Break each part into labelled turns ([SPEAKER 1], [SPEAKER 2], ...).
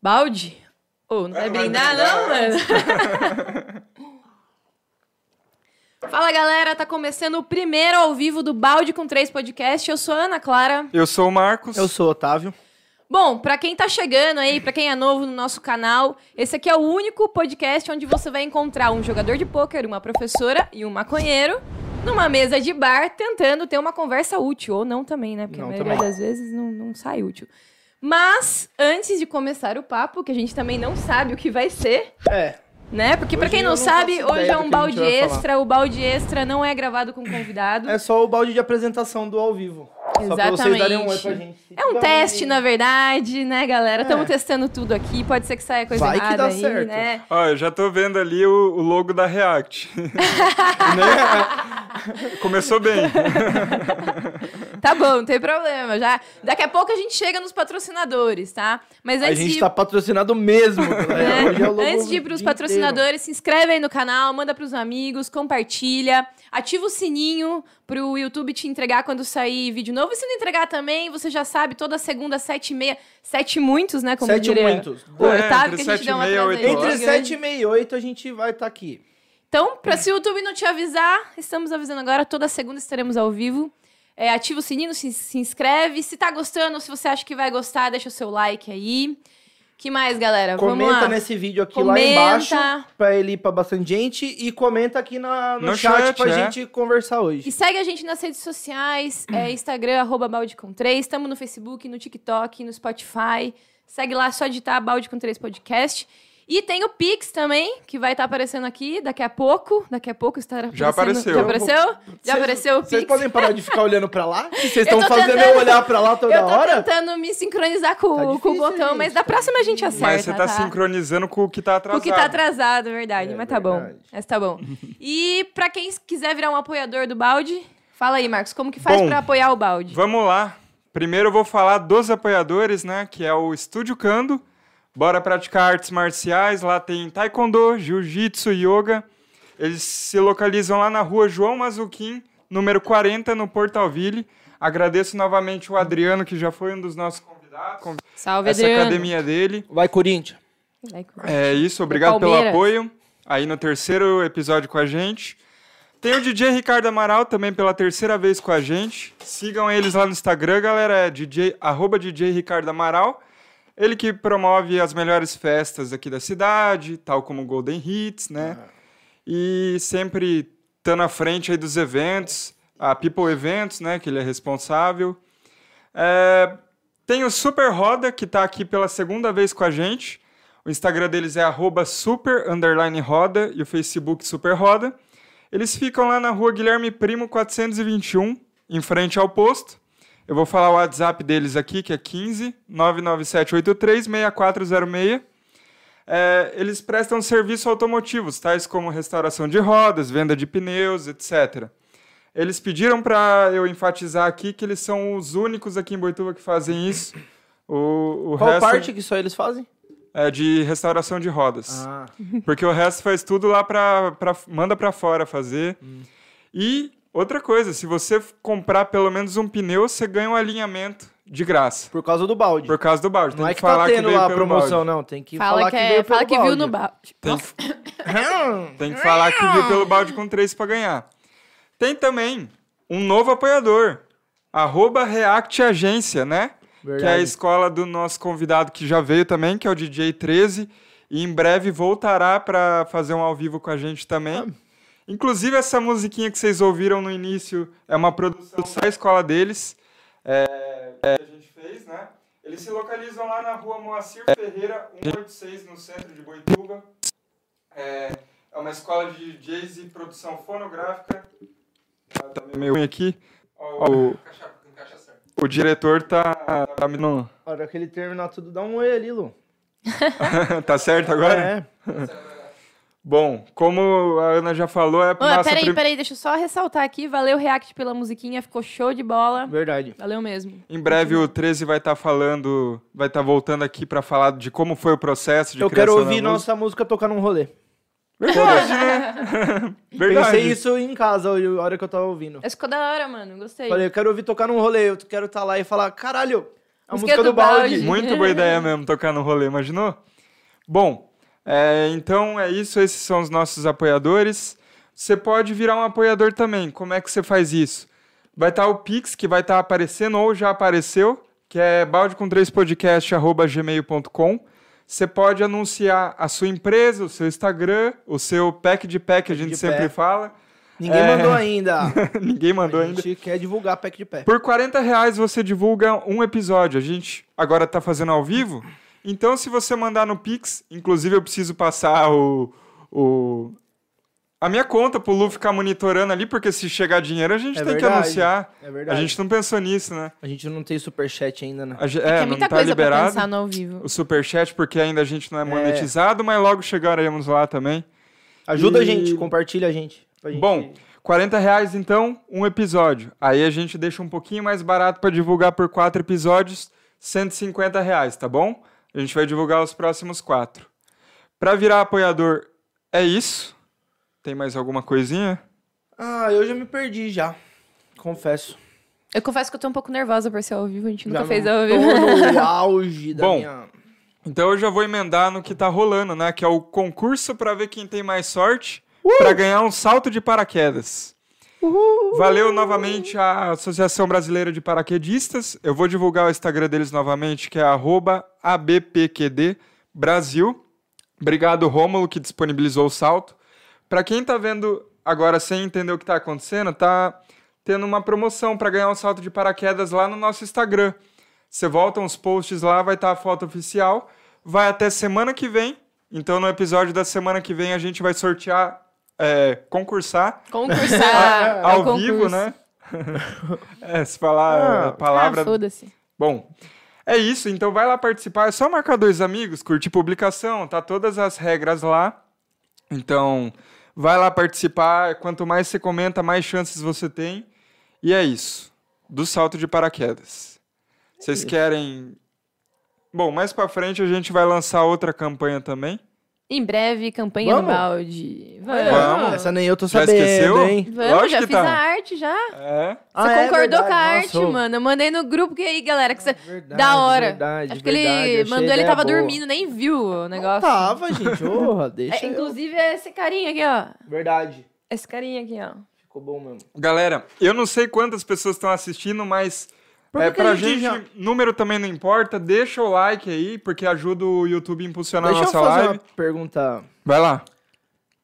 [SPEAKER 1] Balde? Ô, não vai
[SPEAKER 2] Vai, vai
[SPEAKER 1] brindar,
[SPEAKER 2] brindar.
[SPEAKER 1] não, mano? Fala, galera. Tá começando o primeiro ao vivo do Balde com Três Podcast. Eu sou a Ana Clara.
[SPEAKER 2] Eu sou o Marcos.
[SPEAKER 3] Eu sou o Otávio.
[SPEAKER 1] Bom, pra quem tá chegando aí, pra quem é novo no nosso canal, esse aqui é o único podcast onde você vai encontrar um jogador de pôquer, uma professora e um maconheiro numa mesa de bar tentando ter uma conversa útil. Ou não também, né? Porque a
[SPEAKER 3] Não
[SPEAKER 1] maioria
[SPEAKER 3] também.
[SPEAKER 1] das vezes não, não sai útil. Mas, antes de começar o papo, que a gente também não sabe o que vai ser,
[SPEAKER 3] É.
[SPEAKER 1] né? Porque pra
[SPEAKER 3] Hoje
[SPEAKER 1] quem
[SPEAKER 3] eu
[SPEAKER 1] não
[SPEAKER 3] não
[SPEAKER 1] sabe,
[SPEAKER 3] faço
[SPEAKER 1] hoje
[SPEAKER 3] ideia
[SPEAKER 1] é
[SPEAKER 3] do
[SPEAKER 1] um
[SPEAKER 3] que a gente
[SPEAKER 1] balde
[SPEAKER 3] vai falar.
[SPEAKER 1] extra. O balde extra não é gravado com convidado.
[SPEAKER 3] É só o balde de apresentação do ao vivo. Só pra vocês darem um oi pra gente.
[SPEAKER 1] É um teste, na verdade, né, galera?
[SPEAKER 3] É.
[SPEAKER 1] Estamos testando tudo aqui. Pode ser que saia coisa
[SPEAKER 3] Vai que
[SPEAKER 1] errada
[SPEAKER 3] dá
[SPEAKER 1] aí,
[SPEAKER 3] certo.
[SPEAKER 1] né?
[SPEAKER 2] Ó, eu já tô vendo ali o, o logo da React. Né? Começou bem.
[SPEAKER 1] Tá bom, não tem problema. Já daqui a pouco a gente chega nos patrocinadores, tá? Mas
[SPEAKER 3] A
[SPEAKER 1] antes
[SPEAKER 3] gente
[SPEAKER 1] de
[SPEAKER 3] tá patrocinado mesmo. galera.
[SPEAKER 1] né?
[SPEAKER 3] Hoje é o logo
[SPEAKER 1] Antes de ir
[SPEAKER 3] o
[SPEAKER 1] pros
[SPEAKER 3] dia inteiro.
[SPEAKER 1] patrocinadores, se inscreve aí no canal, manda pros amigos, compartilha, ativa o sininho pro YouTube te entregar quando sair vídeo novo. E se não entregar também, você já sabe, toda segunda, sete e meia, sete e muitos, né? Como
[SPEAKER 3] Sete e
[SPEAKER 1] diria
[SPEAKER 3] muitos.
[SPEAKER 1] O
[SPEAKER 2] É,
[SPEAKER 1] Otávio, que a
[SPEAKER 2] entre
[SPEAKER 1] gente
[SPEAKER 2] sete e
[SPEAKER 1] deu uma
[SPEAKER 2] meia, oito
[SPEAKER 1] atrasadinha
[SPEAKER 3] Entre
[SPEAKER 2] horas.
[SPEAKER 1] grande.
[SPEAKER 3] 7 e meia e 8 a gente vai estar aqui.
[SPEAKER 1] Então,
[SPEAKER 3] É.
[SPEAKER 1] pra se o YouTube não te avisar, estamos avisando agora, toda segunda estaremos ao vivo. É, ativa o sininho, se, se inscreve. Se tá gostando, se você acha que vai gostar, deixa o seu like aí. que mais, galera? Vamos
[SPEAKER 3] Comenta
[SPEAKER 1] lá.
[SPEAKER 3] nesse vídeo aqui lá
[SPEAKER 1] Comenta.
[SPEAKER 3] embaixo pra ele ir pra bastante gente e comenta aqui na- no,
[SPEAKER 2] No
[SPEAKER 3] chat,
[SPEAKER 2] chat,
[SPEAKER 3] pra
[SPEAKER 2] é.
[SPEAKER 3] gente conversar hoje.
[SPEAKER 1] E segue a gente nas redes sociais,
[SPEAKER 3] Hum.
[SPEAKER 1] é Instagram, arroba balde com 3. Estamos no Facebook, no TikTok, no Spotify. Segue lá, é só digitar balde com 3 podcast. E tem o Pix também, que vai estar aparecendo aqui daqui a pouco. Daqui a pouco estará
[SPEAKER 2] Já
[SPEAKER 1] aparecendo-
[SPEAKER 2] apareceu.
[SPEAKER 1] Já apareceu? Já
[SPEAKER 3] Vocês-
[SPEAKER 1] apareceu é o Pix?
[SPEAKER 3] Vocês podem parar de ficar olhando pra lá? Que Vocês
[SPEAKER 1] Eu
[SPEAKER 3] estão
[SPEAKER 1] tô
[SPEAKER 3] fazendo
[SPEAKER 1] tentando-
[SPEAKER 3] eu olhar pra lá toda
[SPEAKER 1] Eu tô
[SPEAKER 3] hora?
[SPEAKER 1] tentando me sincronizar com,
[SPEAKER 3] Tá
[SPEAKER 1] o- com o
[SPEAKER 3] difícil,
[SPEAKER 1] botão,
[SPEAKER 3] gente,
[SPEAKER 1] mas da
[SPEAKER 3] tá
[SPEAKER 1] próxima a gente acerta.
[SPEAKER 2] Mas você tá, sincronizando com o que tá atrasado.
[SPEAKER 1] O que tá atrasado, é verdade.
[SPEAKER 3] É
[SPEAKER 1] mas tá bom.
[SPEAKER 3] verdade.
[SPEAKER 1] Mas tá bom. E pra quem quiser virar um apoiador do balde, fala aí, Marcos, como que faz
[SPEAKER 2] Bom,
[SPEAKER 1] pra apoiar o balde?
[SPEAKER 2] Vamos lá. Primeiro eu vou falar dos apoiadores, né? Que é o Estúdio Kando. Bora praticar artes marciais. Lá tem taekwondo, jiu-jitsu, yoga. Eles se localizam lá na rua João Mazuquim, número 40, no Portalville. Agradeço novamente o Adriano, que já foi um dos nossos convidados. Conv-
[SPEAKER 1] Salve,
[SPEAKER 2] Essa
[SPEAKER 1] Adriano.
[SPEAKER 2] academia dele.
[SPEAKER 3] Vai, Corinthians.
[SPEAKER 1] Like.
[SPEAKER 2] É isso, obrigado pelo
[SPEAKER 1] Palmeiras.
[SPEAKER 2] apoio. Aí no terceiro episódio com a gente. Tem o DJ Ricardo Amaral também pela terceira vez com a gente. Sigam eles lá no Instagram, galera. É DJ, arroba DJ Ricardo Amaral. Ele que promove as melhores festas aqui da cidade, tal como o Golden Hits, né? E sempre tá na frente aí dos eventos, a People Eventos, né? Que ele é responsável. É, tem o Super Roda, que tá aqui pela segunda vez com a gente. O Instagram deles é arroba super underline roda e o Facebook super roda. Eles ficam lá na rua Guilherme Primo 421, em frente ao posto. Eu vou falar o WhatsApp deles aqui, que é 15 99783 6406. É, eles prestam serviço automotivos, tais como restauração de rodas, venda de pneus, etc. Eles pediram para eu enfatizar aqui que eles são os únicos aqui em Boituva que fazem isso. O, o
[SPEAKER 3] Qual
[SPEAKER 2] resto
[SPEAKER 3] parte que só eles fazem?
[SPEAKER 2] é de restauração de rodas.
[SPEAKER 3] Ah,
[SPEAKER 2] Porque o resto faz tudo lá pra. pra manda pra fora fazer. E outra coisa, se você f- comprar pelo menos um pneu, você ganha um alinhamento de graça.
[SPEAKER 3] por causa do balde.
[SPEAKER 2] Por causa do balde.
[SPEAKER 3] Não
[SPEAKER 2] Tem que
[SPEAKER 3] é que
[SPEAKER 2] falar
[SPEAKER 3] tá tendo
[SPEAKER 2] que veio
[SPEAKER 3] lá a
[SPEAKER 2] pelo
[SPEAKER 3] promoção,
[SPEAKER 2] balde.
[SPEAKER 3] não. Tem que
[SPEAKER 1] Fala
[SPEAKER 3] falar
[SPEAKER 1] que,
[SPEAKER 3] que,
[SPEAKER 1] é-
[SPEAKER 3] veio
[SPEAKER 1] fala
[SPEAKER 3] pelo
[SPEAKER 1] que viu no
[SPEAKER 3] balde.
[SPEAKER 1] balde.
[SPEAKER 2] Tem que, tem que falar que veio pelo balde com três pra ganhar. Tem também um novo apoiador. Arroba React Agência, né? Que é a
[SPEAKER 3] Verdade.
[SPEAKER 2] escola do nosso convidado que já veio também, que é o DJ 13. E em breve voltará para fazer um ao vivo com a gente também. Inclusive, essa musiquinha que vocês ouviram no início é uma produção da escola deles. É, é, que a gente fez, né? Eles se localizam lá na rua Moacir Ferreira, 186, no centro de Boituva. É, é uma escola de DJs e produção fonográfica. Tá tá meio ruim aqui. Ó, o, o diretor tá, tá me no-
[SPEAKER 3] A hora que ele terminar tudo, dá um oi ali, Lu.
[SPEAKER 2] tá certo agora?
[SPEAKER 3] É.
[SPEAKER 2] Bom, como a Ana já falou, é a
[SPEAKER 1] Ô,
[SPEAKER 2] nossa
[SPEAKER 1] peraí,
[SPEAKER 2] prim-
[SPEAKER 1] peraí, deixa eu só ressaltar aqui. Valeu, React, pela musiquinha, ficou show de bola.
[SPEAKER 3] É, Verdade.
[SPEAKER 1] Valeu mesmo.
[SPEAKER 2] Em breve o 13 vai estar falando, vai estar voltando aqui para falar de como foi o processo de né,
[SPEAKER 3] Eu quero
[SPEAKER 2] criação
[SPEAKER 3] ouvir
[SPEAKER 2] da música.
[SPEAKER 3] nossa música tocar num rolê.
[SPEAKER 2] Verdade, né? Verdade.
[SPEAKER 3] Pensei isso em casa, hoje, a
[SPEAKER 1] É
[SPEAKER 3] hora que eu tava ouvindo.
[SPEAKER 1] Essa ficou da hora, mano. Gostei.
[SPEAKER 3] Falei, eu quero ouvir tocar num rolê, eu quero estar lá e tá falar, caralho, A
[SPEAKER 1] é
[SPEAKER 3] música do balde.
[SPEAKER 2] Muito boa ideia mesmo tocar no rolê, imaginou? Bom, é, então é isso. Esses são os nossos apoiadores. Você pode virar um apoiador também. Como é que você faz isso? Vai estar o Pix, que vai estar aparecendo ou já apareceu, que é baldecom3podcast.gmail.com. Você pode anunciar a sua empresa, o seu Instagram, o seu pack de pack, a gente
[SPEAKER 3] de
[SPEAKER 2] sempre
[SPEAKER 3] pack.
[SPEAKER 2] fala.
[SPEAKER 3] Ninguém
[SPEAKER 2] É.
[SPEAKER 3] mandou ainda.
[SPEAKER 2] Ninguém mandou
[SPEAKER 3] a
[SPEAKER 2] ainda.
[SPEAKER 3] gente quer divulgar pack de pé.
[SPEAKER 2] Por 40 reais você divulga um episódio. A gente agora tá fazendo ao vivo. Então, se você mandar no Pix, inclusive eu preciso passar o. o- a minha conta pro Lu ficar monitorando ali, porque se chegar dinheiro a gente
[SPEAKER 3] É
[SPEAKER 2] tem que
[SPEAKER 3] verdade,
[SPEAKER 2] anunciar.
[SPEAKER 3] É
[SPEAKER 2] A
[SPEAKER 3] verdade.
[SPEAKER 2] gente não pensou nisso, né?
[SPEAKER 3] não tem superchat ainda, né?
[SPEAKER 2] A ge-
[SPEAKER 1] É,
[SPEAKER 2] é,
[SPEAKER 1] que é
[SPEAKER 2] não
[SPEAKER 1] muita
[SPEAKER 2] tá
[SPEAKER 1] coisa pra
[SPEAKER 2] liberado
[SPEAKER 1] pensar no ao vivo.
[SPEAKER 2] o superchat, porque ainda a gente não é monetizado, mas logo chegaremos lá também.
[SPEAKER 3] Ajuda
[SPEAKER 2] E-
[SPEAKER 3] a gente, compartilha a gente. pra gente-
[SPEAKER 2] Bom, 40 reais então, um episódio. Aí a gente deixa um pouquinho mais barato para divulgar por quatro episódios, 150 reais, tá bom? A gente vai divulgar os próximos quatro. Para virar apoiador, é isso. Tem mais alguma coisinha?
[SPEAKER 3] Ah, eu já me perdi já. Confesso.
[SPEAKER 1] Eu confesso que eu tô um pouco nervosa por ser ao vivo, a gente nunca
[SPEAKER 3] já
[SPEAKER 1] fez
[SPEAKER 3] não
[SPEAKER 1] ao vivo.
[SPEAKER 3] Tô no auge da
[SPEAKER 2] Bom,
[SPEAKER 3] minha.
[SPEAKER 2] Então eu já vou emendar no que tá rolando, né? Que é o concurso para ver quem tem mais sorte para ganhar um salto de paraquedas. Valeu novamente a Associação Brasileira de Paraquedistas. Eu vou divulgar o Instagram deles novamente, que é arroba ABPQD Brasil. Obrigado, Rômulo, que disponibilizou o salto. Para quem tá vendo agora sem entender o que tá acontecendo, tá tendo uma promoção para ganhar um salto de paraquedas lá no nosso Instagram. Você volta uns posts lá, vai estar a foto oficial. Vai até semana que vem. Então, no episódio da semana que vem, a gente vai sortear, é, concursar
[SPEAKER 1] Concursar é
[SPEAKER 2] ao
[SPEAKER 1] o concurso.
[SPEAKER 2] vivo, né? é, se falar
[SPEAKER 3] Ah.
[SPEAKER 2] a palavra.
[SPEAKER 1] Ah, foda-se.
[SPEAKER 2] Bom, é isso. Então, vai lá participar. É só marcar dois amigos, curtir publicação. Tá todas as regras lá. Então, vai lá participar. Quanto mais você comenta, mais chances você tem. E é isso. Do salto de paraquedas. Vocês querem. Bom, mais pra frente a gente vai lançar outra campanha também.
[SPEAKER 1] Em breve, campanha no
[SPEAKER 3] Vamos?
[SPEAKER 1] balde.
[SPEAKER 3] É,
[SPEAKER 2] Vamos.
[SPEAKER 1] Vamos.
[SPEAKER 3] Essa nem eu tô
[SPEAKER 2] Já
[SPEAKER 3] sabendo,
[SPEAKER 2] esqueceu?
[SPEAKER 3] hein?
[SPEAKER 1] Vamos,
[SPEAKER 2] Lógico
[SPEAKER 1] já
[SPEAKER 2] que
[SPEAKER 1] fiz
[SPEAKER 2] tá.
[SPEAKER 1] a arte já.
[SPEAKER 2] É.
[SPEAKER 1] Você
[SPEAKER 3] Ah, é
[SPEAKER 1] concordou
[SPEAKER 3] verdade,
[SPEAKER 1] com a arte,
[SPEAKER 3] nossa, ô.
[SPEAKER 1] mano. Eu mandei no grupo que aí, galera, que você...
[SPEAKER 3] Verdade,
[SPEAKER 1] da hora.
[SPEAKER 3] verdade,
[SPEAKER 1] Acho que
[SPEAKER 3] verdade,
[SPEAKER 1] ele
[SPEAKER 3] achei
[SPEAKER 1] mandou, ele
[SPEAKER 3] ideia
[SPEAKER 1] tava
[SPEAKER 3] boa.
[SPEAKER 1] dormindo, nem viu o negócio.
[SPEAKER 3] Tava, gente. Porra, deixa.
[SPEAKER 1] É,
[SPEAKER 3] eu-
[SPEAKER 1] inclusive, é esse carinha aqui, ó.
[SPEAKER 3] Verdade.
[SPEAKER 1] Esse carinha aqui, ó.
[SPEAKER 3] Ficou bom mesmo.
[SPEAKER 2] Galera, eu não sei quantas pessoas estão assistindo, mas
[SPEAKER 3] Por
[SPEAKER 2] é,
[SPEAKER 3] que que
[SPEAKER 2] pra
[SPEAKER 3] a gente
[SPEAKER 2] gente,
[SPEAKER 3] já-
[SPEAKER 2] número também não importa. Deixa o like aí, porque ajuda o YouTube a impulsionar a
[SPEAKER 3] Deixa eu
[SPEAKER 2] nossa
[SPEAKER 3] fazer
[SPEAKER 2] live.
[SPEAKER 3] uma pergunta.
[SPEAKER 2] Vai lá.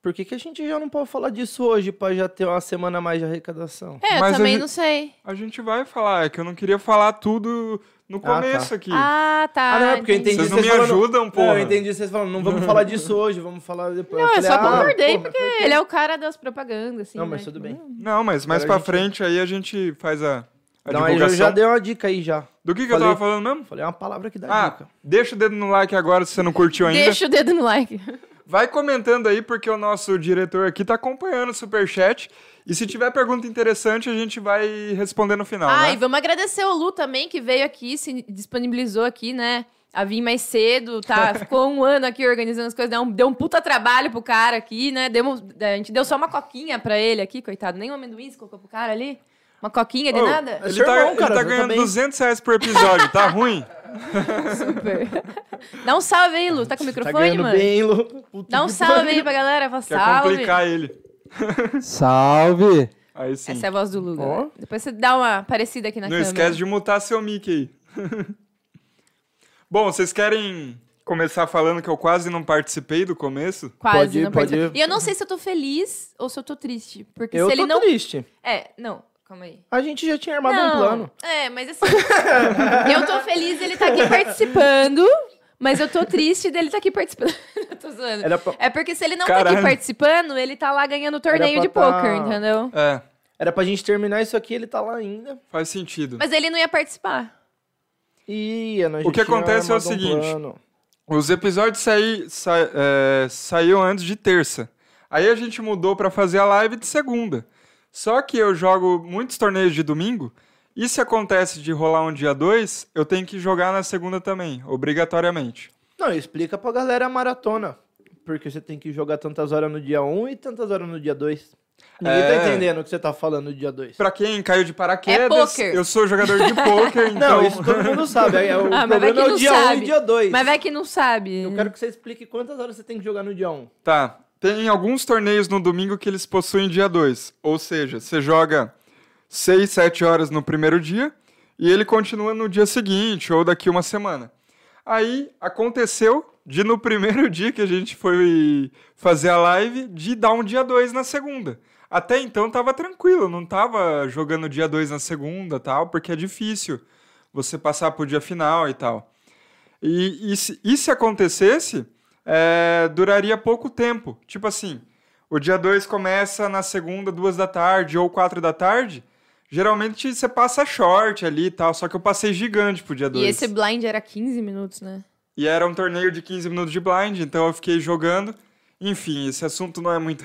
[SPEAKER 3] Por que, que a gente já não pode falar disso hoje pra já ter uma semana a mais de arrecadação?
[SPEAKER 1] É, eu
[SPEAKER 2] Mas a
[SPEAKER 1] também
[SPEAKER 2] gente-
[SPEAKER 1] não sei.
[SPEAKER 2] A gente vai falar, é que eu não queria falar tudo no
[SPEAKER 3] tá.
[SPEAKER 2] começo aqui.
[SPEAKER 1] Ah, tá.
[SPEAKER 3] Ah, não, é porque eu entendi.
[SPEAKER 2] Vocês não
[SPEAKER 3] vocês
[SPEAKER 2] me
[SPEAKER 3] falando-
[SPEAKER 2] ajudam,
[SPEAKER 3] Não,
[SPEAKER 2] É, porra.
[SPEAKER 3] eu entendi vocês falando, não vamos falar disso hoje, vamos falar depois.
[SPEAKER 1] Não, eu
[SPEAKER 3] falei,
[SPEAKER 1] só
[SPEAKER 3] ah,
[SPEAKER 1] concordei
[SPEAKER 3] porra,
[SPEAKER 1] porque ele é o cara das propagandas, assim.
[SPEAKER 3] Não, mas
[SPEAKER 1] né?
[SPEAKER 3] tudo bem.
[SPEAKER 2] Não, mas mais pra
[SPEAKER 3] Agora a gente-
[SPEAKER 2] frente aí a gente faz a, a
[SPEAKER 3] Não, aí eu
[SPEAKER 2] É divulgação.
[SPEAKER 3] já dei uma dica aí já.
[SPEAKER 2] Do que, que eu
[SPEAKER 3] Falei. Tá
[SPEAKER 2] tava falando mesmo?
[SPEAKER 3] Falei "É uma palavra que dá
[SPEAKER 2] Ah,
[SPEAKER 3] dica.
[SPEAKER 2] deixa o dedo no like agora se você não curtiu ainda.
[SPEAKER 1] Deixa o dedo no like.
[SPEAKER 2] Vai comentando aí, porque o nosso diretor aqui tá acompanhando o superchat. E se tiver pergunta interessante, a gente vai responder no final,
[SPEAKER 1] Ah, e
[SPEAKER 2] né?
[SPEAKER 1] vamos agradecer o Lu também, que veio aqui, se disponibilizou aqui, né? A vir mais cedo, tá? Ficou um ano aqui organizando as coisas, deu um, deu um puta trabalho pro cara aqui, né? Demos, a gente deu só uma coquinha pra ele aqui, coitado. Nem um amendoim se colocou pro cara ali. Uma coquinha de
[SPEAKER 2] Ô,
[SPEAKER 1] é nada.
[SPEAKER 2] Ele
[SPEAKER 3] Seu
[SPEAKER 2] tá,
[SPEAKER 3] irmão,
[SPEAKER 2] ele
[SPEAKER 3] cara,
[SPEAKER 2] tá
[SPEAKER 3] tá
[SPEAKER 2] ganhando
[SPEAKER 3] bem.
[SPEAKER 2] 200 reais por episódio, tá ruim?
[SPEAKER 1] Super. Dá um salve aí, Lu. Tá com o
[SPEAKER 3] Tá
[SPEAKER 1] microfone,
[SPEAKER 3] ganhando
[SPEAKER 1] mano?
[SPEAKER 3] bem, hein, Lu? Puta
[SPEAKER 1] Dá um
[SPEAKER 3] que
[SPEAKER 1] salve
[SPEAKER 3] pariu.
[SPEAKER 1] aí pra galera. Fala
[SPEAKER 2] Quer
[SPEAKER 1] salve.
[SPEAKER 2] complicar ele.
[SPEAKER 4] Salve!
[SPEAKER 2] Aí sim.
[SPEAKER 1] Essa é a voz do Lu.
[SPEAKER 3] assim? Ó.
[SPEAKER 1] galera. Depois você dá uma parecida aqui na
[SPEAKER 2] Não
[SPEAKER 1] câmera.
[SPEAKER 2] esquece de mutar seu mic aí. Bom, vocês querem começar falando que eu quase não participei do começo?
[SPEAKER 1] Quase,
[SPEAKER 3] Pode ir,
[SPEAKER 1] não
[SPEAKER 3] pode
[SPEAKER 1] participou.
[SPEAKER 3] ir.
[SPEAKER 1] E eu não sei se eu tô feliz ou se eu tô triste. Porque
[SPEAKER 3] Eu
[SPEAKER 1] se ele
[SPEAKER 3] tô
[SPEAKER 1] não.
[SPEAKER 3] triste.
[SPEAKER 1] É, não, calma aí.
[SPEAKER 3] A gente já tinha armado um
[SPEAKER 1] não.
[SPEAKER 3] plano.
[SPEAKER 1] É, mas assim. eu tô feliz ele tá aqui participando, mas eu tô triste dele tá aqui participando. eu tô zoando.
[SPEAKER 3] Era pra,
[SPEAKER 1] É porque se ele não tá
[SPEAKER 2] Caralho.
[SPEAKER 1] aqui participando, ele tá lá ganhando torneio
[SPEAKER 3] pra
[SPEAKER 1] de
[SPEAKER 3] tá-
[SPEAKER 1] pôquer, entendeu?
[SPEAKER 2] É,
[SPEAKER 3] era pra gente terminar isso aqui, ele tá lá ainda.
[SPEAKER 2] faz sentido.
[SPEAKER 1] Mas ele não ia participar.
[SPEAKER 3] Ih, nós
[SPEAKER 2] O
[SPEAKER 3] já
[SPEAKER 2] que
[SPEAKER 3] tinha
[SPEAKER 2] acontece é o
[SPEAKER 3] armado um
[SPEAKER 2] seguinte.
[SPEAKER 3] plano.
[SPEAKER 2] Os episódios saí, sa, é, saiu antes de terça. Aí a gente mudou pra fazer a live de segunda. Só que eu jogo muitos torneios de domingo. E se acontece de rolar um dia dois, eu tenho que jogar na segunda também, obrigatoriamente.
[SPEAKER 3] Não, explica pra galera a maratona. Porque você tem que jogar tantas um horas no dia 1 e tantas horas no dia 2. Ninguém
[SPEAKER 2] É.
[SPEAKER 3] tá entendendo o que você tá falando no dia 2.
[SPEAKER 2] Pra quem caiu de paraquedas,
[SPEAKER 1] pôquer.
[SPEAKER 2] eu sou jogador de pôquer, então...
[SPEAKER 3] É Não, isso todo mundo sabe. aí é O
[SPEAKER 1] Ah, mas vai que
[SPEAKER 3] problema é
[SPEAKER 1] não
[SPEAKER 3] o dia 1 um
[SPEAKER 1] sabe.
[SPEAKER 3] e dia 2.
[SPEAKER 1] Mas vai que não sabe.
[SPEAKER 3] Eu quero que você explique quantas horas você tem que jogar no dia 1. Um.
[SPEAKER 2] Tá. Tem alguns torneios no domingo que eles possuem dia 2. Ou seja, você joga 6, 7 horas no primeiro dia e ele continua no dia seguinte ou daqui uma semana. Aí aconteceu de no primeiro dia que a gente foi fazer a live de dar um dia 2 na segunda. Até então tava tranquilo, não tava jogando dia 2 na segunda, tal, porque é difícil você passar pro dia final e tal. E, e se, e se acontecesse, é, duraria pouco tempo. Tipo assim, o dia 2 começa na segunda, duas da tarde ou quatro da tarde. Geralmente você passa short ali e tal, só que eu passei gigante pro dia
[SPEAKER 1] E
[SPEAKER 2] 2.
[SPEAKER 1] esse blind era 15 minutos, né?
[SPEAKER 2] E era um torneio de 15 minutos de blind, então eu fiquei jogando. Enfim, esse assunto não é muito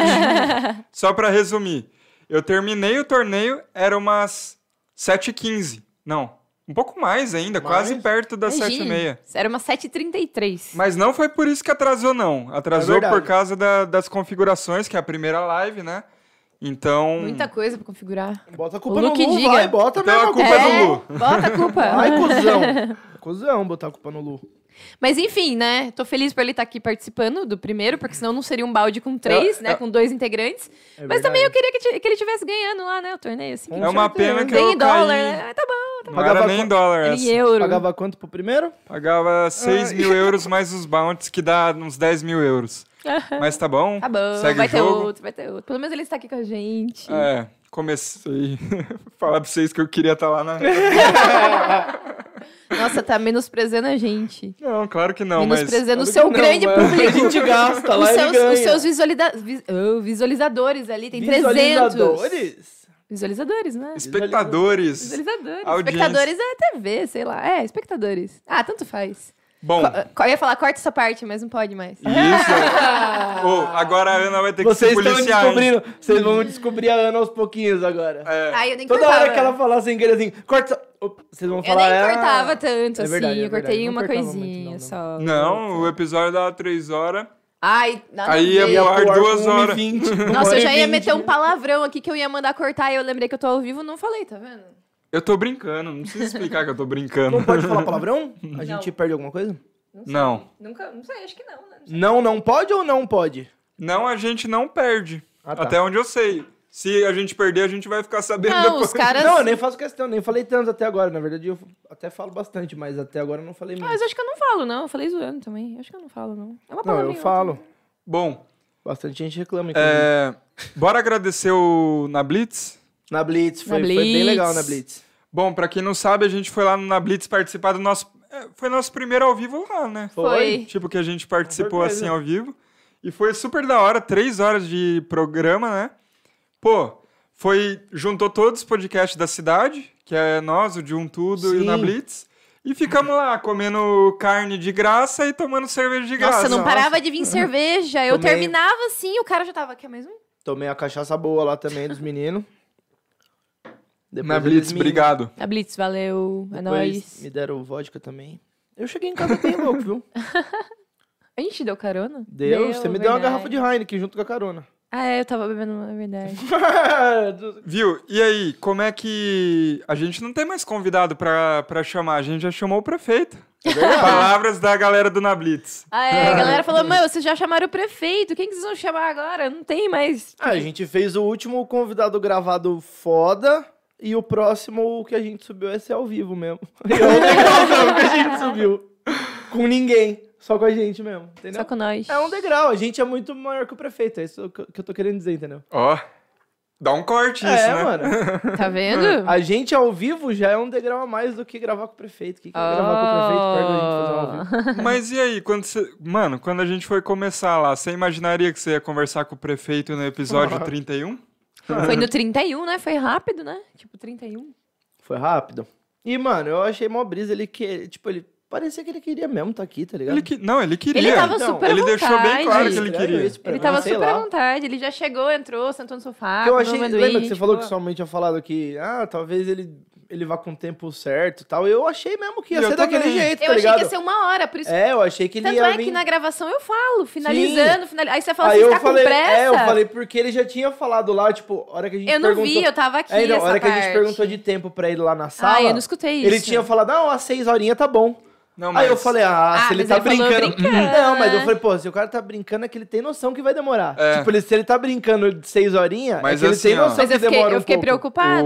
[SPEAKER 2] relevante. Só pra resumir, eu terminei o torneio, era umas 7h15. Não, um pouco mais ainda,
[SPEAKER 3] Mais?
[SPEAKER 2] quase perto das
[SPEAKER 1] Imagina,
[SPEAKER 2] 7h30.
[SPEAKER 1] Era uma 7h33.
[SPEAKER 2] Mas não foi por isso que atrasou, não. Atrasou
[SPEAKER 3] verdade.
[SPEAKER 2] por causa da- das configurações, que é a primeira live, né?
[SPEAKER 3] um
[SPEAKER 2] Então.
[SPEAKER 1] Muita coisa pra configurar.
[SPEAKER 3] Bota a culpa
[SPEAKER 1] O
[SPEAKER 3] no
[SPEAKER 1] Luke
[SPEAKER 3] Lu,
[SPEAKER 1] diga.
[SPEAKER 3] vai, bota
[SPEAKER 2] Então
[SPEAKER 3] mesmo
[SPEAKER 2] a culpa é do Lu.
[SPEAKER 1] Bota a culpa.
[SPEAKER 3] Ai, cuzão. cuzão botar a culpa no Lu.
[SPEAKER 1] Mas enfim, né? Tô feliz por ele estar aqui participando do primeiro, porque senão não seria um balde com três,
[SPEAKER 2] É,
[SPEAKER 1] né?
[SPEAKER 2] é.
[SPEAKER 1] Com dois integrantes. Mas tá também eu queria que, ti- que ele tivesse ganhando lá, né? O torneio, assim.
[SPEAKER 3] É
[SPEAKER 2] É uma pena que eu.
[SPEAKER 1] Nem em dólar,
[SPEAKER 2] caí.
[SPEAKER 1] né? Ah, Tá bom.
[SPEAKER 2] Não
[SPEAKER 3] Pagava
[SPEAKER 2] era nem em
[SPEAKER 3] qu-
[SPEAKER 2] dólar
[SPEAKER 1] Ele
[SPEAKER 2] essa.
[SPEAKER 1] em euro.
[SPEAKER 3] Pagava quanto pro primeiro?
[SPEAKER 2] Pagava
[SPEAKER 3] Ah,
[SPEAKER 2] 6 mil euros mais os bounties, que dá uns 10 mil euros. Mas tá bom.
[SPEAKER 1] Tá bom,
[SPEAKER 2] Segue
[SPEAKER 1] vai
[SPEAKER 2] o
[SPEAKER 1] ter
[SPEAKER 2] jogo.
[SPEAKER 1] outro, vai ter outro. Pelo menos ele está aqui com a gente.
[SPEAKER 2] É, comecei a falar pra vocês que eu queria estar lá na.
[SPEAKER 1] Nossa, tá menosprezando a gente.
[SPEAKER 2] Não, claro que É. não, mas.
[SPEAKER 1] menosprezando o seu grande
[SPEAKER 3] A
[SPEAKER 1] público.
[SPEAKER 3] gente gasta
[SPEAKER 1] os
[SPEAKER 3] lá
[SPEAKER 1] seus,
[SPEAKER 3] e ganha.
[SPEAKER 1] os seus visualida- vis- oh, visualizadores ali, tem 300.
[SPEAKER 3] Visualizadores.
[SPEAKER 1] Visualizadores, né?
[SPEAKER 2] Espectadores.
[SPEAKER 1] Visualizadores.
[SPEAKER 2] Audiência.
[SPEAKER 1] Espectadores é TV, sei lá. É, espectadores. Ah, tanto faz.
[SPEAKER 2] Bom,
[SPEAKER 1] Co- co- eu ia falar, corta essa parte, mas não pode mais.
[SPEAKER 2] isso. Ô, agora a Ana vai ter que
[SPEAKER 3] Vocês
[SPEAKER 2] se
[SPEAKER 3] estão
[SPEAKER 2] policiar. hein?
[SPEAKER 3] descobrindo. Vocês vão descobrir a Ana aos pouquinhos agora.
[SPEAKER 2] É.
[SPEAKER 1] Aí eu nem
[SPEAKER 3] Toda
[SPEAKER 1] cortava.
[SPEAKER 3] hora que ela falar sem querer assim, corta. essa- Opa, Vocês vão
[SPEAKER 1] Eu
[SPEAKER 3] falar.
[SPEAKER 1] nem
[SPEAKER 3] "Ah,
[SPEAKER 1] cortava tanto,
[SPEAKER 3] É
[SPEAKER 1] assim.
[SPEAKER 3] verdade, é
[SPEAKER 1] eu
[SPEAKER 3] verdade,
[SPEAKER 1] cortei
[SPEAKER 3] não
[SPEAKER 1] uma
[SPEAKER 3] cortava muito,
[SPEAKER 1] coisinha
[SPEAKER 3] não, não.
[SPEAKER 1] só.
[SPEAKER 2] Não, o episódio dava 3 horas.
[SPEAKER 1] Ai, nada
[SPEAKER 2] Aí
[SPEAKER 1] a ver.
[SPEAKER 2] é pro
[SPEAKER 3] pro
[SPEAKER 2] ar
[SPEAKER 3] ar com
[SPEAKER 2] duas
[SPEAKER 3] 1 e
[SPEAKER 2] horas.
[SPEAKER 3] 20,
[SPEAKER 1] Nossa, eu já ia
[SPEAKER 3] 1 e 20.
[SPEAKER 1] meter um palavrão aqui que eu ia mandar cortar e eu lembrei que eu tô ao vivo não falei, tá vendo?
[SPEAKER 2] Eu tô brincando, não precisa explicar que eu tô brincando.
[SPEAKER 3] Não pode falar palavrão? A gente perde alguma coisa?
[SPEAKER 2] Não.
[SPEAKER 1] Nunca, não sei, acho que não, né?
[SPEAKER 3] Não, não pode ou não pode?
[SPEAKER 2] Não, a gente não perde.
[SPEAKER 3] Ah, tá.
[SPEAKER 2] Até onde eu sei. Se a gente perder, a gente vai ficar sabendo
[SPEAKER 1] Não,
[SPEAKER 2] depois.
[SPEAKER 1] os caras.
[SPEAKER 3] Não, eu nem faço questão, nem falei tanto até agora. Na verdade, eu até falo bastante, mas até agora eu não falei muito.
[SPEAKER 1] Mas acho que eu não falo, não. Eu falei zoando também. Acho que eu não falo, não. É uma
[SPEAKER 3] Não, eu
[SPEAKER 1] palavrinha,
[SPEAKER 3] falo.
[SPEAKER 2] Bom,
[SPEAKER 3] Bastante gente reclama. inclusive.
[SPEAKER 2] é, bora agradecer o Na Blitz?
[SPEAKER 3] Na Blitz, foi,
[SPEAKER 1] Na
[SPEAKER 3] foi bem
[SPEAKER 1] Blitz.
[SPEAKER 3] legal na Blitz.
[SPEAKER 2] Bom, pra quem não sabe, a gente foi lá no Na Blitz participar do nosso. é, Foi nosso primeiro ao vivo lá, né?
[SPEAKER 1] Foi.
[SPEAKER 2] Tipo, que a gente participou
[SPEAKER 3] certeza.
[SPEAKER 2] assim ao vivo. E foi super da hora, três horas de programa, né? Pô, foi. Juntou todos os podcasts da cidade, que é nós, o de Um Tudo e o
[SPEAKER 3] Sim.
[SPEAKER 2] Na Blitz. E ficamos lá comendo carne de graça e tomando cerveja de graça.
[SPEAKER 1] Nossa, não parava de vir cerveja. Eu
[SPEAKER 3] Tomei.
[SPEAKER 1] terminava assim, o cara já tava. Quer mais um?
[SPEAKER 3] Tomei a cachaça boa lá também dos meninos. Depois
[SPEAKER 2] Na
[SPEAKER 3] eles
[SPEAKER 2] Blitz,
[SPEAKER 3] me-
[SPEAKER 2] obrigado.
[SPEAKER 1] A Blitz, valeu. É
[SPEAKER 3] depois
[SPEAKER 1] nóis.
[SPEAKER 3] Me deram vodka também. Eu cheguei em casa bem louco, viu?
[SPEAKER 1] A gente deu carona?
[SPEAKER 3] Deus, você me deu uma
[SPEAKER 1] verdade.
[SPEAKER 3] garrafa de Heineken junto com a carona.
[SPEAKER 1] Ah, é, eu tava bebendo uma, é verdade.
[SPEAKER 2] É, Viu? E aí, como é que. A gente não tem mais convidado pra, pra chamar, a gente já chamou o prefeito. Palavras da galera do Na Blitz.
[SPEAKER 1] Ah, é, a galera falou, mano, vocês já chamaram o prefeito. Quem que vocês vão chamar agora? Não tem mais.
[SPEAKER 3] Ah, a gente fez o último convidado gravado foda e o próximo que a gente subiu esse é ao vivo mesmo. E é o degrauzão que a gente subiu. Com ninguém, só com a gente mesmo, entendeu?
[SPEAKER 1] Só com nós.
[SPEAKER 3] É um degrau, a gente é muito maior que o prefeito, é isso que eu- que eu tô querendo dizer, entendeu?
[SPEAKER 2] Ó. Dá um corte isso,
[SPEAKER 3] é,
[SPEAKER 2] né?
[SPEAKER 3] mano.
[SPEAKER 1] Tá vendo?
[SPEAKER 3] A gente ao vivo já é um degrau a mais do que gravar com o prefeito. O que, que é gravar com o prefeito perto da gente fazer um ao vivo?
[SPEAKER 2] Mas e aí, quando você. Mano, quando a gente foi começar lá, você imaginaria que você ia conversar com o prefeito no episódio 31?
[SPEAKER 1] Oh.
[SPEAKER 2] Ah.
[SPEAKER 1] Foi no 31, né? Foi rápido, né? Tipo, 31.
[SPEAKER 3] Foi rápido. E, mano, eu achei mó brisa, ele que, tipo, ele parecia que ele queria mesmo estar aqui, tá ligado?
[SPEAKER 2] Ele que... Não, ele queria.
[SPEAKER 1] Ele tava
[SPEAKER 3] Então,
[SPEAKER 1] super à
[SPEAKER 2] ele
[SPEAKER 1] vontade.
[SPEAKER 2] deixou bem claro que ele
[SPEAKER 3] Estranho
[SPEAKER 2] queria.
[SPEAKER 3] isso pra
[SPEAKER 1] Ele
[SPEAKER 3] mim,
[SPEAKER 1] tava
[SPEAKER 3] sei
[SPEAKER 1] super à
[SPEAKER 3] lá.
[SPEAKER 1] vontade, ele já chegou, entrou, sentou no sofá,
[SPEAKER 3] Eu
[SPEAKER 1] comeu
[SPEAKER 2] Ah,
[SPEAKER 3] achei,
[SPEAKER 1] amendoim,
[SPEAKER 3] lembra que você
[SPEAKER 1] tipo,
[SPEAKER 3] falou que sua mãe tinha falado que, ah, talvez ele ele vá com o tempo certo e tal. Eu achei mesmo que ia
[SPEAKER 2] E eu
[SPEAKER 3] ser daquele
[SPEAKER 2] também.
[SPEAKER 3] jeito,
[SPEAKER 1] Eu
[SPEAKER 3] tá
[SPEAKER 1] achei
[SPEAKER 3] ligado?
[SPEAKER 1] que ia ser uma hora, por isso.
[SPEAKER 3] É, eu achei que ele
[SPEAKER 1] Tanto
[SPEAKER 3] ia
[SPEAKER 1] é
[SPEAKER 3] vir...
[SPEAKER 1] que na gravação eu falo, finalizando, final... aí você fala,
[SPEAKER 3] Aí
[SPEAKER 1] você
[SPEAKER 3] eu
[SPEAKER 1] tá
[SPEAKER 3] falei,
[SPEAKER 1] com pressa?
[SPEAKER 3] é, eu falei porque ele já tinha falado lá, tipo, a hora que a gente
[SPEAKER 1] Eu não
[SPEAKER 3] perguntou...
[SPEAKER 1] vi, eu tava aqui
[SPEAKER 3] É, então, a
[SPEAKER 1] essa
[SPEAKER 3] hora que a gente
[SPEAKER 1] parte.
[SPEAKER 3] perguntou de tempo pra ele lá na sala,
[SPEAKER 1] Ah, eu não escutei isso.
[SPEAKER 3] ele tinha falado, não, às seis horinhas tá bom.
[SPEAKER 2] Não,
[SPEAKER 3] Aí eu falei, ah,
[SPEAKER 1] Ah,
[SPEAKER 3] se ele
[SPEAKER 1] mas
[SPEAKER 3] tá
[SPEAKER 1] ele falou,
[SPEAKER 3] brincando.
[SPEAKER 1] "Brincando". né?
[SPEAKER 3] Não, mas eu falei, pô, se o cara tá brincando é que ele tem noção que vai demorar.
[SPEAKER 2] É.
[SPEAKER 3] Tipo, ele, se ele tá brincando de seis horinhas,
[SPEAKER 2] Mas
[SPEAKER 3] é que
[SPEAKER 2] assim,
[SPEAKER 3] ele tem
[SPEAKER 2] ó.
[SPEAKER 3] noção
[SPEAKER 1] Mas
[SPEAKER 3] que
[SPEAKER 1] eu fiquei,
[SPEAKER 3] demora
[SPEAKER 1] eu
[SPEAKER 3] um
[SPEAKER 1] fiquei
[SPEAKER 3] pouco.
[SPEAKER 1] preocupada.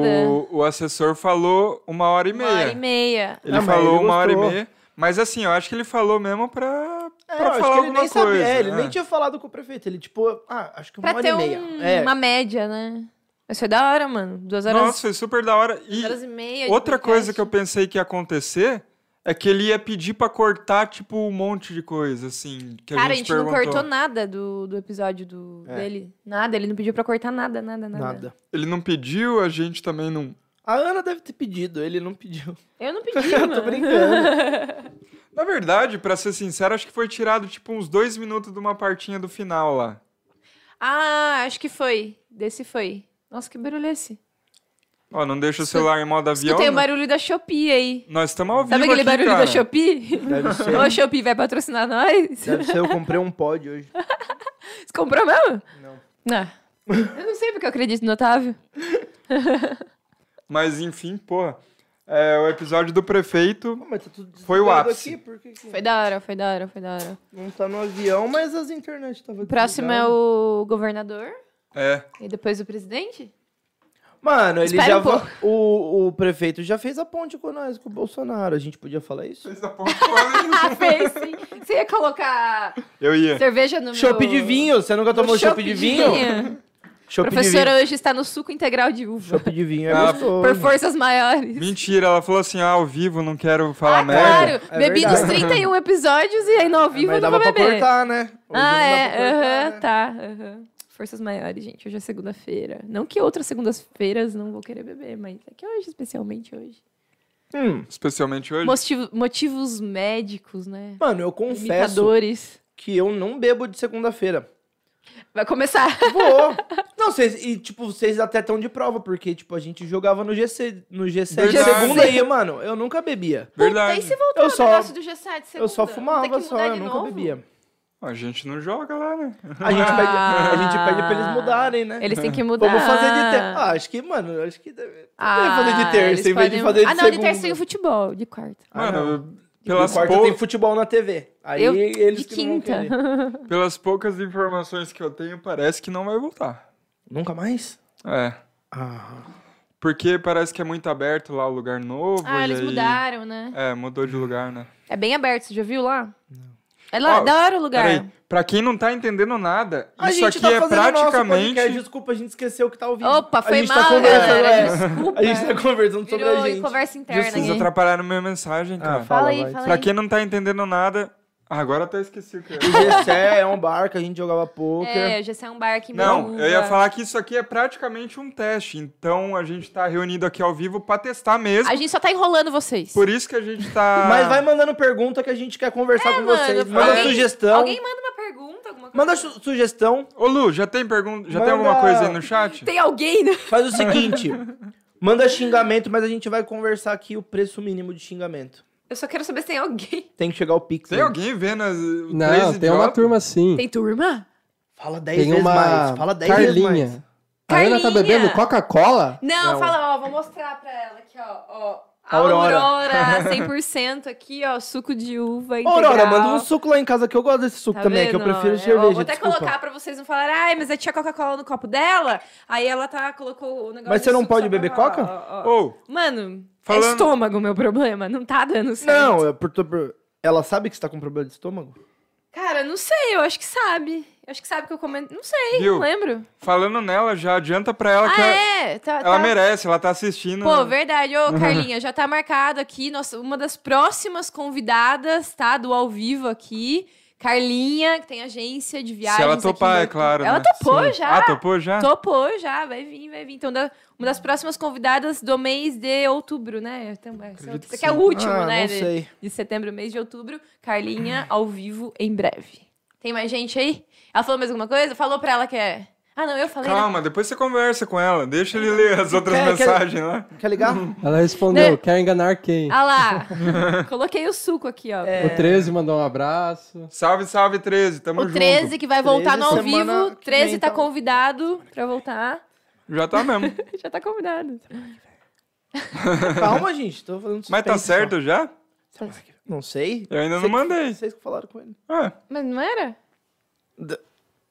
[SPEAKER 2] O, o assessor falou uma hora e meia.
[SPEAKER 1] Uma hora e meia.
[SPEAKER 2] Ele
[SPEAKER 3] Ah, mas
[SPEAKER 2] falou
[SPEAKER 3] ele
[SPEAKER 2] uma hora e
[SPEAKER 3] gostou.
[SPEAKER 2] meia. Mas assim, eu acho que ele falou mesmo pra,
[SPEAKER 3] É, eu
[SPEAKER 2] pra
[SPEAKER 3] acho
[SPEAKER 2] falar
[SPEAKER 3] que ele
[SPEAKER 2] alguma
[SPEAKER 3] nem
[SPEAKER 2] coisa.
[SPEAKER 3] sabia. É, ele
[SPEAKER 2] né?
[SPEAKER 3] nem tinha falado com o prefeito. Ele, tipo, ah, acho que uma
[SPEAKER 1] Pra
[SPEAKER 3] hora
[SPEAKER 1] ter
[SPEAKER 3] e meia.
[SPEAKER 1] um-
[SPEAKER 3] É.
[SPEAKER 1] uma média, né? Mas foi da hora, mano. Duas horas,
[SPEAKER 2] Nossa, foi super da hora.
[SPEAKER 1] duas horas
[SPEAKER 2] E
[SPEAKER 1] e meia. de
[SPEAKER 2] outra coisa
[SPEAKER 1] podcast.
[SPEAKER 2] que eu pensei que ia acontecer é que ele ia pedir pra cortar, tipo, um monte de coisa, assim, que
[SPEAKER 1] Cara,
[SPEAKER 2] a gente,
[SPEAKER 1] não
[SPEAKER 2] perguntou.
[SPEAKER 1] cortou nada do, do episódio do,
[SPEAKER 3] É.
[SPEAKER 1] dele. Nada, ele não pediu pra cortar nada, nada, nada.
[SPEAKER 3] Nada.
[SPEAKER 2] Ele não pediu, a gente também não...
[SPEAKER 3] A Ana deve ter pedido, ele não pediu.
[SPEAKER 1] Eu não pedi,
[SPEAKER 3] Eu tô
[SPEAKER 1] mano.
[SPEAKER 3] brincando.
[SPEAKER 2] Na verdade, pra ser sincero, acho que foi tirado, tipo, uns dois minutos de uma partinha do final lá.
[SPEAKER 1] ah, acho que foi. Desse foi. Nossa, que barulho é esse?
[SPEAKER 2] Ó, não deixa o
[SPEAKER 1] Escu-
[SPEAKER 2] celular em modo avião.
[SPEAKER 1] Escutei o
[SPEAKER 2] né?
[SPEAKER 1] barulho da Shopee aí.
[SPEAKER 2] Nós estamos ao vivo
[SPEAKER 1] Sabe aquele
[SPEAKER 2] aqui,
[SPEAKER 1] barulho
[SPEAKER 2] cara.
[SPEAKER 1] da Shopee?
[SPEAKER 3] Deve ser.
[SPEAKER 1] Ô, Shopee, vai patrocinar nós?
[SPEAKER 3] Deve ser, eu comprei um pod hoje.
[SPEAKER 1] Você comprou mesmo?
[SPEAKER 3] Não.
[SPEAKER 1] Não. Eu não sei porque eu acredito no Otávio.
[SPEAKER 2] Mas enfim, porra. É, o episódio do prefeito.
[SPEAKER 3] Pô, mas tá tudo
[SPEAKER 2] Foi o
[SPEAKER 3] desligado
[SPEAKER 2] ápice.
[SPEAKER 3] Aqui, por que que-
[SPEAKER 1] Foi da hora, foi da hora, foi da hora.
[SPEAKER 3] Não tá no avião, mas as internet estavam
[SPEAKER 1] O próximo é o governador
[SPEAKER 2] É.
[SPEAKER 1] e depois o presidente.
[SPEAKER 3] Mano, ele
[SPEAKER 1] Espera
[SPEAKER 3] já.
[SPEAKER 1] um
[SPEAKER 3] va-
[SPEAKER 1] pouco.
[SPEAKER 3] o, o prefeito já fez a ponte com nós, com o Bolsonaro. A gente podia falar isso?
[SPEAKER 2] Fez a ponte quase.
[SPEAKER 1] Ah, fez sim. Você ia colocar
[SPEAKER 2] Eu ia.
[SPEAKER 1] cerveja no
[SPEAKER 3] Chopp
[SPEAKER 1] meu...
[SPEAKER 3] de vinho, você nunca tomou chopp de vinho? Chopp de
[SPEAKER 1] Professora
[SPEAKER 3] vinho.
[SPEAKER 1] hoje está no suco integral de uva.
[SPEAKER 3] Chopp de vinho é
[SPEAKER 2] Ah,
[SPEAKER 3] gostoso.
[SPEAKER 1] Por forças maiores.
[SPEAKER 2] Mentira, ela falou assim: ah, ao vivo não quero falar
[SPEAKER 1] Ah,
[SPEAKER 2] merda.
[SPEAKER 1] claro.
[SPEAKER 3] É
[SPEAKER 1] Bebi nos
[SPEAKER 3] verdade. É,
[SPEAKER 1] 31 episódios e aí no ao vivo
[SPEAKER 3] Mas
[SPEAKER 1] eu não
[SPEAKER 3] dava
[SPEAKER 1] vou
[SPEAKER 3] pra
[SPEAKER 1] beber.
[SPEAKER 3] cortar, né? Hoje não
[SPEAKER 1] ah,
[SPEAKER 3] dá pra
[SPEAKER 1] é.
[SPEAKER 3] cortar,
[SPEAKER 1] Aham,
[SPEAKER 3] né?
[SPEAKER 1] tá. aham. Forças maiores, gente. Hoje é segunda-feira. Não que outras segundas-feiras não vou querer beber, mas é que hoje, especialmente hoje.
[SPEAKER 3] Hum,
[SPEAKER 2] Especialmente hoje.
[SPEAKER 1] Motivo- motivos médicos, né?
[SPEAKER 3] mano, eu confesso
[SPEAKER 1] Limitadores.
[SPEAKER 3] que eu não bebo de segunda-feira.
[SPEAKER 1] Vai começar.
[SPEAKER 3] Vou. Não, vocês, e tipo, vocês até tão de prova, porque, tipo, a gente jogava no G7, no G7
[SPEAKER 2] Verdade.
[SPEAKER 3] segunda aí, mano, eu nunca bebia.
[SPEAKER 1] Tem
[SPEAKER 2] Verdade.
[SPEAKER 1] se voltar
[SPEAKER 3] Eu
[SPEAKER 1] o
[SPEAKER 3] só-
[SPEAKER 1] negócio do G7 segunda.
[SPEAKER 3] Eu só
[SPEAKER 1] Tem
[SPEAKER 3] fumava,
[SPEAKER 1] que
[SPEAKER 3] só,
[SPEAKER 1] mudar
[SPEAKER 3] eu
[SPEAKER 1] de
[SPEAKER 3] nunca
[SPEAKER 1] novo?
[SPEAKER 3] bebia.
[SPEAKER 2] A gente não joga lá, né?
[SPEAKER 3] A gente, pede, a gente
[SPEAKER 1] Ah.
[SPEAKER 3] pede pra eles mudarem, né?
[SPEAKER 1] Eles têm que mudar.
[SPEAKER 3] Vamos fazer de terça. Ah, acho que, mano, acho que deve.
[SPEAKER 1] Ah,
[SPEAKER 3] fazer de terça,
[SPEAKER 1] eles
[SPEAKER 3] em vez de
[SPEAKER 1] podem-
[SPEAKER 3] fazer de
[SPEAKER 1] Ah, não, de terça
[SPEAKER 3] segunda.
[SPEAKER 1] tem o futebol, de quarta.
[SPEAKER 3] Ah, não.
[SPEAKER 2] Mano, pelas,
[SPEAKER 3] Pelas quarta
[SPEAKER 2] pou-
[SPEAKER 3] tem futebol na TV. Aí
[SPEAKER 1] Eu-
[SPEAKER 3] eles
[SPEAKER 1] de
[SPEAKER 3] que não vão
[SPEAKER 1] quinta.
[SPEAKER 3] querer.
[SPEAKER 2] pelas poucas informações que eu tenho, parece que não vai voltar.
[SPEAKER 3] Nunca mais?
[SPEAKER 2] É.
[SPEAKER 3] Ah.
[SPEAKER 2] Porque parece que é muito aberto lá o lugar novo.
[SPEAKER 1] Ah,
[SPEAKER 2] e
[SPEAKER 1] eles
[SPEAKER 2] aí-
[SPEAKER 1] mudaram, né?
[SPEAKER 2] É, mudou de lugar, né?
[SPEAKER 1] É bem aberto, você já viu lá? É lá,
[SPEAKER 2] Ó,
[SPEAKER 1] da hora o lugar.
[SPEAKER 2] Peraí, pra quem não tá entendendo nada,
[SPEAKER 3] A
[SPEAKER 2] isso
[SPEAKER 3] gente
[SPEAKER 2] aqui
[SPEAKER 3] tá
[SPEAKER 2] é
[SPEAKER 3] fazendo nosso
[SPEAKER 2] praticamente.
[SPEAKER 3] podcast, desculpa, a gente esqueceu que tá ouvindo.
[SPEAKER 1] Opa,
[SPEAKER 3] a
[SPEAKER 1] foi
[SPEAKER 3] gente
[SPEAKER 1] mal,
[SPEAKER 3] tá conversando,
[SPEAKER 1] galera.
[SPEAKER 3] é.
[SPEAKER 1] Desculpa.
[SPEAKER 3] A gente tá conversando sobre
[SPEAKER 1] Virou
[SPEAKER 3] a gente.
[SPEAKER 1] conversa interna né?
[SPEAKER 2] Vocês
[SPEAKER 1] aqui.
[SPEAKER 2] atrapalharam minha mensagem, cara.
[SPEAKER 3] Ah,
[SPEAKER 1] Fala
[SPEAKER 3] Fala,
[SPEAKER 1] aí,
[SPEAKER 3] vai.
[SPEAKER 1] fala
[SPEAKER 2] pra
[SPEAKER 1] aí.
[SPEAKER 2] quem não tá entendendo nada. Ah, Agora eu até esqueci o que eu ia
[SPEAKER 3] O Gessé é um bar que a gente jogava poker.
[SPEAKER 1] É, o GC é um bar que
[SPEAKER 2] Não, eu ia falar que isso aqui é praticamente um teste. Então a gente tá reunido aqui ao vivo pra testar mesmo.
[SPEAKER 1] A gente só tá enrolando vocês.
[SPEAKER 2] Por isso que a gente tá.
[SPEAKER 3] Mas vai mandando pergunta que a gente quer conversar com
[SPEAKER 1] É, mano,
[SPEAKER 3] vocês.
[SPEAKER 1] alguém-
[SPEAKER 3] Manda sugestão.
[SPEAKER 1] Alguém manda uma pergunta, alguma coisa.
[SPEAKER 3] Manda su- sugestão.
[SPEAKER 2] Ô Lu, já tem pergunta. Já tem
[SPEAKER 3] Manda-
[SPEAKER 2] alguma coisa aí no chat?
[SPEAKER 1] Tem alguém, né?
[SPEAKER 3] Faz o seguinte. manda xingamento, mas a gente vai conversar aqui o preço mínimo de xingamento.
[SPEAKER 1] Eu só quero saber se tem alguém.
[SPEAKER 3] Tem que chegar o Pix.
[SPEAKER 2] Tem
[SPEAKER 3] né?
[SPEAKER 2] alguém vendo as. o
[SPEAKER 4] Não,
[SPEAKER 2] três
[SPEAKER 4] tem uma
[SPEAKER 2] idiotas?
[SPEAKER 4] turma sim.
[SPEAKER 1] Tem turma?
[SPEAKER 3] Fala 10
[SPEAKER 4] Tem
[SPEAKER 3] vezes
[SPEAKER 4] uma
[SPEAKER 3] mais. Fala 10 vezes
[SPEAKER 4] Carlinha.
[SPEAKER 3] mais.
[SPEAKER 4] A Ana tá
[SPEAKER 1] Carlinha.
[SPEAKER 4] bebendo Coca-Cola?
[SPEAKER 1] Não,
[SPEAKER 3] Não.
[SPEAKER 1] fala, ó, vou mostrar pra ela aqui, ó. ó. A Aurora.
[SPEAKER 3] Aurora.
[SPEAKER 1] 100% aqui, ó, suco de uva
[SPEAKER 3] Ô,
[SPEAKER 1] integral.
[SPEAKER 3] Aurora, manda um suco lá em casa que eu gosto desse suco
[SPEAKER 1] Tá
[SPEAKER 3] também, que eu
[SPEAKER 1] vendo?
[SPEAKER 3] prefiro
[SPEAKER 1] Ó,
[SPEAKER 3] cerveja.
[SPEAKER 1] Vou até
[SPEAKER 3] desculpa.
[SPEAKER 1] colocar pra vocês não falarem, ai, mas a tia Coca-Cola no copo dela, aí ela tá, colocou o negócio...
[SPEAKER 3] Mas
[SPEAKER 1] de
[SPEAKER 3] você não
[SPEAKER 1] suco
[SPEAKER 3] pode
[SPEAKER 1] só pra
[SPEAKER 3] beber
[SPEAKER 1] falar,
[SPEAKER 3] Coca?
[SPEAKER 1] ó, ó.
[SPEAKER 2] Ô,
[SPEAKER 1] Mano, é
[SPEAKER 2] Falando-
[SPEAKER 1] estômago o meu problema, não tá dando certo.
[SPEAKER 3] Não, é por, por- ela sabe que você tá com problema de estômago?
[SPEAKER 1] Cara, não sei, eu acho que sabe. Eu acho que sabe que eu comento. Não sei,
[SPEAKER 2] Viu?
[SPEAKER 1] não lembro.
[SPEAKER 2] falando nela, já adianta pra ela que
[SPEAKER 1] ah,
[SPEAKER 2] ela-
[SPEAKER 1] é? Tá,
[SPEAKER 2] ela
[SPEAKER 1] tá.
[SPEAKER 2] merece, ela tá assistindo.
[SPEAKER 1] Pô, verdade. Ô, Carlinha, já tá marcado aqui. Nossa, uma das próximas convidadas, tá? Do ao vivo aqui. Carlinha, que tem agência de viagens.
[SPEAKER 2] Se ela
[SPEAKER 1] aqui
[SPEAKER 2] topar,
[SPEAKER 1] no-
[SPEAKER 2] é claro,
[SPEAKER 1] Ela
[SPEAKER 2] né?
[SPEAKER 1] topou
[SPEAKER 2] Sim.
[SPEAKER 1] já.
[SPEAKER 2] Ah, topou já?
[SPEAKER 1] Topou já, vai vir, vai vir. Então, da- uma das próximas convidadas do mês de outubro, né? Então, é, essa
[SPEAKER 2] Acredito
[SPEAKER 1] outra-
[SPEAKER 2] que
[SPEAKER 1] que é o
[SPEAKER 2] sim.
[SPEAKER 1] último,
[SPEAKER 3] ah,
[SPEAKER 1] né?
[SPEAKER 3] não
[SPEAKER 1] de-
[SPEAKER 3] sei.
[SPEAKER 1] de setembro, mês de outubro. Carlinha, ao vivo, em breve. Tem mais gente aí? Ela falou mais alguma coisa? Falou pra ela que é. Ah, não, eu falei. né?
[SPEAKER 2] Calma, depois você conversa com ela. Deixa ele ler as outras
[SPEAKER 3] Quer- quer-
[SPEAKER 2] mensagens lá.
[SPEAKER 3] Quer ligar?
[SPEAKER 4] Ela respondeu,
[SPEAKER 1] Né?
[SPEAKER 4] quer enganar quem?
[SPEAKER 1] Ah lá. Coloquei o suco aqui, ó.
[SPEAKER 3] É,
[SPEAKER 4] O 13 mandou um abraço.
[SPEAKER 2] Salve, salve, 13. Tamo
[SPEAKER 1] O
[SPEAKER 2] junto.
[SPEAKER 1] 13 que vai voltar
[SPEAKER 3] 13
[SPEAKER 1] no ao
[SPEAKER 3] semana
[SPEAKER 1] vivo.
[SPEAKER 3] que
[SPEAKER 1] 13
[SPEAKER 3] vem,
[SPEAKER 1] tá
[SPEAKER 3] então.
[SPEAKER 1] convidado pra voltar.
[SPEAKER 2] Já tá mesmo.
[SPEAKER 1] Já tá convidado.
[SPEAKER 3] Calma, gente. Tô falando
[SPEAKER 2] Mas tá
[SPEAKER 3] suspense
[SPEAKER 2] certo já?
[SPEAKER 3] só. Não sei.
[SPEAKER 2] Eu ainda
[SPEAKER 3] Sei
[SPEAKER 2] não
[SPEAKER 3] que-
[SPEAKER 2] mandei.
[SPEAKER 3] Vocês que falaram com ele.
[SPEAKER 2] Ah,
[SPEAKER 1] Mas não era?
[SPEAKER 3] D-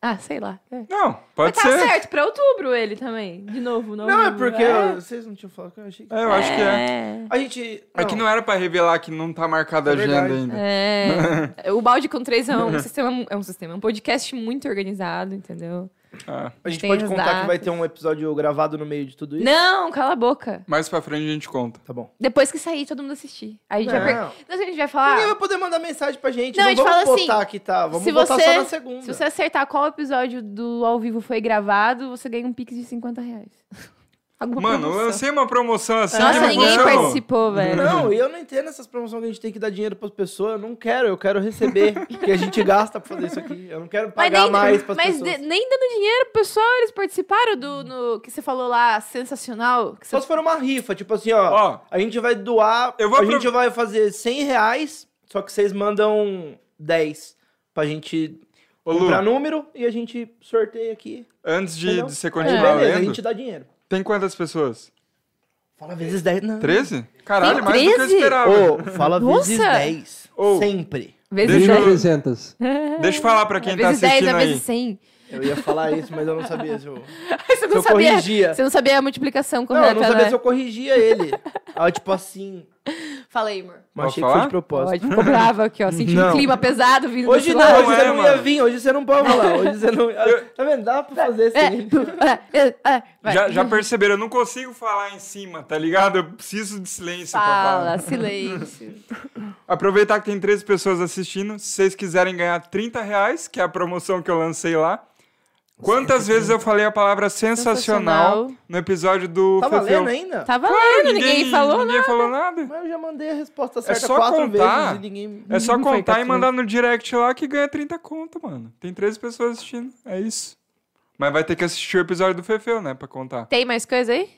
[SPEAKER 1] Ah, sei lá. É.
[SPEAKER 2] não,
[SPEAKER 1] Mas
[SPEAKER 2] pode
[SPEAKER 1] tá
[SPEAKER 2] ser.
[SPEAKER 1] certo, pra outubro ele também. De novo, não.
[SPEAKER 3] Não, é porque eu- vocês não tinham falado com ele. Eu achei que...
[SPEAKER 2] É, eu acho que é.
[SPEAKER 3] A gente...
[SPEAKER 2] É que não era pra revelar que não tá marcada a
[SPEAKER 3] É
[SPEAKER 2] agenda
[SPEAKER 3] verdade.
[SPEAKER 2] ainda.
[SPEAKER 1] É. É, O Balde com três é um sistema, é um sistema, é um podcast muito organizado, entendeu?
[SPEAKER 2] Ah,
[SPEAKER 3] A gente
[SPEAKER 1] Tem
[SPEAKER 3] pode
[SPEAKER 1] as
[SPEAKER 3] contar que vai
[SPEAKER 1] datas.
[SPEAKER 3] ter um episódio gravado no meio de tudo isso?
[SPEAKER 1] Não, cala a boca.
[SPEAKER 2] Mais pra frente a gente conta.
[SPEAKER 3] Tá bom.
[SPEAKER 1] Depois que sair, todo mundo assistir. Aí a gente,
[SPEAKER 3] Não.
[SPEAKER 1] vai, per... Então, a gente vai
[SPEAKER 3] Ninguém
[SPEAKER 1] falar.
[SPEAKER 3] vai poder mandar mensagem pra gente.
[SPEAKER 1] Não,
[SPEAKER 3] Não,
[SPEAKER 1] a gente
[SPEAKER 3] vamos
[SPEAKER 1] fala assim,
[SPEAKER 3] botar aqui, tá? Vamos
[SPEAKER 1] se
[SPEAKER 3] botar
[SPEAKER 1] você-
[SPEAKER 3] só na segunda.
[SPEAKER 1] Se você acertar qual episódio do ao vivo foi gravado, você ganha um pix de 50 reais. Alguma
[SPEAKER 2] Mano, eu
[SPEAKER 1] promoção.
[SPEAKER 2] lancei uma promoção assim. que
[SPEAKER 1] Nossa,
[SPEAKER 2] não
[SPEAKER 1] ninguém
[SPEAKER 2] funcionou.
[SPEAKER 1] participou, velho.
[SPEAKER 3] Não, e eu não entendo essas promoções que a gente tem que dar dinheiro pras pessoas. Eu não quero, eu quero receber. porque a gente gasta pra fazer isso aqui. Eu não quero
[SPEAKER 1] Mas
[SPEAKER 3] pagar
[SPEAKER 1] nem,
[SPEAKER 3] mais pras
[SPEAKER 1] mas
[SPEAKER 3] pessoas.
[SPEAKER 1] de- nem dando dinheiro pro pessoal, eles participaram do no- que você falou lá, sensacional. que você-
[SPEAKER 3] Só se for uma rifa, tipo assim, ó.
[SPEAKER 2] Ó,
[SPEAKER 3] A gente vai doar.
[SPEAKER 2] Eu vou
[SPEAKER 3] a
[SPEAKER 2] apro-
[SPEAKER 3] gente vai fazer 100 reais, só que vocês mandam 10 pra gente
[SPEAKER 2] ô Lu,
[SPEAKER 3] comprar número e a gente sorteia aqui.
[SPEAKER 2] antes de,
[SPEAKER 3] Entendeu?
[SPEAKER 2] de você
[SPEAKER 3] Aí,
[SPEAKER 1] É.
[SPEAKER 2] continuar
[SPEAKER 3] beleza, a
[SPEAKER 2] lendo,
[SPEAKER 3] gente dá dinheiro.
[SPEAKER 2] tem quantas pessoas?
[SPEAKER 3] Fala vezes 10, não.
[SPEAKER 2] 13? Caralho,
[SPEAKER 1] Tem
[SPEAKER 2] mais do que eu
[SPEAKER 1] 13?
[SPEAKER 2] esperava.
[SPEAKER 3] Ô, fala
[SPEAKER 1] Nossa!
[SPEAKER 3] vezes 10.
[SPEAKER 2] Ô.
[SPEAKER 3] Sempre.
[SPEAKER 1] Vezes
[SPEAKER 2] Deixa eu-
[SPEAKER 1] 10.
[SPEAKER 4] 1.300.
[SPEAKER 2] Deixa eu falar pra quem
[SPEAKER 1] às
[SPEAKER 2] tá
[SPEAKER 1] vezes 10,
[SPEAKER 2] assistindo
[SPEAKER 1] às
[SPEAKER 2] aí.
[SPEAKER 1] vezes 100.
[SPEAKER 3] Eu ia falar isso, mas eu não sabia se eu,
[SPEAKER 1] Ai, você
[SPEAKER 3] se
[SPEAKER 1] não
[SPEAKER 3] eu
[SPEAKER 1] sabia.
[SPEAKER 3] corrigia.
[SPEAKER 1] Você não sabia a multiplicação
[SPEAKER 3] Não, eu
[SPEAKER 1] correta,
[SPEAKER 3] não sabia
[SPEAKER 1] né?
[SPEAKER 3] se eu corrigia ele. Ah, tipo assim.
[SPEAKER 1] Fala aí, amor.
[SPEAKER 3] Mas
[SPEAKER 2] Posso
[SPEAKER 3] achei que foi
[SPEAKER 2] falar?
[SPEAKER 3] de propósito.
[SPEAKER 1] Pode, né, ficou brava aqui, ó. Senti um
[SPEAKER 3] Não.
[SPEAKER 1] clima pesado vindo do
[SPEAKER 3] Hoje
[SPEAKER 1] outro
[SPEAKER 3] não,
[SPEAKER 1] lado.
[SPEAKER 3] hoje você
[SPEAKER 2] é,
[SPEAKER 3] não
[SPEAKER 2] mano.
[SPEAKER 3] ia vir, hoje você não pode falar. Hoje você não. Tá vendo? Dá pra fazer assim. sim.
[SPEAKER 1] É, é, é, vai.
[SPEAKER 2] Já, já perceberam, eu não consigo falar em cima, tá ligado? Eu preciso de silêncio pra
[SPEAKER 1] Fala,
[SPEAKER 2] falar.
[SPEAKER 1] silêncio.
[SPEAKER 2] Aproveitar que tem 13 pessoas assistindo, se vocês quiserem ganhar 30 reais, que é a promoção que eu lancei lá. Quantas vezes eu falei a palavra sensacional,
[SPEAKER 1] Sensacional.
[SPEAKER 2] no episódio do
[SPEAKER 3] Tá
[SPEAKER 2] Fefeu?
[SPEAKER 3] valendo ainda?
[SPEAKER 1] Tá valendo, ninguém, falou, né?
[SPEAKER 2] ninguém falou nada.
[SPEAKER 3] Mas eu já mandei a resposta certa
[SPEAKER 2] É só
[SPEAKER 3] quatro
[SPEAKER 2] contar.
[SPEAKER 3] vezes e ninguém.
[SPEAKER 2] É só
[SPEAKER 1] Não foi
[SPEAKER 2] contar e
[SPEAKER 1] quatro
[SPEAKER 2] mandar no direct lá que ganha 30 conto, mano. Tem 13 pessoas assistindo, é isso. Mas vai ter que assistir o episódio do Fefeu, né, pra contar.
[SPEAKER 1] Tem mais coisa aí?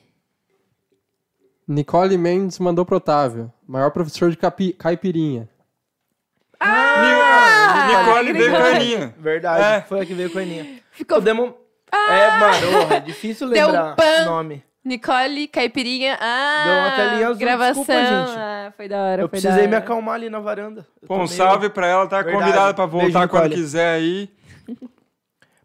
[SPEAKER 4] Nicole Mendes mandou pro Otávio. Maior professor de capi- caipirinha.
[SPEAKER 3] Ah!
[SPEAKER 2] Ni- Nicole veio com a
[SPEAKER 1] Nicole.
[SPEAKER 2] Aninha.
[SPEAKER 3] Verdade,
[SPEAKER 2] Ah! É.
[SPEAKER 3] foi a que veio com a Aninha.
[SPEAKER 1] Ficou
[SPEAKER 3] Podemos. É, mano, oh, é difícil
[SPEAKER 1] Ah! Deu um
[SPEAKER 3] lembrar
[SPEAKER 1] pan.
[SPEAKER 3] o nome.
[SPEAKER 1] Nicole, caipirinha. Ah,
[SPEAKER 3] Deu uma telinha azul,
[SPEAKER 1] gravação.
[SPEAKER 3] desculpa, gente.
[SPEAKER 1] Ah, foi da hora.
[SPEAKER 3] Eu
[SPEAKER 1] foi
[SPEAKER 3] precisei me
[SPEAKER 1] da hora.
[SPEAKER 3] acalmar ali na varanda. Eu
[SPEAKER 2] Pô,
[SPEAKER 3] tô
[SPEAKER 2] um
[SPEAKER 3] meio-
[SPEAKER 2] salve pra ela, tá
[SPEAKER 3] Verdade.
[SPEAKER 2] convidada pra
[SPEAKER 3] Beijo,
[SPEAKER 2] voltar
[SPEAKER 3] Nicole.
[SPEAKER 2] quando quiser aí.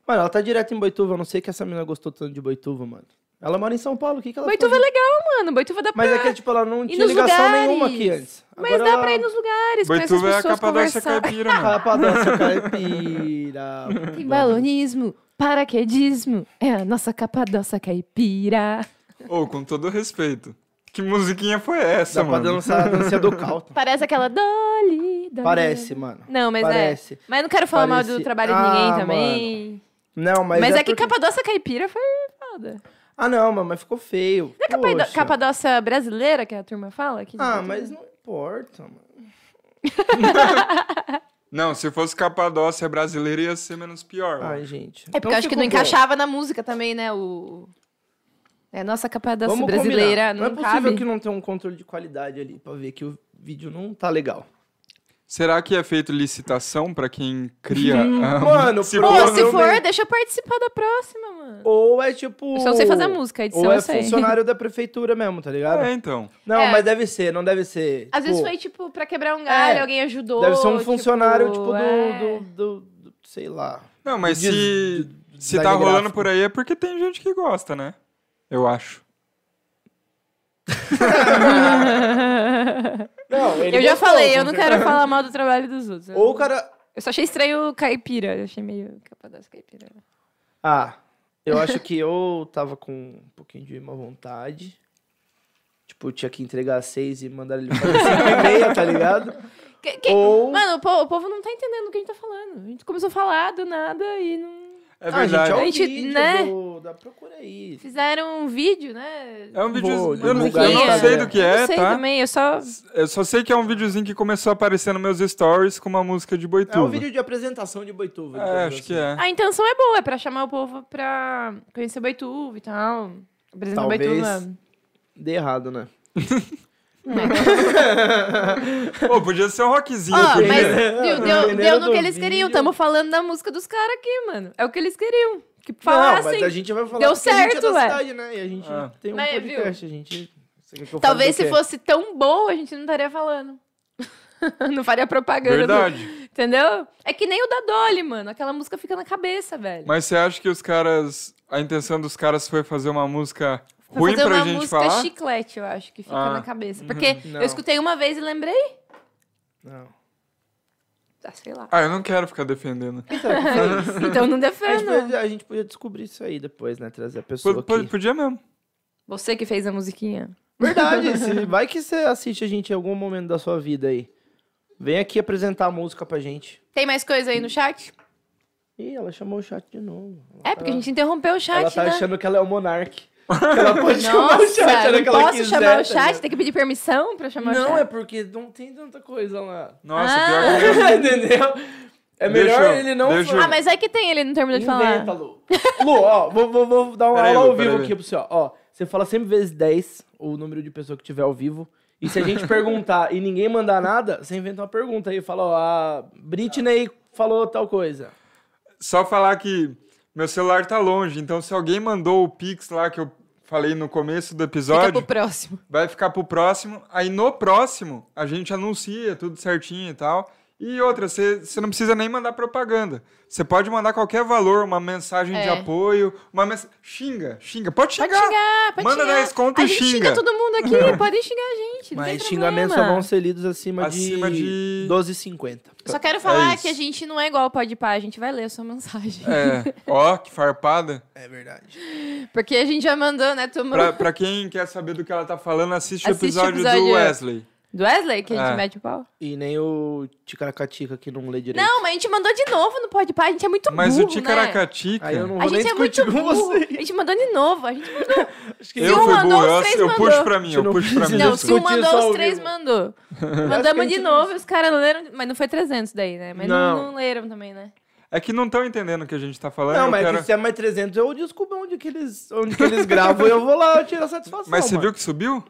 [SPEAKER 3] Mano, ela tá direto em Boituva. Eu não sei que essa menina gostou tanto de Boituva, mano. Ela mora em São Paulo, o que, que ela
[SPEAKER 1] Boituva é
[SPEAKER 3] faz?
[SPEAKER 1] legal, mano. Boituva dá pra.
[SPEAKER 3] Mas é que, tipo, ela não
[SPEAKER 1] E
[SPEAKER 3] tinha
[SPEAKER 1] nos
[SPEAKER 3] ligação
[SPEAKER 1] lugares.
[SPEAKER 3] nenhuma aqui antes.
[SPEAKER 1] Mas
[SPEAKER 3] Agora
[SPEAKER 1] dá
[SPEAKER 3] ela-
[SPEAKER 1] pra ir nos lugares, conhecer as
[SPEAKER 2] Boituva é a
[SPEAKER 1] pessoas,
[SPEAKER 2] capadócia
[SPEAKER 1] conversar.
[SPEAKER 2] caipira, mano.
[SPEAKER 3] Vai pra dança caipira.
[SPEAKER 1] Tem balonismo, paraquedismo. É a nossa capadócia caipira.
[SPEAKER 2] Ô, com todo respeito. Que musiquinha foi essa,
[SPEAKER 3] Dá pra
[SPEAKER 2] mano?
[SPEAKER 3] dançar a dança do Calton.
[SPEAKER 1] Parece aquela Dolly. Dolly.
[SPEAKER 3] Parece, mano.
[SPEAKER 1] Não, mas
[SPEAKER 3] Parece.
[SPEAKER 1] é. Mas não quero falar mal do
[SPEAKER 3] Parece.
[SPEAKER 1] trabalho de
[SPEAKER 3] Ah,
[SPEAKER 1] ninguém
[SPEAKER 3] mano.
[SPEAKER 1] também.
[SPEAKER 3] Não, mas.
[SPEAKER 1] Mas, é, que
[SPEAKER 3] porque-
[SPEAKER 1] capadócia caipira foi foda.
[SPEAKER 3] Ah, não, mano, mas ficou feio.
[SPEAKER 1] Não é capado-
[SPEAKER 3] Poxa.
[SPEAKER 1] capadócia brasileira que a turma fala? Que
[SPEAKER 3] Ah, mas não importa, mano.
[SPEAKER 2] Não, se fosse Capadócia brasileira ia ser menos pior. mano.
[SPEAKER 3] Ai, gente. Então
[SPEAKER 1] É porque eu acho que não encaixava na música também, né? O. É, nossa capadócia
[SPEAKER 3] Vamos
[SPEAKER 1] brasileira.
[SPEAKER 3] combinar. Não, é
[SPEAKER 1] não
[SPEAKER 3] possível
[SPEAKER 1] cabe.
[SPEAKER 3] que não tenha um controle de qualidade ali pra ver que o vídeo não tá legal.
[SPEAKER 2] Será que é feito licitação pra quem cria? ah,
[SPEAKER 3] Hum, Mano,
[SPEAKER 2] se
[SPEAKER 1] Pô,
[SPEAKER 3] pô,
[SPEAKER 2] for- é,
[SPEAKER 1] se
[SPEAKER 3] meu
[SPEAKER 1] for,
[SPEAKER 3] bem.
[SPEAKER 1] deixa eu participar da próxima, mano.
[SPEAKER 3] Ou é tipo.
[SPEAKER 1] Eu só sei fazer a música, a edição
[SPEAKER 3] Ou é
[SPEAKER 1] eu sei.
[SPEAKER 3] funcionário da prefeitura mesmo, tá ligado?
[SPEAKER 2] É, então.
[SPEAKER 3] Não,
[SPEAKER 1] É.
[SPEAKER 3] mas deve ser, não deve ser.
[SPEAKER 1] Às vezes
[SPEAKER 3] Pô,
[SPEAKER 1] foi, tipo, pra quebrar um galho,
[SPEAKER 3] É.
[SPEAKER 1] alguém ajudou.
[SPEAKER 3] Deve ser um funcionário, tipo, do,
[SPEAKER 1] é.
[SPEAKER 3] do, do- do- Sei lá.
[SPEAKER 2] Não, mas
[SPEAKER 3] Diz-
[SPEAKER 2] se,
[SPEAKER 3] de-
[SPEAKER 2] se tá
[SPEAKER 3] design
[SPEAKER 2] rolando
[SPEAKER 3] gráfico.
[SPEAKER 2] por aí é porque tem gente que gosta, né? Eu acho.
[SPEAKER 3] Não, ele
[SPEAKER 1] Eu já
[SPEAKER 3] gostou,
[SPEAKER 1] falei,
[SPEAKER 3] com
[SPEAKER 1] eu não
[SPEAKER 3] certeza.
[SPEAKER 1] quero falar mal do trabalho dos outros.
[SPEAKER 3] Ou o cara.
[SPEAKER 1] Eu só achei estranho o caipira. Eu achei meio capadócio caipira.
[SPEAKER 3] Ah, eu acho que eu tava com um pouquinho de má vontade. Tipo, eu tinha que entregar às seis e mandar ele fazer cinco e meia, tá ligado?
[SPEAKER 1] Que- que-
[SPEAKER 3] Ou.
[SPEAKER 1] Mano, o po- o povo, não tá entendendo o que a gente tá falando. A gente começou a falar do nada e não.
[SPEAKER 2] É
[SPEAKER 3] Ah, gente,
[SPEAKER 2] verdade.
[SPEAKER 3] é o
[SPEAKER 1] A gente,
[SPEAKER 3] vídeo
[SPEAKER 1] né?
[SPEAKER 3] do- da procura aí.
[SPEAKER 1] Fizeram um vídeo, né?
[SPEAKER 2] é um vídeo.
[SPEAKER 3] Vou
[SPEAKER 2] eu, não,
[SPEAKER 3] divulgar
[SPEAKER 2] eu não
[SPEAKER 1] no
[SPEAKER 2] sei
[SPEAKER 3] Instagram.
[SPEAKER 2] do que
[SPEAKER 1] eu
[SPEAKER 2] é,
[SPEAKER 1] não sei
[SPEAKER 2] tá?
[SPEAKER 1] também, eu só.
[SPEAKER 2] Eu só sei que é um videozinho que começou a aparecer nos meus stories com uma música de
[SPEAKER 3] É
[SPEAKER 2] boituva.
[SPEAKER 3] um vídeo de apresentação de assim. Boituva.
[SPEAKER 2] É, acho que é.
[SPEAKER 1] A intenção é boa, é pra chamar o povo pra conhecer Boituva e tal. Apresentar
[SPEAKER 3] Talvez.
[SPEAKER 1] Boituva.
[SPEAKER 3] Dê errado, né?
[SPEAKER 2] Pô, podia ser um rockzinho.
[SPEAKER 1] Ó,
[SPEAKER 2] podia.
[SPEAKER 1] Ah, mas
[SPEAKER 3] Primeiro-
[SPEAKER 1] viu, deu, deu
[SPEAKER 3] primeiro
[SPEAKER 1] no
[SPEAKER 3] do
[SPEAKER 1] que eles queriam.
[SPEAKER 3] vídeo.
[SPEAKER 1] Tamo falando da música dos caras aqui, mano. É o que eles queriam. Que
[SPEAKER 3] não, mas
[SPEAKER 1] falassem.
[SPEAKER 3] a gente vai falar
[SPEAKER 1] assim, Deu
[SPEAKER 3] porque a gente é
[SPEAKER 1] certo,
[SPEAKER 3] da
[SPEAKER 1] ué.
[SPEAKER 3] cidade, né? E a gente
[SPEAKER 2] Ah.
[SPEAKER 3] tem um
[SPEAKER 1] Mas,
[SPEAKER 3] podcast, a gente... Você quer que eu fale
[SPEAKER 1] Talvez
[SPEAKER 3] tá do
[SPEAKER 1] se
[SPEAKER 3] quê?
[SPEAKER 1] fosse tão boa, a gente não estaria falando. não faria propaganda. do-
[SPEAKER 2] Verdade.
[SPEAKER 1] entendeu? É que nem o da Dolly, mano. Aquela música fica na cabeça, velho.
[SPEAKER 2] Mas você acha que os caras. A intenção dos caras foi fazer uma música
[SPEAKER 1] Pra
[SPEAKER 2] ruim
[SPEAKER 1] fazer
[SPEAKER 2] pra
[SPEAKER 1] uma
[SPEAKER 2] gente
[SPEAKER 1] música
[SPEAKER 2] falar?
[SPEAKER 1] chiclete, eu acho, que fica
[SPEAKER 2] Ah.
[SPEAKER 1] na cabeça. Porque
[SPEAKER 3] Uhum. Não.
[SPEAKER 1] eu escutei uma vez e lembrei.
[SPEAKER 3] Não.
[SPEAKER 1] Ah, sei lá.
[SPEAKER 2] Ah, eu não quero ficar defendendo.
[SPEAKER 1] Então não
[SPEAKER 3] A gente,
[SPEAKER 1] defenda.
[SPEAKER 3] podia, a gente podia descobrir isso aí depois, né? Trazer a
[SPEAKER 2] P-
[SPEAKER 3] pessoa
[SPEAKER 2] p-
[SPEAKER 3] aqui.
[SPEAKER 2] podia mesmo.
[SPEAKER 1] Você que fez a musiquinha.
[SPEAKER 3] Verdade, se- vai que você assiste a gente em algum momento da sua vida aí. Vem aqui apresentar a música pra gente.
[SPEAKER 1] Tem mais coisa aí no chat?
[SPEAKER 3] Ih, ela chamou o chat de novo. tá-
[SPEAKER 1] É, porque a
[SPEAKER 3] Ah.
[SPEAKER 1] gente interrompeu o chat,
[SPEAKER 3] Ela tá
[SPEAKER 1] né?
[SPEAKER 3] achando que ela é o Monark. Que ela pode chamar
[SPEAKER 1] Nossa,
[SPEAKER 3] o chat,
[SPEAKER 1] eu
[SPEAKER 3] era
[SPEAKER 1] não
[SPEAKER 3] que ela
[SPEAKER 1] posso
[SPEAKER 3] quiser,
[SPEAKER 1] chamar o
[SPEAKER 3] tá
[SPEAKER 1] chat?
[SPEAKER 3] ligado?
[SPEAKER 1] Tem que pedir permissão pra chamar o chat?
[SPEAKER 3] Não, é porque não tem tanta coisa lá.
[SPEAKER 2] Nossa,
[SPEAKER 1] Ah.
[SPEAKER 2] pior que mesmo.
[SPEAKER 3] Entendeu? É melhor
[SPEAKER 2] Deixa eu-
[SPEAKER 3] ele não
[SPEAKER 2] deixa eu-
[SPEAKER 1] Ah, mas é que tem, ele não terminou de falar.
[SPEAKER 3] Inventa, Lu. Lu, ó, vou, vou- vou dar uma
[SPEAKER 2] Peraí,
[SPEAKER 3] aula
[SPEAKER 2] Lu,
[SPEAKER 3] ao vivo
[SPEAKER 2] peraí.
[SPEAKER 3] aqui pra você, ó. Ó, Você fala sempre vezes 10 o número de pessoa que tiver ao vivo. E se a gente perguntar e ninguém mandar nada, você inventa uma pergunta aí. Fala, ó, a Britney falou tal coisa.
[SPEAKER 2] Só falar que meu celular tá longe, então se alguém mandou o Pix lá que eu falei no começo do
[SPEAKER 1] Fica
[SPEAKER 2] episódio,
[SPEAKER 1] pro próximo.
[SPEAKER 2] vai ficar pro próximo. Aí no próximo a gente anuncia tudo certinho e tal. E outra, você você não precisa nem mandar propaganda. Você pode mandar qualquer valor, uma mensagem de
[SPEAKER 1] É.
[SPEAKER 2] apoio, uma mensagem. Xinga, xinga. Pode xingar.
[SPEAKER 1] Pode xingar, pode
[SPEAKER 2] Manda
[SPEAKER 1] xingar.
[SPEAKER 2] 10 conto
[SPEAKER 1] a
[SPEAKER 2] e
[SPEAKER 1] gente
[SPEAKER 2] xinga.
[SPEAKER 1] todo mundo aqui, podem xingar a gente. Não tem
[SPEAKER 3] Mas xingamentos só
[SPEAKER 1] problema.
[SPEAKER 3] vão ser lidos acima,
[SPEAKER 2] Acima
[SPEAKER 3] de,
[SPEAKER 2] de-
[SPEAKER 3] 12,50.
[SPEAKER 1] Só
[SPEAKER 3] É
[SPEAKER 1] quero falar
[SPEAKER 2] isso.
[SPEAKER 1] que a gente não é igual ao Pode Pá, a gente vai ler a sua mensagem.
[SPEAKER 2] É, ó, que farpada.
[SPEAKER 3] É verdade.
[SPEAKER 1] Porque a gente já mandou, né, tu
[SPEAKER 2] Pra, pra quem quer saber do que ela tá falando, assiste,
[SPEAKER 1] Assiste o
[SPEAKER 2] o episódio,
[SPEAKER 1] episódio. é.
[SPEAKER 2] do Wesley.
[SPEAKER 1] Do Wesley, que a gente
[SPEAKER 2] É.
[SPEAKER 1] mete o pau.
[SPEAKER 3] E nem o Ticaracatica que não lê direito.
[SPEAKER 1] Não, mas a gente mandou de novo no Pode Pá, a gente é muito
[SPEAKER 2] Mas
[SPEAKER 1] burro,
[SPEAKER 2] o
[SPEAKER 1] né?
[SPEAKER 2] Ticaracatica.
[SPEAKER 3] Aí eu não
[SPEAKER 1] A
[SPEAKER 3] vou nem
[SPEAKER 1] gente é muito
[SPEAKER 3] discutir com
[SPEAKER 1] burro. A
[SPEAKER 3] você.
[SPEAKER 1] gente mandou de novo. A gente mandou...
[SPEAKER 3] Acho que
[SPEAKER 1] Se
[SPEAKER 2] Eu
[SPEAKER 1] um
[SPEAKER 2] fui
[SPEAKER 1] mandou,
[SPEAKER 2] burro,
[SPEAKER 1] os
[SPEAKER 2] eu,
[SPEAKER 1] três
[SPEAKER 2] eu
[SPEAKER 1] mandou.
[SPEAKER 2] puxo pra mim,
[SPEAKER 3] Você
[SPEAKER 2] eu
[SPEAKER 3] não
[SPEAKER 2] puxo pra mim.
[SPEAKER 3] precisa.
[SPEAKER 1] Não,
[SPEAKER 2] desculpa.
[SPEAKER 1] se um
[SPEAKER 3] discutir só
[SPEAKER 1] mandou,
[SPEAKER 3] ao
[SPEAKER 1] os três
[SPEAKER 3] vivo.
[SPEAKER 1] mandou.
[SPEAKER 3] Acho que a
[SPEAKER 1] Mandamos de
[SPEAKER 3] gente não-
[SPEAKER 1] novo e os caras não leram. Mas não foi 300 daí, né? Mas não,
[SPEAKER 3] Não.
[SPEAKER 1] não leram também, né?
[SPEAKER 2] É que não estão entendendo o que a gente tá falando.
[SPEAKER 3] Não,
[SPEAKER 2] eu
[SPEAKER 3] mas
[SPEAKER 2] quero-
[SPEAKER 3] se se é mais 300, eu descubro onde que eles, onde que eles gravam e eu vou lá tirar satisfação.
[SPEAKER 2] Mas você
[SPEAKER 3] mano.
[SPEAKER 2] viu que subiu?